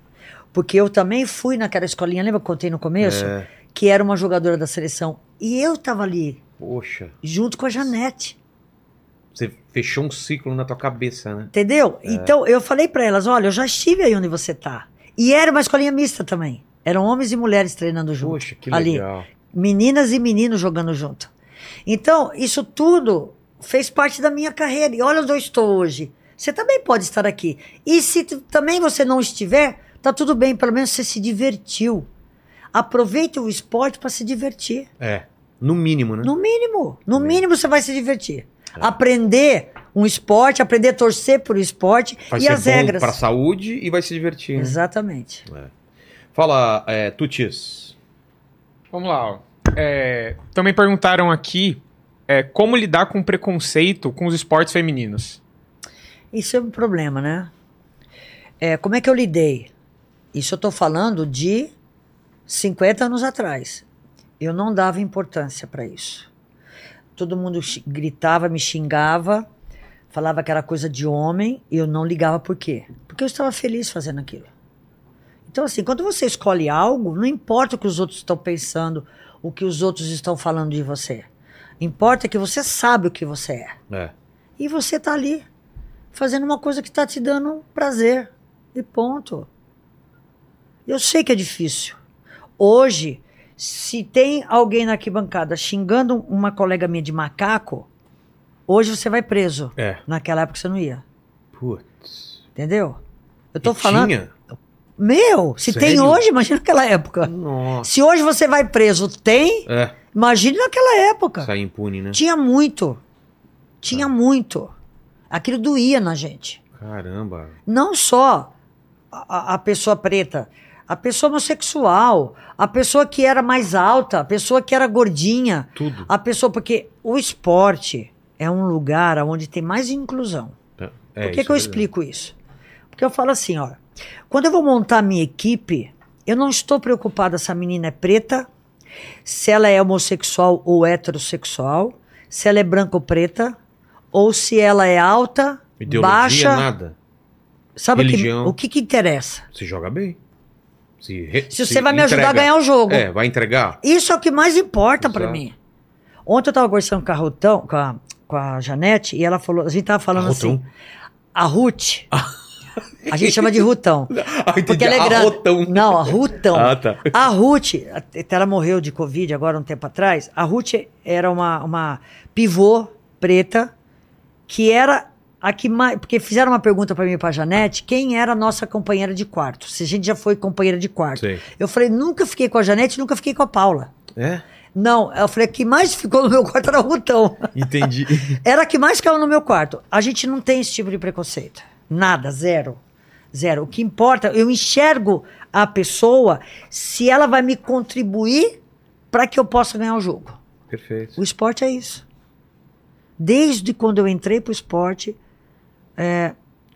Speaker 3: Porque eu também fui naquela escolinha, lembra que eu contei no começo?
Speaker 1: É,
Speaker 3: Que era uma jogadora da seleção. E eu estava ali,
Speaker 1: poxa.
Speaker 3: junto com a Janete.
Speaker 1: Você fechou um ciclo na tua cabeça, né?
Speaker 3: Entendeu? Então eu falei pra elas: olha, eu já estive aí onde você tá. E era uma escolinha mista também. Eram homens e mulheres treinando junto.
Speaker 1: Poxa, que
Speaker 3: ali.
Speaker 1: legal.
Speaker 3: Meninas e meninos jogando junto. Então, isso tudo fez parte da minha carreira. E olha onde eu estou hoje. Você também pode estar aqui. E se t- também você não estiver, tá tudo bem, pelo menos você se divertiu. Aproveite o esporte para se divertir.
Speaker 1: É. No mínimo, né?
Speaker 3: No mínimo. No
Speaker 1: Também.
Speaker 3: mínimo você vai se divertir.
Speaker 1: É.
Speaker 3: Aprender um esporte, aprender a torcer por um esporte
Speaker 1: Vai
Speaker 3: e
Speaker 1: ser
Speaker 3: as
Speaker 1: bom
Speaker 3: regras.
Speaker 1: pra saúde e vai se divertir. né?
Speaker 3: Exatamente.
Speaker 1: Fala, é, Tutis.
Speaker 2: Vamos lá, ó. É, também perguntaram aqui é, como lidar com preconceito com os esportes femininos.
Speaker 3: Isso é um problema, né? É, como é que eu lidei? Isso eu estou falando de 50 anos atrás. Eu não dava importância para isso. Todo mundo xi- gritava, me xingava, falava que era coisa de homem, e eu não ligava por quê? Porque eu estava feliz fazendo aquilo. Então, assim, quando você escolhe algo, não importa o que os outros estão pensando, o que os outros estão falando de você. Importa que você sabe o que você é
Speaker 1: É.
Speaker 3: e você tá ali fazendo uma coisa que tá te dando prazer e ponto. Eu sei que é difícil. Hoje, se tem alguém na arquibancada xingando uma colega minha de macaco, hoje você vai preso.
Speaker 1: É.
Speaker 3: Naquela época você não ia,
Speaker 1: Putz.
Speaker 3: entendeu? Eu tô
Speaker 1: E
Speaker 3: falando,
Speaker 1: tinha?
Speaker 3: meu, se tem
Speaker 1: Sério?
Speaker 3: hoje, imagina naquela época.
Speaker 1: Nossa.
Speaker 3: Se hoje você vai preso, tem,
Speaker 1: É.
Speaker 3: imagine naquela época.
Speaker 1: Sair impune, né?
Speaker 3: Tinha muito.
Speaker 1: Ah.
Speaker 3: Tinha muito. Aquilo doía na gente.
Speaker 1: Caramba.
Speaker 3: não só a, a- a pessoa preta, a pessoa homossexual, a pessoa que era mais alta, a pessoa que era gordinha,
Speaker 1: Tudo.
Speaker 3: a pessoa. Porque o esporte é um lugar onde tem mais inclusão.
Speaker 1: É,
Speaker 3: Por que,
Speaker 1: isso
Speaker 3: que eu
Speaker 1: é verdade.
Speaker 3: explico isso? Porque eu falo assim, ó. Quando eu vou montar minha equipe, Eu não estou preocupada se a menina é preta, se ela é homossexual ou heterossexual, se ela é branca ou preta, ou se ela é alta,
Speaker 1: Ideologia,
Speaker 3: baixa.
Speaker 1: nada.
Speaker 3: Sabe o que-
Speaker 1: religião.
Speaker 3: o que, que interessa?
Speaker 1: Se joga bem. Se, re-
Speaker 3: Se
Speaker 1: se
Speaker 3: você vai me ajudar a
Speaker 1: entrega.
Speaker 3: ganhar o jogo.
Speaker 1: É, vai entregar.
Speaker 3: Isso é o que mais importa pra
Speaker 1: Exato.
Speaker 3: mim. Ontem eu tava conversando com a Rutão, com a, com a Janete, e ela falou, a gente tava falando
Speaker 1: Arrotão.
Speaker 3: assim, a Ruth, a gente chama de Rutão.
Speaker 1: Ah, entendi.
Speaker 3: Porque ela é grande.
Speaker 1: Arrotão.
Speaker 3: Não, a Rutão.
Speaker 1: Ah, tá.
Speaker 3: A Ruth, até ela morreu de Covid agora um tempo atrás. A Ruth era uma, uma pivô preta que era a que mais. Porque fizeram uma pergunta pra mim e pra Janete: quem era a nossa companheira de quarto? Se a gente já foi companheira de quarto.
Speaker 1: Sei.
Speaker 3: Eu falei: nunca fiquei com a Janete, nunca fiquei com a Paula.
Speaker 1: É?
Speaker 3: Não, eu falei: a que mais ficou no meu quarto era a Rutão.
Speaker 1: Entendi.
Speaker 3: Era a que mais caiu no meu quarto. A gente não tem esse tipo de preconceito. Nada, zero. Zero. O que importa, eu enxergo a pessoa se ela vai me contribuir para que eu possa ganhar o jogo.
Speaker 1: Perfeito.
Speaker 3: O esporte é isso. Desde quando eu entrei pro esporte,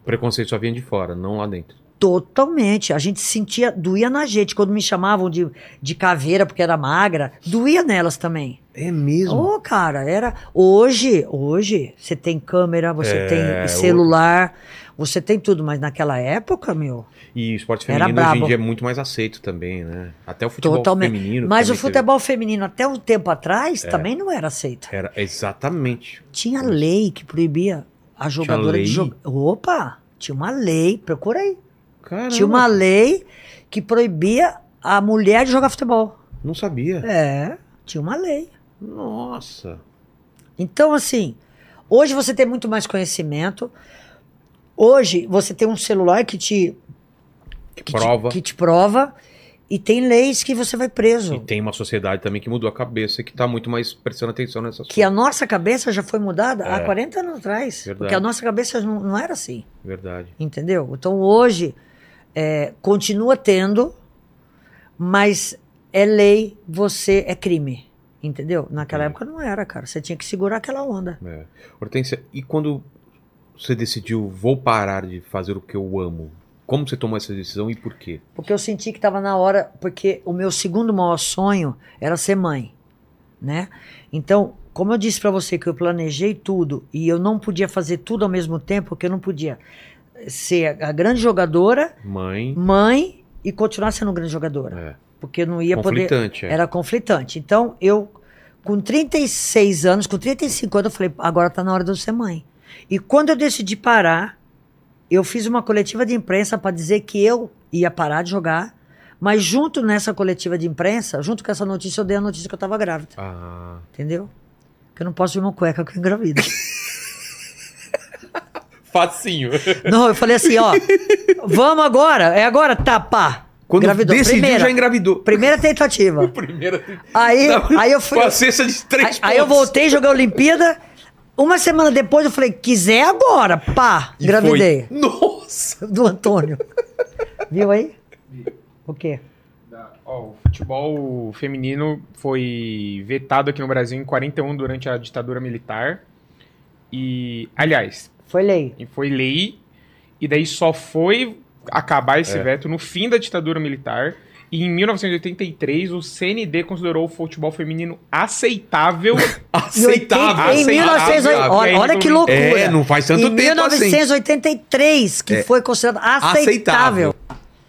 Speaker 1: O preconceito só vinha de fora, não lá dentro.
Speaker 3: totalmente. A gente sentia, doía na gente. Quando me chamavam de, de caveira porque era magra, doía nelas também.
Speaker 1: É mesmo?
Speaker 3: Ô, cara, era. Hoje, hoje, você tem câmera, você
Speaker 1: É,
Speaker 3: tem celular, você tem tudo, mas naquela época, meu,
Speaker 1: E o esporte
Speaker 3: Era
Speaker 1: feminino hoje em
Speaker 3: brabo.
Speaker 1: dia é muito mais aceito também, né? Até o futebol
Speaker 3: totalmente.
Speaker 1: feminino.
Speaker 3: mas o
Speaker 1: também É.
Speaker 3: futebol feminino, até um tempo atrás, também não era aceito.
Speaker 1: teve- Era, exatamente.
Speaker 3: Tinha lei que proibia a jogadora
Speaker 1: lei?
Speaker 3: de jogar. Opa! Tinha uma lei, procura aí.
Speaker 1: Caramba,
Speaker 3: Tinha uma lei que proibia a mulher de jogar futebol.
Speaker 1: não sabia.
Speaker 3: É, tinha uma lei.
Speaker 1: Nossa.
Speaker 3: Então, assim, hoje você tem muito mais conhecimento. Hoje você tem um celular que te que
Speaker 1: prova.
Speaker 3: te, que te prova e tem leis que você vai preso.
Speaker 1: E tem uma sociedade também que mudou a cabeça e que tá muito mais prestando atenção nessas
Speaker 3: Que a
Speaker 1: coisas.
Speaker 3: nossa cabeça já foi mudada há
Speaker 1: É.
Speaker 3: 40 anos atrás.
Speaker 1: Verdade.
Speaker 3: Porque a nossa cabeça não, não era assim,
Speaker 1: Verdade.
Speaker 3: entendeu? Então hoje é, continua tendo, mas é lei, você é crime. Entendeu? Naquela
Speaker 1: Entendi.
Speaker 3: época não era, cara. Você tinha que segurar aquela onda.
Speaker 1: É. Hortência, e quando você decidiu, vou parar de fazer o que eu amo? Como você tomou essa decisão e por quê?
Speaker 3: Porque eu senti que estava na hora, porque o meu segundo maior sonho era ser mãe, né? Então, como eu disse para você que eu planejei tudo e eu não podia fazer tudo ao mesmo tempo, porque eu não podia ser a grande jogadora,
Speaker 1: Mãe.
Speaker 3: mãe e continuar sendo grande jogadora,
Speaker 1: É.
Speaker 3: porque eu não ia poder,
Speaker 1: Conflitante, é.
Speaker 3: era conflitante. Então, eu com 36 anos, com 35 anos, eu falei, agora tá na hora de eu ser mãe. E quando eu decidi parar, eu fiz uma coletiva de imprensa para dizer que eu ia parar de jogar, mas junto nessa coletiva de imprensa, junto com essa notícia, eu dei a notícia que eu tava grávida,
Speaker 1: Ah.
Speaker 3: entendeu? Que eu não posso ir uma cueca que eu engravido.
Speaker 1: Facinho.
Speaker 3: não, eu falei assim, ó, vamos agora, é agora, tá, pá.
Speaker 1: Quando
Speaker 3: Engravidou.
Speaker 1: decidiu,
Speaker 3: primeira,
Speaker 1: já engravidou.
Speaker 3: primeira tentativa.
Speaker 1: Primeira.
Speaker 3: Aí,
Speaker 1: Não,
Speaker 3: aí eu fui...
Speaker 1: Com a cesta de três
Speaker 3: Aí, aí eu
Speaker 1: pontos.
Speaker 3: voltei a jogar a Olimpíada. Uma semana depois eu falei, quiser agora, pá,
Speaker 1: E
Speaker 3: engravidei.
Speaker 1: foi. Nossa!
Speaker 3: Do Antônio. Viu aí? O quê?
Speaker 2: Da- ó, o futebol feminino foi vetado aqui no Brasil em 41 durante a ditadura militar. E, aliás,
Speaker 3: Foi lei.
Speaker 2: e foi lei, e daí só foi acabar esse
Speaker 1: É.
Speaker 2: veto no fim da ditadura militar. E em 1983, o CND considerou o futebol feminino aceitável.
Speaker 1: Aceitável!
Speaker 3: Em 1900
Speaker 1: aceitável.
Speaker 3: Olha, olha que loucura.
Speaker 1: É, não faz tanto
Speaker 3: em
Speaker 1: tempo
Speaker 3: 1983, que
Speaker 1: É.
Speaker 3: foi considerado
Speaker 1: assim.
Speaker 3: aceitável.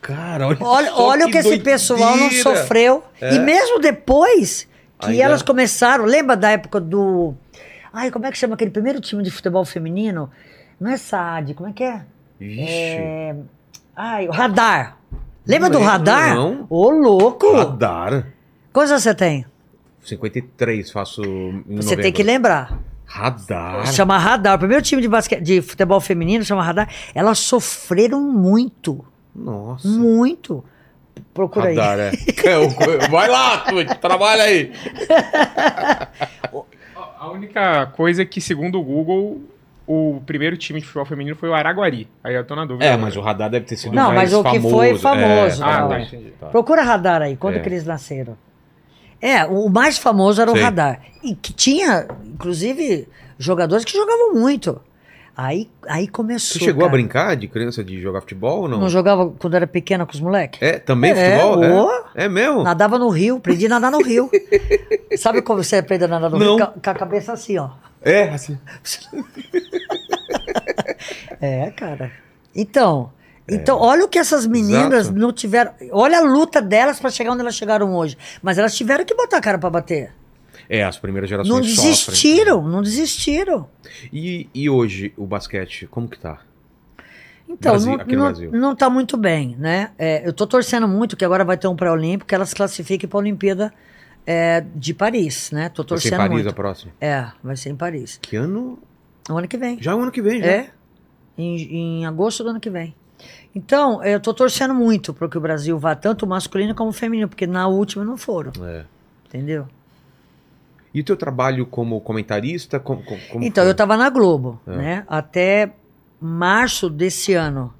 Speaker 1: Cara, olha
Speaker 3: Olha,
Speaker 1: só
Speaker 3: olha o que esse
Speaker 1: doideira. É.
Speaker 3: pessoal não sofreu. E mesmo depois que
Speaker 1: Ainda-
Speaker 3: elas começaram, lembra da época do. Ai, como é que chama aquele primeiro time de futebol feminino? Não é SAD, como é que é?
Speaker 1: Vixe.
Speaker 3: É, Ai, o radar. Lembra
Speaker 1: Não
Speaker 3: do
Speaker 1: lembro,
Speaker 3: radar?
Speaker 1: não. Ah.
Speaker 3: Ô, louco!
Speaker 1: Radar.
Speaker 3: Quantos anos você tem?
Speaker 1: 53, faço. em
Speaker 3: Você
Speaker 1: novembro.
Speaker 3: tem que lembrar.
Speaker 1: Radar.
Speaker 3: Chama radar. O primeiro time de, basque... de futebol feminino chama radar. Elas sofreram muito.
Speaker 1: Nossa.
Speaker 3: Muito. Procura aí.
Speaker 1: Radar, é. Eu- Vai lá, Tuti, trabalha aí.
Speaker 2: a única coisa é que, segundo o Google, o primeiro time de futebol feminino foi o Araguari. Aí eu tô na dúvida.
Speaker 1: É, mas o radar deve ter sido
Speaker 3: Não,
Speaker 1: mais
Speaker 3: mas o que foi famoso,
Speaker 1: É,
Speaker 2: Ah,
Speaker 1: tá,
Speaker 2: tá,
Speaker 1: tá.
Speaker 2: entendi.
Speaker 3: Procura radar aí, quando
Speaker 1: É.
Speaker 3: que eles nasceram. É, o mais famoso era
Speaker 1: Sei.
Speaker 3: o radar. E que tinha, inclusive, jogadores que jogavam muito. Aí, aí começou.
Speaker 1: Você chegou a
Speaker 3: cara.
Speaker 1: brincar de criança de jogar futebol ou não?
Speaker 3: Não. jogava quando era pequena com os moleques?
Speaker 1: É, também
Speaker 3: É,
Speaker 1: futebol?
Speaker 3: ô.
Speaker 1: É, é mesmo?
Speaker 3: Nadava no rio, aprendi a nadar no rio. Sabe como você aprende a nadar no
Speaker 1: Não.
Speaker 3: rio? Ca- Com, a cabeça assim, ó.
Speaker 1: É, assim.
Speaker 3: É, cara. Então, então olha o que essas meninas
Speaker 1: É. Exato.
Speaker 3: não tiveram. Olha a luta delas pra chegar onde elas chegaram hoje. Mas elas tiveram que botar a cara pra bater.
Speaker 1: É, as primeiras gerações
Speaker 3: Não
Speaker 1: sofrem.
Speaker 3: desistiram, não desistiram.
Speaker 1: E, e hoje o basquete, como que tá?
Speaker 3: Então,
Speaker 1: Brasil,
Speaker 3: não-
Speaker 1: aqui no
Speaker 3: não,
Speaker 1: Brasil.
Speaker 3: não tá muito bem, né? É, eu tô torcendo muito que agora vai ter um pré-olímpico que elas classifiquem pra Olimpíada é, de Paris, né? Tô
Speaker 1: Vai ser em
Speaker 3: torcendo
Speaker 1: Paris a
Speaker 3: muito.
Speaker 1: próxima?
Speaker 3: É, vai ser em Paris.
Speaker 1: Que ano?
Speaker 3: No ano que vem.
Speaker 1: Já é o ano que vem, já.
Speaker 3: É, em, em agosto do ano que vem. Então, eu tô torcendo muito para que o Brasil vá tanto masculino como feminino, porque na última não foram,
Speaker 1: É.
Speaker 3: entendeu?
Speaker 1: E o teu trabalho como comentarista? Como, como, como
Speaker 3: então,
Speaker 1: foi?
Speaker 3: eu tava na Globo,
Speaker 1: É.
Speaker 3: né? Até março desse ano.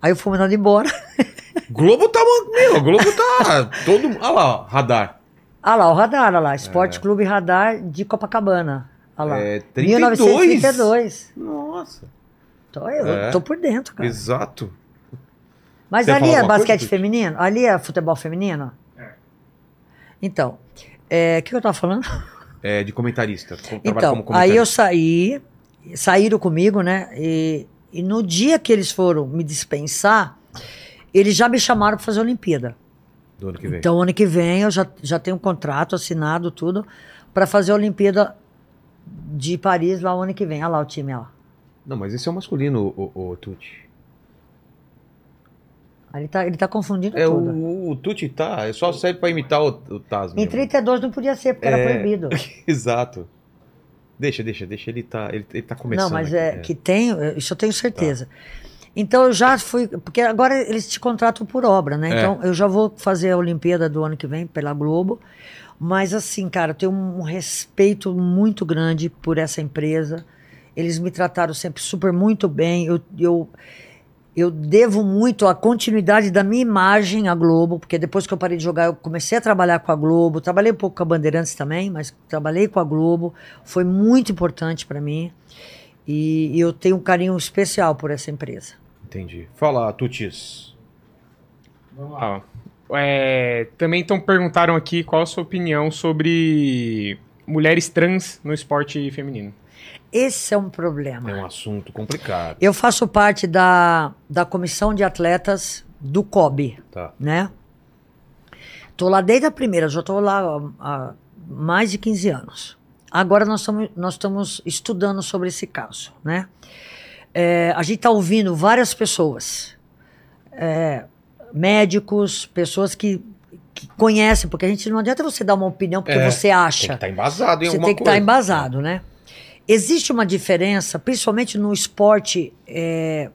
Speaker 3: Aí eu fui mandado embora.
Speaker 1: Globo tá. man- Meu, a Globo tá. todo. Olha lá, ó, radar.
Speaker 3: Ah lá, o radar, olha lá, Esporte Clube Radar de Copacabana. Olha lá.
Speaker 1: É, 32.
Speaker 3: 1932.
Speaker 1: Nossa.
Speaker 3: Então, eu
Speaker 1: É.
Speaker 3: tô por dentro, cara.
Speaker 1: Exato.
Speaker 3: Mas
Speaker 1: Você ia
Speaker 3: ali
Speaker 1: falar
Speaker 3: é
Speaker 1: alguma
Speaker 3: basquete
Speaker 1: coisa, Tuti?
Speaker 3: feminino? Ali é futebol feminino? Então, é, o que, que eu tava falando?
Speaker 1: É, de comentarista. com- trabalho
Speaker 3: Então,
Speaker 1: como
Speaker 3: aí eu
Speaker 1: comentarista.
Speaker 3: saí, saíram comigo, né? E, e no dia que eles foram me dispensar, eles já me chamaram para fazer a Olimpíada.
Speaker 1: Do ano que vem.
Speaker 3: Então, ano que vem eu já, já tenho um contrato assinado, tudo, para fazer a Olimpíada de Paris lá o ano que vem. Olha lá o time, olha lá.
Speaker 1: Não, mas esse é o masculino, o, o, Tuti.
Speaker 3: Ele tá, ele tá confundindo
Speaker 1: É,
Speaker 3: tudo.
Speaker 1: o, o Tuti tá. É só serve pra imitar o, o Taz.
Speaker 3: Em
Speaker 1: mesmo.
Speaker 3: 32 não podia ser, porque era
Speaker 1: É.
Speaker 3: proibido.
Speaker 1: Exato. Deixa, deixa, deixa. Ele tá, ele, ele tá começando.
Speaker 3: Não, mas
Speaker 1: aqui, Tá.
Speaker 3: é, que tem, é, isso eu tenho certeza. Então eu já fui, porque agora eles te contratam por obra, né?
Speaker 1: É.
Speaker 3: Então eu já vou fazer a Olimpíada do ano que vem pela Globo. Mas assim, cara, eu tenho um respeito muito grande por essa empresa. Eles me trataram sempre super muito bem. Eu, eu, eu devo muito à continuidade da minha imagem à Globo, porque depois que eu parei de jogar, eu comecei a trabalhar com a Globo. Trabalhei um pouco com a Bandeirantes também, mas trabalhei com a Globo. Foi muito importante para mim. E, e eu tenho um carinho especial por essa empresa.
Speaker 1: Entendi. Fala, Tutis.
Speaker 2: Vamos lá. ó. É, também então perguntaram aqui qual a sua opinião sobre mulheres trans no esporte feminino.
Speaker 3: Esse é um problema.
Speaker 1: É um assunto complicado,
Speaker 3: Eu faço parte da, da comissão de atletas do COB,
Speaker 1: tá?
Speaker 3: né? Tô lá desde a primeira, já tô lá ó, há mais de 15 anos. Agora nós estamos nós estamos estudando sobre esse caso, né? É, a gente tá ouvindo várias pessoas, é, médicos, pessoas que, que conhecem, porque a gente não adianta você dar uma opinião porque
Speaker 1: É,
Speaker 3: você
Speaker 1: Tem que
Speaker 3: acha.
Speaker 1: estar embasado em
Speaker 3: Você
Speaker 1: alguma
Speaker 3: tem que
Speaker 1: coisa.
Speaker 3: estar embasado, né? Existe uma diferença, principalmente no esporte é,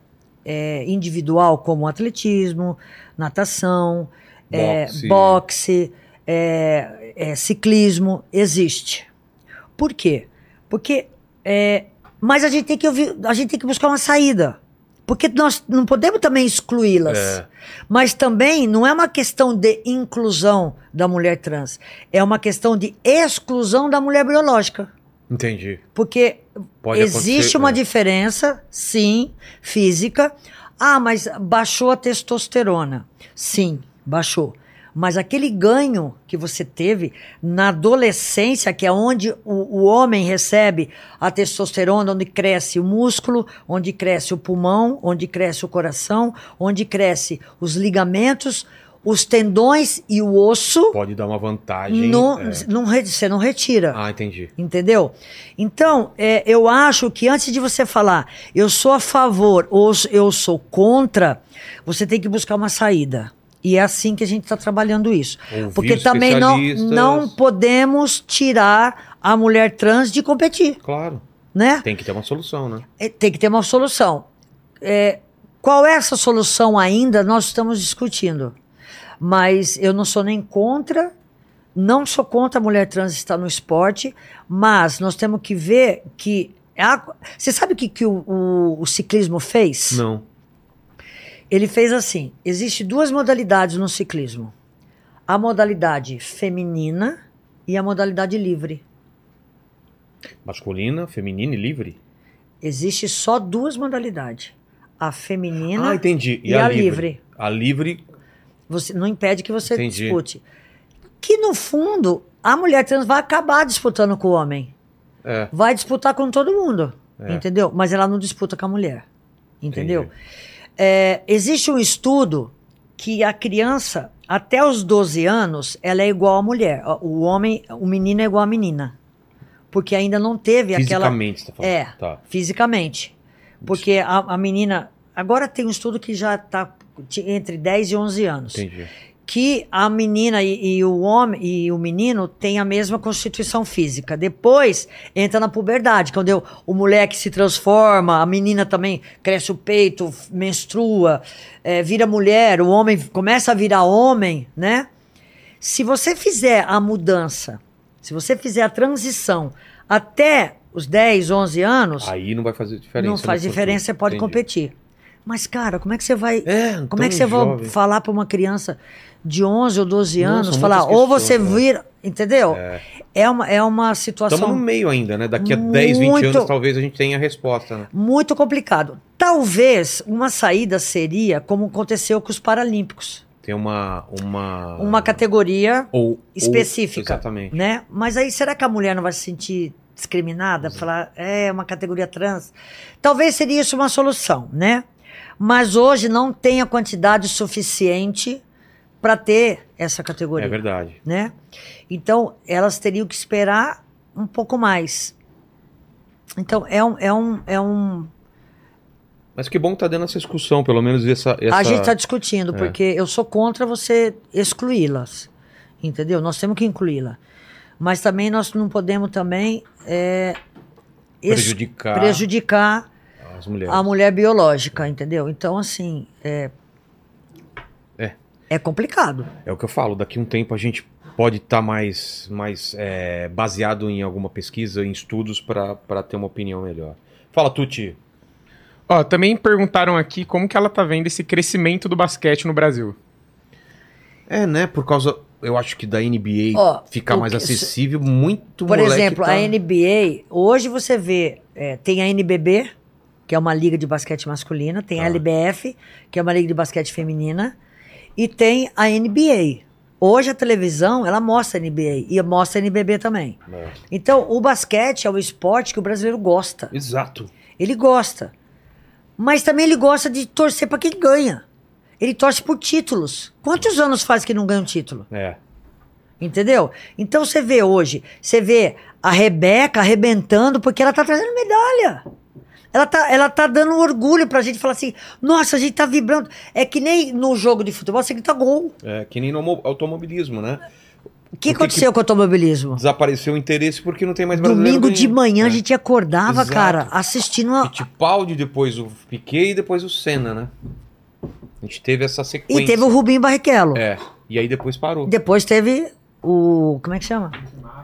Speaker 3: é, individual, como atletismo, natação, é,
Speaker 1: Boxe.
Speaker 3: boxe, é, é, ciclismo. Existe. Por quê? Porque. é, mas a gente, tem que ouvir- a gente tem que buscar uma saída. Porque nós não podemos também excluí-las.
Speaker 1: É.
Speaker 3: Mas também não é uma questão de inclusão da mulher trans, é uma questão de exclusão da mulher biológica.
Speaker 1: Entendi.
Speaker 3: Porque
Speaker 1: Pode
Speaker 3: existe
Speaker 1: acontecer,
Speaker 3: uma
Speaker 1: é.
Speaker 3: diferença, sim, física. Ah, mas baixou a testosterona. Sim, baixou. Mas aquele ganho que você teve na adolescência, que é onde o, o homem recebe a testosterona, onde cresce o músculo, onde cresce o pulmão, onde cresce o coração, onde cresce os ligamentos, os tendões e o osso,
Speaker 1: Pode dar uma vantagem.
Speaker 3: não,
Speaker 1: é.
Speaker 3: não, re- você não retira.
Speaker 1: Ah, entendi.
Speaker 3: Entendeu? Então, é, eu acho que antes de você falar, eu sou a favor ou s- eu sou contra, você tem que buscar uma saída. E é assim que a gente está trabalhando isso.
Speaker 1: Ouvir
Speaker 3: Porque
Speaker 1: os
Speaker 3: também não, não
Speaker 1: especialistas.
Speaker 3: podemos tirar a mulher trans de competir,
Speaker 1: Claro.
Speaker 3: né?
Speaker 1: Tem que ter uma solução, né?
Speaker 3: É, Tem que ter uma solução. É, qual é essa solução ainda, nós estamos discutindo. Mas eu não sou nem contra, não sou contra a mulher trans estar no esporte, mas nós temos que ver que. a- você sabe o que, que o, o- o ciclismo fez?
Speaker 1: Não.
Speaker 3: Ele fez assim: existe duas modalidades no ciclismo: a modalidade feminina e a modalidade livre.
Speaker 1: Masculina, feminina e livre?
Speaker 3: Existe só duas modalidades: a feminina
Speaker 1: Ah, entendi.
Speaker 3: e, a, livre.
Speaker 1: A livre.
Speaker 3: Você não impede que você
Speaker 1: Entendi.
Speaker 3: dispute. Que no fundo a mulher trans vai acabar disputando com o homem.
Speaker 1: É.
Speaker 3: Vai disputar com todo mundo,
Speaker 1: É.
Speaker 3: entendeu? Mas ela não disputa com a mulher, entendeu? É, existe um estudo que a criança até os 12 anos ela é igual à mulher. O homem, o menino é igual à menina, porque ainda não teve aquela
Speaker 1: Fisicamente, você tá falando.
Speaker 3: É.
Speaker 1: Tá.
Speaker 3: fisicamente. Porque a, a menina. Agora tem um estudo que já está entre 10 e 11 anos.
Speaker 1: Entendi.
Speaker 3: Que a menina e, e o homem e o menino têm a mesma constituição física. Depois entra na puberdade, quando eu- o moleque se transforma, a menina também cresce o peito, f- menstrua, eh, vira mulher, o homem começa a virar homem, né? Se você fizer a mudança, se você fizer a transição até os 10, 11 anos,
Speaker 1: Aí não vai fazer diferença.
Speaker 3: não faz
Speaker 1: no futuro.
Speaker 3: diferença, você pode
Speaker 1: Entendi.
Speaker 3: competir. Mas, cara, como é que você vai.
Speaker 1: É,
Speaker 3: como é que você vai falar para uma criança de 11 ou 12
Speaker 1: Não,
Speaker 3: anos
Speaker 1: são
Speaker 3: falar,
Speaker 1: muitas
Speaker 3: ou você
Speaker 1: questões, né?
Speaker 3: vira. Entendeu?
Speaker 1: É.
Speaker 3: É, uma, é uma situação
Speaker 1: Estamos no meio ainda, né? Daqui a 10, 20
Speaker 3: Muito.
Speaker 1: anos talvez a gente tenha a resposta, né?
Speaker 3: muito complicada. Talvez uma saída seria como aconteceu com os Paralímpicos
Speaker 1: Tem uma. Uma,
Speaker 3: uma categoria,
Speaker 1: ou, ou-
Speaker 3: específica.
Speaker 1: exatamente.
Speaker 3: né? Mas aí será que a mulher não vai se sentir discriminada? Falar, é uma categoria trans? Talvez seria isso uma solução, né? Mas hoje não tem a quantidade suficiente para ter essa categoria
Speaker 1: É verdade.
Speaker 3: né? Então, elas teriam que esperar um pouco mais. Então, é um. É um, é um
Speaker 1: Mas que bom que tá dando essa discussão, pelo menos essa. essa...
Speaker 3: A gente tá está discutindo,
Speaker 1: É.
Speaker 3: porque eu sou contra você excluí-las. Entendeu? Nós temos que incluí-la. Mas também nós não podemos também é, ex-
Speaker 1: prejudicar É.
Speaker 3: prejudicar
Speaker 1: as mulheres.
Speaker 3: a mulher biológica, entendeu? Então, assim.
Speaker 1: É.
Speaker 3: é, é complicado.
Speaker 1: É o que eu falo, daqui a um tempo a gente pode estar mais, mais é, baseado em alguma pesquisa, em estudos, para ter uma opinião melhor. Fala, Tuti.
Speaker 2: Ó, também perguntaram aqui como que ela tá vendo esse crescimento do basquete no Brasil.
Speaker 1: É, né? Por causa, eu acho que da NBA
Speaker 3: Ó,
Speaker 1: ficar
Speaker 3: o
Speaker 1: mais
Speaker 3: que-
Speaker 1: acessível, muito
Speaker 3: Por
Speaker 1: moleque
Speaker 3: exemplo,
Speaker 1: tá-
Speaker 3: a NBA, hoje você vê, é, tem a NBB, que é uma liga de basquete masculina, tem
Speaker 1: Tá.
Speaker 3: a LBF, que é uma liga de basquete feminina, e tem a NBA. Hoje a televisão, ela mostra a NBA e mostra a NBB também.
Speaker 1: É.
Speaker 3: Então, o basquete é o esporte que o brasileiro gosta.
Speaker 1: Exato.
Speaker 3: Ele gosta. Mas também ele gosta de torcer para quem ganha. Ele torce por títulos. Quantos anos faz que não ganha um título?
Speaker 1: É.
Speaker 3: Entendeu? Então você vê hoje, você vê a Rebeca arrebentando porque ela tá trazendo medalha. Ela tá, ela tá dando orgulho pra gente falar assim: nossa, a gente tá vibrando. É que nem no jogo de futebol, você grita gol.
Speaker 1: É, que nem no homo- automobilismo, né?
Speaker 3: O que
Speaker 1: que
Speaker 3: aconteceu com o automobilismo?
Speaker 1: Desapareceu o interesse porque não tem mais brasileiro.
Speaker 3: Domingo de
Speaker 1: ganhando.
Speaker 3: manhã
Speaker 1: é.
Speaker 3: a gente acordava,
Speaker 1: Exato. tipo,
Speaker 3: cara, assistindo a.
Speaker 1: Fittipaldi, depois o Piquet e depois o Senna, né? A gente teve essa sequência.
Speaker 3: E teve o Rubinho Barrichello.
Speaker 1: É, e aí depois parou.
Speaker 3: Depois teve o. Como é que chama?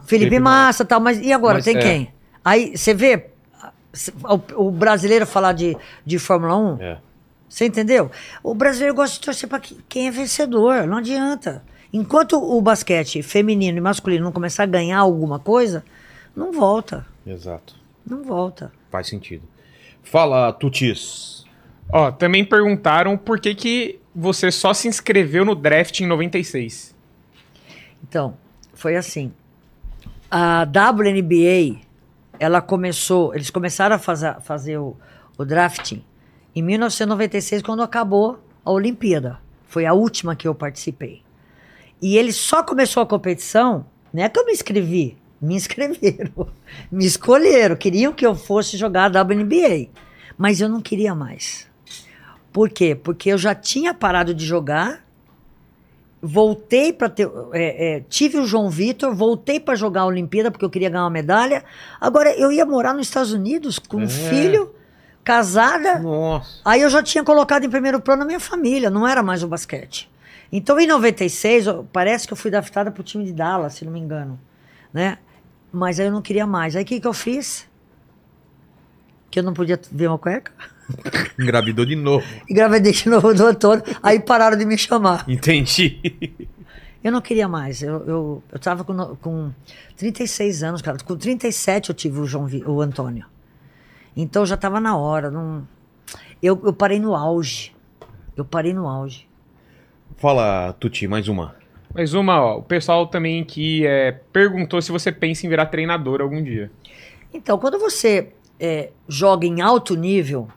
Speaker 3: Felipe
Speaker 1: Felipe
Speaker 3: Massa e tal, mas e agora?
Speaker 1: Mas,
Speaker 3: tem
Speaker 1: é.
Speaker 3: quem? Aí você vê a- se- o, o brasileiro falar de, de Fórmula 1.
Speaker 1: É.
Speaker 3: Você entendeu? O brasileiro gosta de torcer para quem é vencedor, não adianta. Enquanto o basquete feminino e masculino não começar a ganhar alguma coisa, não volta,
Speaker 1: Exato.
Speaker 3: não volta.
Speaker 1: Faz sentido. Fala, Tutis.
Speaker 2: Ó, também perguntaram por que que você só se inscreveu no draft em 96.
Speaker 3: Então, foi assim. A WNBA, ela começou, eles começaram a fazer, fazer o, o drafting em 1996, quando acabou a Olimpíada. Foi a última que eu participei. E ele só começou a competição, não é que eu me inscrevi, me inscreveram, me escolheram, queriam que eu fosse jogar a WNBA, mas eu não queria mais. Por quê? Porque eu já tinha parado de jogar, voltei para ter. é, é, tive o João Vitor, voltei para jogar a Olimpíada porque eu queria ganhar uma medalha. Agora, eu ia morar nos Estados Unidos com
Speaker 1: É.
Speaker 3: um filho, casada,
Speaker 1: Nossa.
Speaker 3: Aí eu já tinha colocado em primeiro plano a minha família, não era mais o basquete. Então, em 96, eu- parece que eu fui draftada pro time de Dallas, se não me engano, né? Mas aí eu não queria mais. Aí o que, que eu fiz? Que eu não podia ver uma cueca.
Speaker 1: Engravidou de novo.
Speaker 3: E gravidei de novo do Antônio. Aí pararam de me chamar.
Speaker 1: Entendi.
Speaker 3: Eu não queria mais. Eu, eu, eu tava com, no- com 36 anos, cara. Com 37 eu tive o, João Vi- o Antônio. Então já estava na hora. Não... Eu, eu parei no auge. Eu parei no auge.
Speaker 1: Fala, Tuti, mais uma.
Speaker 2: Mais uma, ó. O pessoal também que é, perguntou se você pensa em virar treinador algum dia.
Speaker 3: Então, quando você é, joga em alto nível,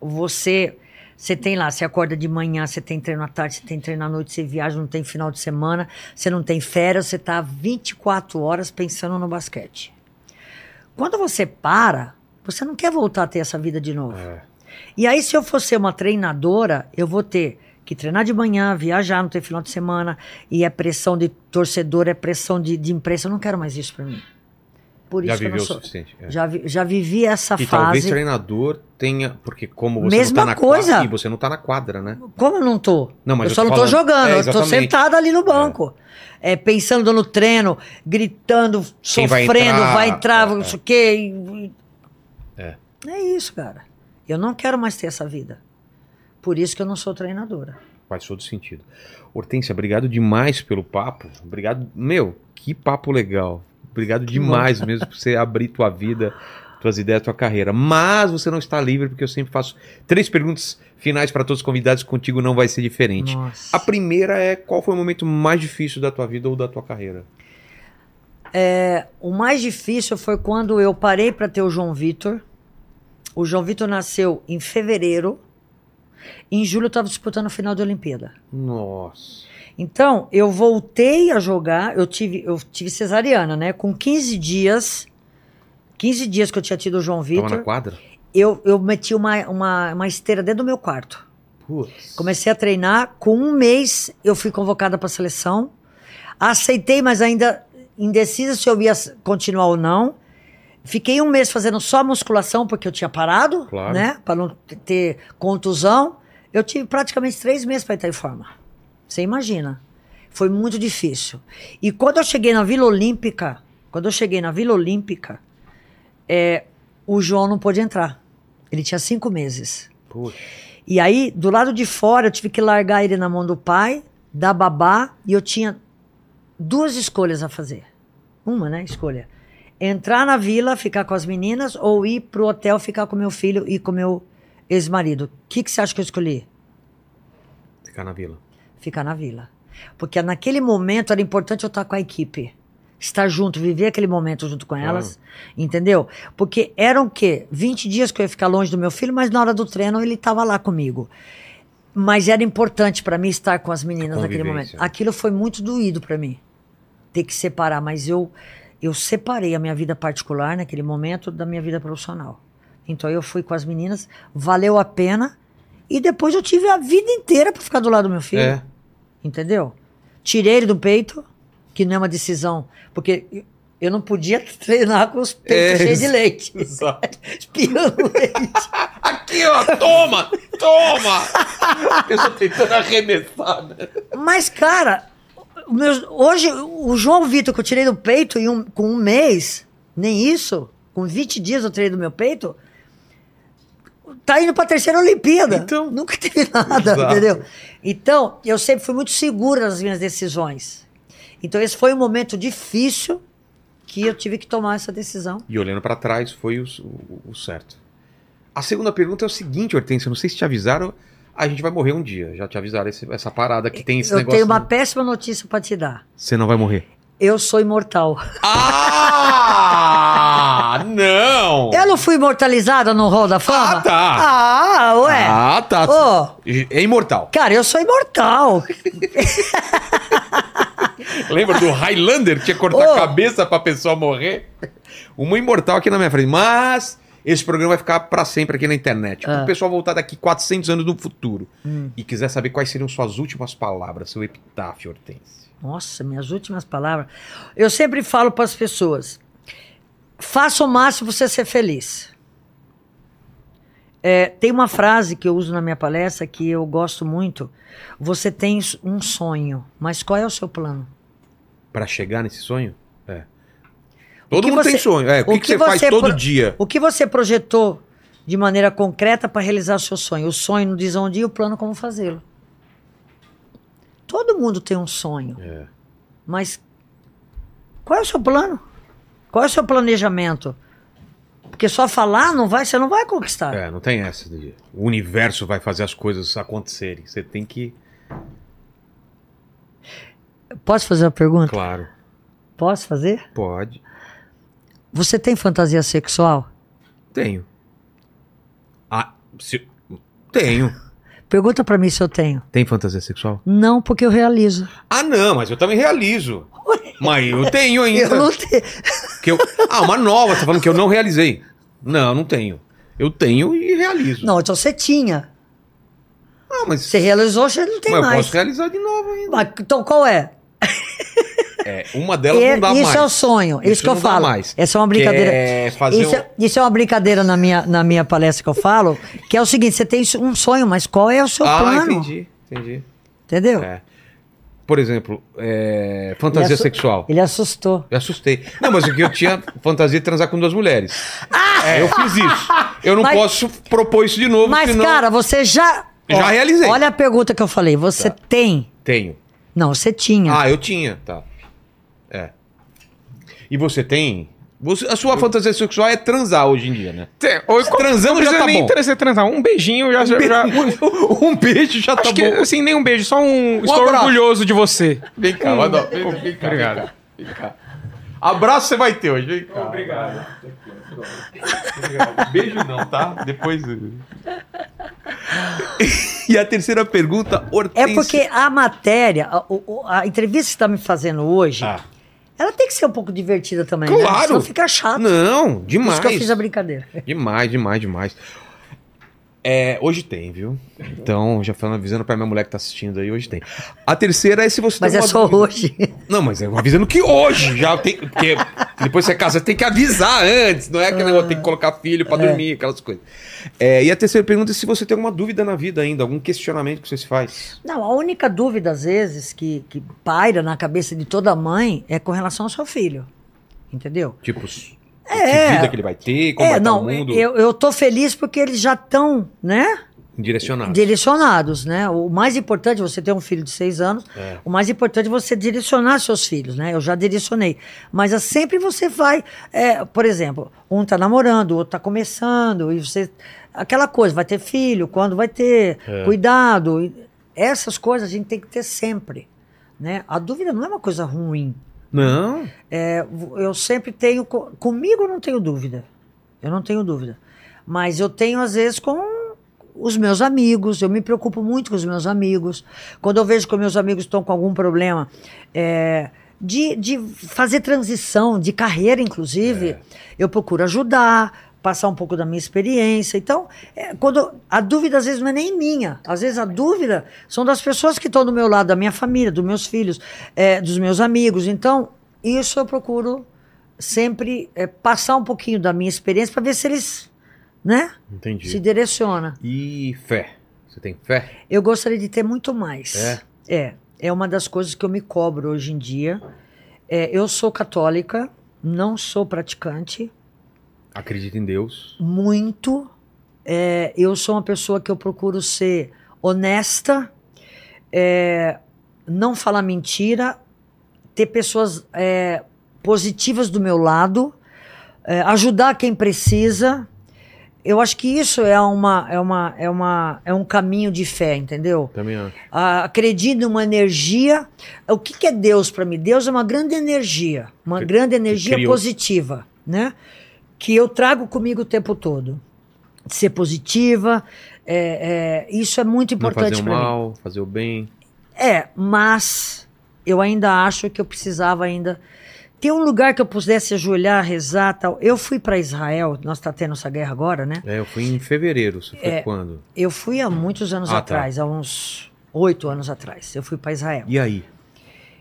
Speaker 3: você você tem lá, você acorda de manhã, você tem treino à tarde, você tem treino à noite, você viaja, não tem final de semana, você não tem férias, você tá está 24 horas pensando no basquete. Quando você para, você não quer voltar a ter essa vida de novo.
Speaker 1: É.
Speaker 3: E aí, se eu fosse uma treinadora, eu vou ter que treinar de manhã, viajar, não ter final de semana, e é pressão de torcedor, é pressão de, de imprensa. Eu não quero mais isso pra mim. Por
Speaker 1: Já
Speaker 3: isso que eu não
Speaker 1: viveu o
Speaker 3: sou.
Speaker 1: suficiente. é.
Speaker 3: Já, vi- já vivi essa
Speaker 1: E talvez
Speaker 3: fase.
Speaker 1: treinador tenha. Porque como você
Speaker 3: Mesma
Speaker 1: não tá na
Speaker 3: coisa.
Speaker 1: quadra. E você não tá na quadra, né?
Speaker 3: Como eu não tô?
Speaker 1: Não, mas
Speaker 3: eu
Speaker 1: eu
Speaker 3: só
Speaker 1: tô
Speaker 3: não tô
Speaker 1: falando-
Speaker 3: jogando,
Speaker 1: É,
Speaker 3: eu tô
Speaker 1: exatamente.
Speaker 3: sentada ali no banco. É, pensando no treino, gritando,
Speaker 1: Quem vai
Speaker 3: sofrendo, vai entrar,
Speaker 1: entrar, é,
Speaker 3: não
Speaker 1: é.
Speaker 3: sei o quê. e-
Speaker 1: É.
Speaker 3: é isso, cara. Eu não quero mais ter essa vida. Por isso que eu não sou treinadora.
Speaker 1: Faz todo sentido. Hortência, obrigado demais pelo papo. Obrigado. Meu, que papo legal. Obrigado demais mesmo por você abrir tua vida, tuas ideias, tua carreira. Mas você não está livre, porque eu sempre faço três perguntas finais para todos os convidados. Contigo não vai ser diferente.
Speaker 3: Nossa.
Speaker 1: A primeira é qual foi o momento mais difícil da tua vida ou da tua carreira?
Speaker 3: O mais difícil foi quando eu parei para ter o João Vitor. O João Vitor nasceu em fevereiro. Em julho eu estava disputando a final da Olimpíada.
Speaker 1: Nossa.
Speaker 3: Então, eu voltei a jogar, eu tive, eu tive cesariana, né? Com 15 dias, 15 dias que eu tinha tido o João
Speaker 1: Tava na
Speaker 3: Vitor,
Speaker 1: quadra?
Speaker 3: eu, eu meti uma, uma, uma esteira dentro do meu quarto.
Speaker 1: Putz.
Speaker 3: Comecei a treinar, com um mês eu fui convocada para a seleção. Aceitei, mas ainda indecisa se eu ia s- continuar ou não. Fiquei um mês fazendo só musculação, porque eu tinha parado,
Speaker 1: Claro.
Speaker 3: né? Para não t- ter contusão. Eu tive praticamente três meses para estar em forma. Você imagina. Foi muito difícil. E quando eu cheguei na Vila Olímpica, quando eu cheguei na Vila Olímpica, é, o João não pôde entrar. Ele tinha cinco meses.
Speaker 1: Putz.
Speaker 3: E aí, do lado de fora, eu tive que largar ele na mão do pai, da babá, e eu tinha duas escolhas a fazer. Uma, né? Escolha. Entrar na vila, ficar com as meninas, ou ir pro hotel, ficar com meu filho e com meu ex-marido. O que, que você acha que eu escolhi?
Speaker 1: Ficar na vila.
Speaker 3: Ficar na vila. Porque naquele momento era importante eu estar com a equipe. Estar junto, viver aquele momento junto com elas. Entendeu? Porque eram o quê? 20 dias que eu ia ficar longe do meu filho, mas na hora do treino ele estava lá comigo. Mas era importante para mim estar com as meninas
Speaker 1: A
Speaker 3: naquele momento.
Speaker 1: convivência, né?
Speaker 3: Aquilo foi muito doído para mim. Ter que separar, mas eu eu separei a minha vida particular naquele momento da minha vida profissional. Então eu fui com as meninas, valeu a pena. E depois eu tive a vida inteira para ficar do lado do meu filho.
Speaker 1: É.
Speaker 3: Entendeu? Tirei ele do peito, que não é uma decisão, porque eu não podia treinar com os peitos
Speaker 1: É,
Speaker 3: cheios de leite.
Speaker 1: Exato.
Speaker 3: Espirrando leite.
Speaker 1: Aqui, ó, toma! toma! Eu tô tentando arremessar, né?
Speaker 3: Mas, cara, o meus- hoje o João Vitor que eu tirei do peito em um- com um mês, nem isso, com 20 dias eu tirei do meu peito, tá indo pra terceira Olimpíada.
Speaker 1: Então.
Speaker 3: Nunca teve nada,
Speaker 1: Exato.
Speaker 3: entendeu? Então, eu sempre fui muito segura nas minhas decisões. Então, esse foi um momento difícil que eu tive que tomar essa decisão.
Speaker 1: E olhando pra trás, foi o, o- o certo. A segunda pergunta é o seguinte, Hortência, não sei se te avisaram, a gente vai morrer um dia. Já te avisaram esse- essa parada que tem esse
Speaker 3: eu
Speaker 1: negócio.
Speaker 3: tenho uma péssima notícia pra te dar.
Speaker 1: Você não vai morrer.
Speaker 3: Eu sou imortal.
Speaker 1: Ah! Não!
Speaker 3: Eu não fui imortalizada no Hall da Fama?
Speaker 1: Ah, tá.
Speaker 3: Ah, ué.
Speaker 1: Ah, tá.
Speaker 3: Ô.
Speaker 1: É imortal.
Speaker 3: Cara, eu sou imortal.
Speaker 1: Lembra do Highlander que tinha que cortar
Speaker 3: Ô.
Speaker 1: a cabeça pra pessoa morrer? Uma imortal aqui na minha frente. Mas esse programa vai ficar pra sempre aqui na internet. Pro
Speaker 3: Ah. Hum.
Speaker 1: O pessoal voltar daqui 400 anos no futuro e quiser saber quais seriam suas últimas palavras, seu epitáfio, Hortência.
Speaker 3: Nossa, minhas últimas palavras. Eu sempre falo para as pessoas: faça o máximo para você ser feliz. É, tem uma frase que eu uso na minha palestra que eu gosto muito. Você tem um sonho, mas qual é o seu plano?
Speaker 1: Pra chegar nesse sonho? É.
Speaker 3: O
Speaker 1: Todo
Speaker 3: que
Speaker 1: mundo tem
Speaker 3: você-
Speaker 1: sonho. É, o que, que você faz todo
Speaker 3: pro-
Speaker 1: dia?
Speaker 3: O que você projetou de maneira concreta para realizar o seu sonho? O sonho não diz onde ir, o plano é como fazê-lo. Todo mundo tem um sonho.
Speaker 1: É.
Speaker 3: Mas qual é o seu plano? Qual é o seu planejamento? Porque só falar não vai, você não vai conquistar.
Speaker 1: É, não tem essa. de- O universo vai fazer as coisas acontecerem. Você tem que.
Speaker 3: Posso fazer uma pergunta?
Speaker 1: Claro.
Speaker 3: Posso fazer?
Speaker 1: Pode.
Speaker 3: Você tem fantasia sexual?
Speaker 1: Tenho. Ah, se... Tenho.
Speaker 3: Pergunta pra mim se eu tenho.
Speaker 1: Tem fantasia sexual?
Speaker 3: Não, porque eu realizo.
Speaker 1: Ah, não, mas eu também realizo. Mas eu tenho ainda.
Speaker 3: Eu não tenho.
Speaker 1: Que eu... Ah, uma nova, você tá falando que eu não realizei. Não, não tenho. Eu tenho e realizo.
Speaker 3: Não, então você tinha.
Speaker 1: Ah, mas,
Speaker 3: Você realizou, você não tem
Speaker 1: mas eu
Speaker 3: mais.
Speaker 1: posso realizar de novo ainda.
Speaker 3: Mas, então qual é?
Speaker 1: É, uma delas
Speaker 3: É-
Speaker 1: não dá
Speaker 3: isso
Speaker 1: mais.
Speaker 3: é o sonho, isso,
Speaker 1: Isso
Speaker 3: que eu
Speaker 1: não dá
Speaker 3: falo.
Speaker 1: mais.
Speaker 3: Essa é uma brincadeira.
Speaker 1: Que é fazer
Speaker 3: isso,
Speaker 1: um-
Speaker 3: é, isso é uma brincadeira na minha, na minha palestra que eu falo, que é o seguinte: você tem um sonho, mas qual é o seu
Speaker 1: ah,
Speaker 3: plano?
Speaker 1: entendi, entendi.
Speaker 3: Entendeu?
Speaker 1: É. Por exemplo, é, fantasia
Speaker 3: Ele assu-
Speaker 1: sexual.
Speaker 3: Ele assustou.
Speaker 1: Eu assustei. Não, mas o que eu tinha fantasia de transar com duas mulheres. É, eu fiz isso. Eu não
Speaker 3: Ah! Mas-
Speaker 1: posso propor isso de novo,
Speaker 3: Mas,
Speaker 1: senão
Speaker 3: cara, você já.
Speaker 1: Já
Speaker 3: Ó,
Speaker 1: realizei.
Speaker 3: Olha a pergunta que eu falei. Você tem.
Speaker 1: tenho.
Speaker 3: Não, você tinha.
Speaker 1: Tá. Ah, eu tinha, tá. É. E você tem? Você- a sua fantasia sexual é transar hoje em dia, né?
Speaker 2: Tem- Ou
Speaker 1: Transamos já
Speaker 2: precisa
Speaker 1: tá
Speaker 2: nem
Speaker 1: bom.
Speaker 2: interesse em transar. Um beijinho já. já, já-
Speaker 1: um beijo já
Speaker 2: acho
Speaker 1: tá
Speaker 2: que,
Speaker 1: bom.
Speaker 2: assim, nem um beijo, só um. estou
Speaker 1: abraço.
Speaker 2: orgulhoso de você.
Speaker 1: Vem cá, vai dar. Vem, vem cá,
Speaker 2: Obrigado.
Speaker 1: Vem cá, vem cá. Abraço você vai ter hoje, vem cá.
Speaker 2: Obrigado.
Speaker 1: Obrigado. Beijo não, tá? Depois. e a terceira pergunta,
Speaker 3: é
Speaker 1: Hortência.
Speaker 3: porque a matéria, a, o- o- a entrevista que você está me fazendo hoje,
Speaker 1: Ah,
Speaker 3: ela tem que ser um pouco divertida também. Né?
Speaker 1: Claro.
Speaker 3: Senão fica chato.
Speaker 1: não,
Speaker 3: Por
Speaker 1: demais.
Speaker 3: isso que eu fiz a brincadeira.
Speaker 1: Demais, demais, demais. É, hoje tem, viu? Então, já falando, avisando pra minha mulher que tá assistindo aí, hoje tem. A terceira é se você
Speaker 3: Mas
Speaker 1: tem
Speaker 3: é
Speaker 1: uma
Speaker 3: só
Speaker 1: dúvida.
Speaker 3: hoje.
Speaker 1: Não, mas eu avisando que hoje já tem. Porque depois você casa, tem que avisar antes, não é
Speaker 3: Ah.
Speaker 1: aquele negócio, tem que colocar filho pra dormir, aquelas coisas. É, e a terceira pergunta é se você tem alguma dúvida na vida ainda, algum questionamento que você se faz.
Speaker 3: Não, a única dúvida, às vezes, que, que paira na cabeça de toda mãe é com relação ao seu filho. Entendeu?
Speaker 1: Tipo, que
Speaker 3: É.
Speaker 1: vida que ele vai ter, como
Speaker 3: é,
Speaker 1: vai
Speaker 3: não,
Speaker 1: estar o mundo
Speaker 3: eu, eu tô feliz porque eles já estão, né?
Speaker 1: direcionado.
Speaker 3: Direcionados, né? O mais importante, você ter um filho de seis anos,
Speaker 1: É.
Speaker 3: o mais importante é você direcionar seus filhos, né? Eu já direcionei. Mas é sempre você vai, é, por exemplo, um tá namorando, o outro tá começando, e você. Aquela coisa, vai ter filho, quando vai ter, cuidado. e Essas coisas a gente tem que ter sempre. Né? A dúvida não é uma coisa ruim.
Speaker 1: Não.
Speaker 3: É, eu sempre tenho. co- Comigo eu não tenho dúvida. Eu não tenho dúvida. Mas eu tenho, às vezes, com os meus amigos. Eu me preocupo muito com os meus amigos. Quando eu vejo que os meus amigos estão com algum problema é, de, de fazer transição, de carreira, inclusive, eu procuro ajudar. Passar um pouco da minha experiência. Então, é, quando a dúvida às vezes não é nem minha. Às vezes a dúvida são das pessoas que estão do meu lado, da minha família, dos meus filhos, é, dos meus amigos. Então, isso eu procuro sempre é, passar um pouquinho da minha experiência para ver se eles, né,
Speaker 1: Entendi.
Speaker 3: se direciona.
Speaker 1: E fé. Você tem fé?
Speaker 3: Eu gostaria de ter muito mais.
Speaker 1: É?
Speaker 3: É, é uma das coisas que eu me cobro hoje em dia. É, eu sou católica, não sou praticante,
Speaker 1: Acredita em Deus.
Speaker 3: muito. É, eu sou uma pessoa que eu procuro ser honesta, é, não falar mentira, ter pessoas é, positivas do meu lado, é, ajudar quem precisa. Eu acho que isso é, uma, é, uma, é, uma, é um caminho de fé, entendeu?
Speaker 1: Também acho.
Speaker 3: Ah, acredito numa energia. O que, que é Deus para mim? Deus é uma grande energia, uma
Speaker 1: Que-
Speaker 3: grande energia
Speaker 1: criou.
Speaker 3: positiva, né? Que eu trago comigo o tempo todo. De ser positiva, é, é, isso é muito
Speaker 1: Não fazer
Speaker 3: importante
Speaker 1: o
Speaker 3: para mim.
Speaker 1: mal, fazer o bem.
Speaker 3: É, mas eu ainda acho que eu precisava ainda ter um lugar que eu pudesse ajoelhar, rezar, tal. Eu fui para Israel, nós tá tendo essa guerra agora, né?
Speaker 1: É, eu fui em fevereiro. Você
Speaker 3: É.
Speaker 1: foi quando?
Speaker 3: Eu fui há muitos anos
Speaker 1: Ah, tá.
Speaker 3: atrás, há uns oito anos atrás. Eu fui para Israel.
Speaker 1: E aí?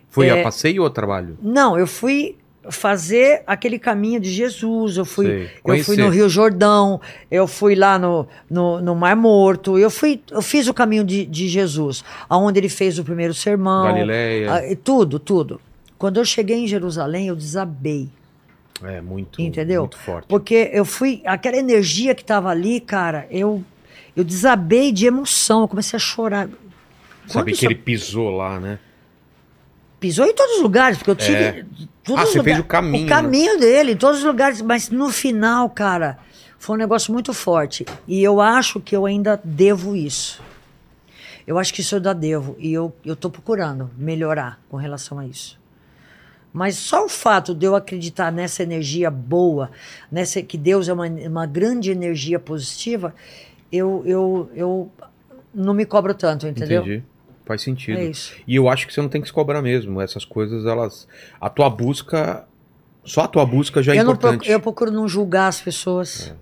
Speaker 1: Foi
Speaker 3: É.
Speaker 1: a passeio ou a trabalho?
Speaker 3: Não, eu fui fazer aquele caminho de Jesus. Eu fui,
Speaker 1: Sei,
Speaker 3: eu fui
Speaker 1: conhecer.
Speaker 3: no Rio Jordão, eu fui lá no, no, no Mar Morto, eu fui, eu fiz o caminho de, de Jesus, aonde ele fez o primeiro sermão.
Speaker 1: Galileia.
Speaker 3: ah, e tudo, tudo. Quando eu cheguei em Jerusalém, eu desabei.
Speaker 1: É, muito,
Speaker 3: Entendeu?
Speaker 1: muito forte.
Speaker 3: Porque eu fui. Aquela energia que tava ali, cara, eu, eu desabei de emoção. Eu comecei a chorar.
Speaker 1: Saber
Speaker 3: Quando
Speaker 1: que
Speaker 3: isso-
Speaker 1: ele pisou lá, né?
Speaker 3: Pisou em todos os lugares, porque eu tive.
Speaker 1: É.
Speaker 3: todos
Speaker 1: Ah,
Speaker 3: os
Speaker 1: você
Speaker 3: lugares-
Speaker 1: fez o caminho,
Speaker 3: O
Speaker 1: né?
Speaker 3: caminho dele, em todos os lugares. Mas no final, cara, foi um negócio muito forte. E eu acho que eu ainda devo isso. Eu acho que isso eu ainda devo. E eu, eu tô procurando melhorar com relação a isso. Mas só o fato de eu acreditar nessa energia boa, nessa que Deus é uma, uma grande energia positiva, eu, eu, eu não me cobro tanto, entendeu?
Speaker 1: Entendi. Faz sentido.
Speaker 3: É isso.
Speaker 1: E eu acho que você não tem que se cobrar mesmo. Essas coisas, elas. A tua busca. Só a tua busca já é
Speaker 3: eu, não
Speaker 1: importante. É.
Speaker 3: procuro, eu procuro não julgar as pessoas.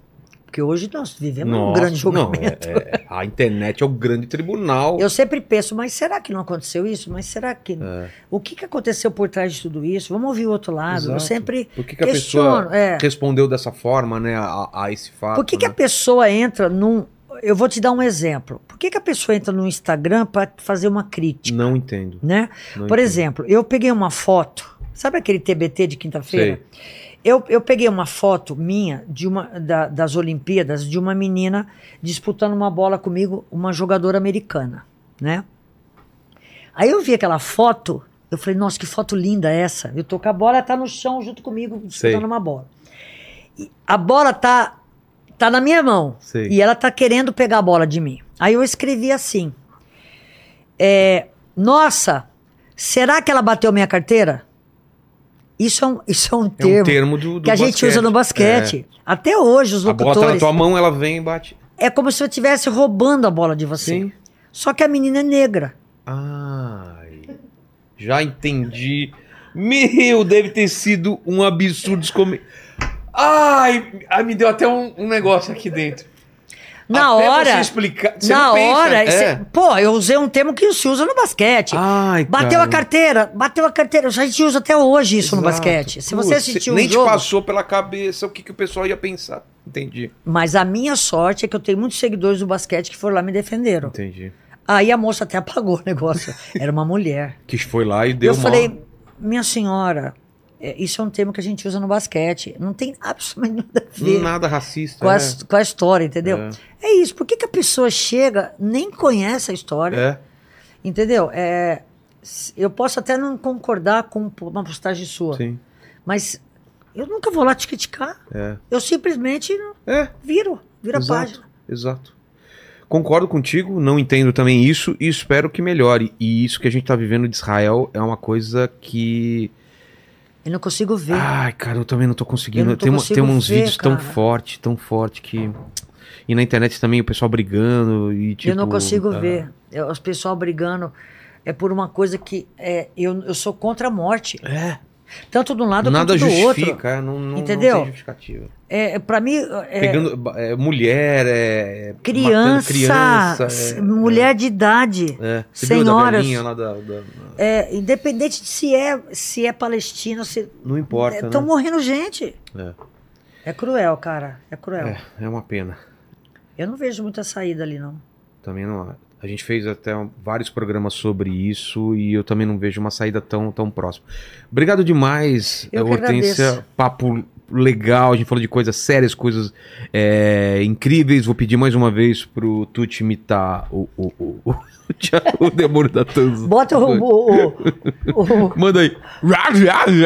Speaker 3: Porque hoje nós vivemos um
Speaker 1: Nossa,
Speaker 3: grande julgamento.
Speaker 1: Não, é- é- a internet é o grande tribunal.
Speaker 3: Eu sempre penso, mas será que não aconteceu isso? Mas será que.
Speaker 1: É.
Speaker 3: O que, que aconteceu por trás de tudo isso? Vamos ouvir o outro lado. Eu
Speaker 1: Exato.
Speaker 3: sempre
Speaker 1: Por que, que a pessoa
Speaker 3: questiono. é.
Speaker 1: respondeu dessa forma, né? A, a esse fato.
Speaker 3: Por que, que a
Speaker 1: né?
Speaker 3: pessoa entra num. Eu vou te dar um exemplo. Por que, que a pessoa entra no Instagram para fazer uma crítica?
Speaker 1: Não entendo.
Speaker 3: Né?
Speaker 1: não
Speaker 3: Por
Speaker 1: entendo.
Speaker 3: exemplo, eu peguei uma foto. Sabe aquele TBT de quinta-feira?
Speaker 1: Sei.
Speaker 3: Eu, eu peguei uma foto minha de uma, da- das Olimpíadas de uma menina disputando uma bola comigo, uma jogadora americana, né? Aí eu vi aquela foto, eu falei, nossa, que foto linda é essa. Eu tô com a bola, ela tá no chão junto comigo, disputando
Speaker 1: Sei.
Speaker 3: uma bola. E a bola tá, tá na minha mão.
Speaker 1: Sei.
Speaker 3: E ela tá querendo pegar a bola de mim. Aí eu escrevi assim: é, Nossa, será que ela bateu minha carteira? Isso é um, isso é um
Speaker 1: É um
Speaker 3: termo,
Speaker 1: termo do, do
Speaker 3: que a gente usa no basquete. Até hoje, os
Speaker 1: É. A bola tá na
Speaker 3: locutores.
Speaker 1: tua mão, ela vem e bate.
Speaker 3: É como se eu estivesse roubando a bola de você.
Speaker 1: Sim.
Speaker 3: Só que a menina é negra.
Speaker 1: Ai. Já entendi. Meu, deve ter sido um absurdo escome... Ai, ai, me deu até um, um negócio aqui dentro.
Speaker 3: Na
Speaker 1: Até
Speaker 3: hora.
Speaker 1: Você explicar, você
Speaker 3: na
Speaker 1: não pensa,
Speaker 3: hora.
Speaker 1: é.
Speaker 3: cê- pô, eu usei um termo que se usa no basquete.
Speaker 1: Ai,
Speaker 3: Bateu
Speaker 1: cara.
Speaker 3: a carteira, bateu a carteira. A gente usa até hoje isso no
Speaker 1: Exato.
Speaker 3: basquete. Se você
Speaker 1: Putz,
Speaker 3: assistiu um
Speaker 1: Nem
Speaker 3: jogo,
Speaker 1: te passou pela cabeça o que, que o pessoal ia pensar. Entendi.
Speaker 3: Mas a minha sorte é que eu tenho muitos seguidores do basquete que foram lá e me defenderam.
Speaker 1: Entendi.
Speaker 3: Aí a moça até apagou o negócio. Era uma mulher.
Speaker 1: Que foi lá e deu
Speaker 3: eu
Speaker 1: uma...
Speaker 3: falei, minha senhora, é, isso é um termo que a gente usa no basquete. Não tem absolutamente nada a ver
Speaker 1: Nada racista.
Speaker 3: com,
Speaker 1: né?
Speaker 3: a, his- com a história, entendeu?
Speaker 1: É.
Speaker 3: É. isso. Por que, que a pessoa chega, nem conhece a história,
Speaker 1: É.
Speaker 3: entendeu? É, s- eu posso até não concordar com um po- uma postagem sua,
Speaker 1: Sim.
Speaker 3: mas eu nunca vou lá te criticar.
Speaker 1: É.
Speaker 3: Eu simplesmente não-
Speaker 1: É.
Speaker 3: viro, viro a página.
Speaker 1: Exato. Concordo contigo, não entendo também isso e espero que melhore. E isso que a gente tá vivendo de Israel é uma coisa que.
Speaker 3: Eu não consigo ver.
Speaker 1: Ai, cara, eu também não tô conseguindo.
Speaker 3: Eu não tô
Speaker 1: tem, uma-
Speaker 3: consigo
Speaker 1: tem uns
Speaker 3: ver,
Speaker 1: vídeos tão
Speaker 3: cara.
Speaker 1: forte, tão forte que. E na internet também o pessoal brigando e tipo.
Speaker 3: eu não consigo
Speaker 1: ah,
Speaker 3: ver. Eu- os pessoal brigando é por uma coisa que é, eu, eu sou contra a morte.
Speaker 1: É,
Speaker 3: Tanto de um lado
Speaker 1: nada
Speaker 3: quanto do outro.
Speaker 1: justifica, é, não, não,
Speaker 3: Entendeu?
Speaker 1: não tem justificativa.
Speaker 3: É, para mim, é,
Speaker 1: Pegando ba- é, mulher, é, é, matando
Speaker 3: criança,
Speaker 1: criança
Speaker 3: s-
Speaker 1: é,
Speaker 3: mulher de idade,
Speaker 1: é, é. Você viu da
Speaker 3: senhoras.
Speaker 1: velhinha lá da- da-
Speaker 3: é, independente de se é, se é palestino, se
Speaker 1: não importa,
Speaker 3: estão
Speaker 1: né?
Speaker 3: morrendo gente.
Speaker 1: É.
Speaker 3: É cruel, cara. É cruel.
Speaker 1: É, é uma pena.
Speaker 3: Eu não vejo muita saída ali, não.
Speaker 1: Também não. há. A gente fez até um- vários programas sobre isso e eu também não vejo uma saída tão, tão próxima. Obrigado demais,
Speaker 3: Eu que agradeço.
Speaker 1: Papo legal, a gente falou de coisas sérias, coisas é, incríveis. Vou pedir mais uma vez pro Tuti imitar o, o, o, o, o demônio da Tanzânia.
Speaker 3: Bota o. o- o- o-
Speaker 1: Manda aí.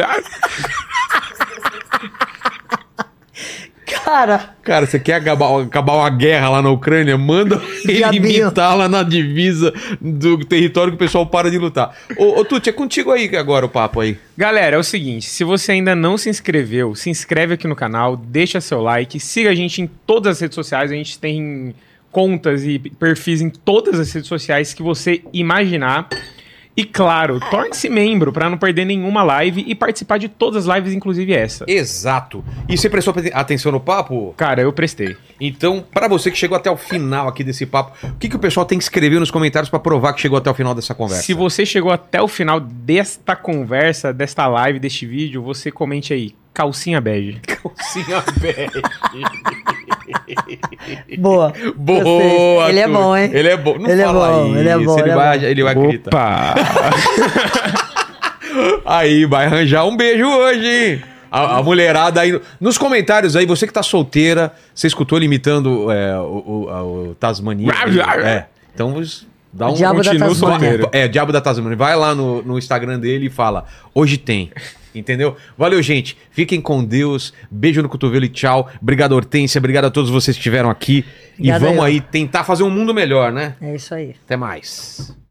Speaker 3: cara,
Speaker 1: Cara, você quer acabar, acabar uma guerra lá na Ucrânia? Manda ele
Speaker 3: Diabinho.
Speaker 1: imitar lá na divisa do território que o pessoal para de lutar. Ô, ô Tuti, é contigo aí que agora o papo aí.
Speaker 2: Galera, é o seguinte, se você ainda não se inscreveu, se inscreve aqui no canal, deixa seu like, siga a gente em todas as redes sociais, a gente tem contas e perfis em todas as redes sociais que você imaginar. E claro, torne-se membro para não perder nenhuma live e participar de todas as lives, inclusive essa.
Speaker 1: Exato. E você prestou aten- atenção no papo?
Speaker 2: Cara, eu prestei.
Speaker 1: Então, pra você que chegou até o final aqui desse papo, o que, que o pessoal tem que escrever nos comentários pra provar que chegou até o final dessa conversa?
Speaker 2: Se você chegou até o final desta conversa, desta live, deste vídeo, você comente aí, calcinha bege.
Speaker 1: Calcinha bege.
Speaker 3: boa.
Speaker 1: Boa!
Speaker 3: Ele é
Speaker 1: Arthur.
Speaker 3: bom, hein?
Speaker 1: Ele é bom. Não
Speaker 3: Ele é
Speaker 1: fala
Speaker 3: bom,
Speaker 1: isso.
Speaker 3: ele é bom, ele é
Speaker 1: vai,
Speaker 3: bom.
Speaker 1: ele vai gritar.
Speaker 2: Opa!
Speaker 1: Aí, vai arranjar um beijo hoje, hein? A, a mulherada aí. Nos comentários aí, você que tá solteira, você escutou limitando o, o, a- o Tasmania. é. Então, os- Dá
Speaker 3: O diabo da
Speaker 2: Continua
Speaker 3: Tasmânia.
Speaker 2: solteiro.
Speaker 1: É, Diabo da Tasmania. Vai lá no, no Instagram dele e fala: hoje tem. Entendeu? Valeu, gente. Fiquem com Deus. Beijo no cotovelo e tchau. Obrigado, Hortência. Obrigado a todos vocês que estiveram aqui.
Speaker 3: Obrigada
Speaker 1: e vamos
Speaker 3: eu.
Speaker 1: aí tentar fazer um mundo melhor, né?
Speaker 3: É isso aí.
Speaker 1: Até mais.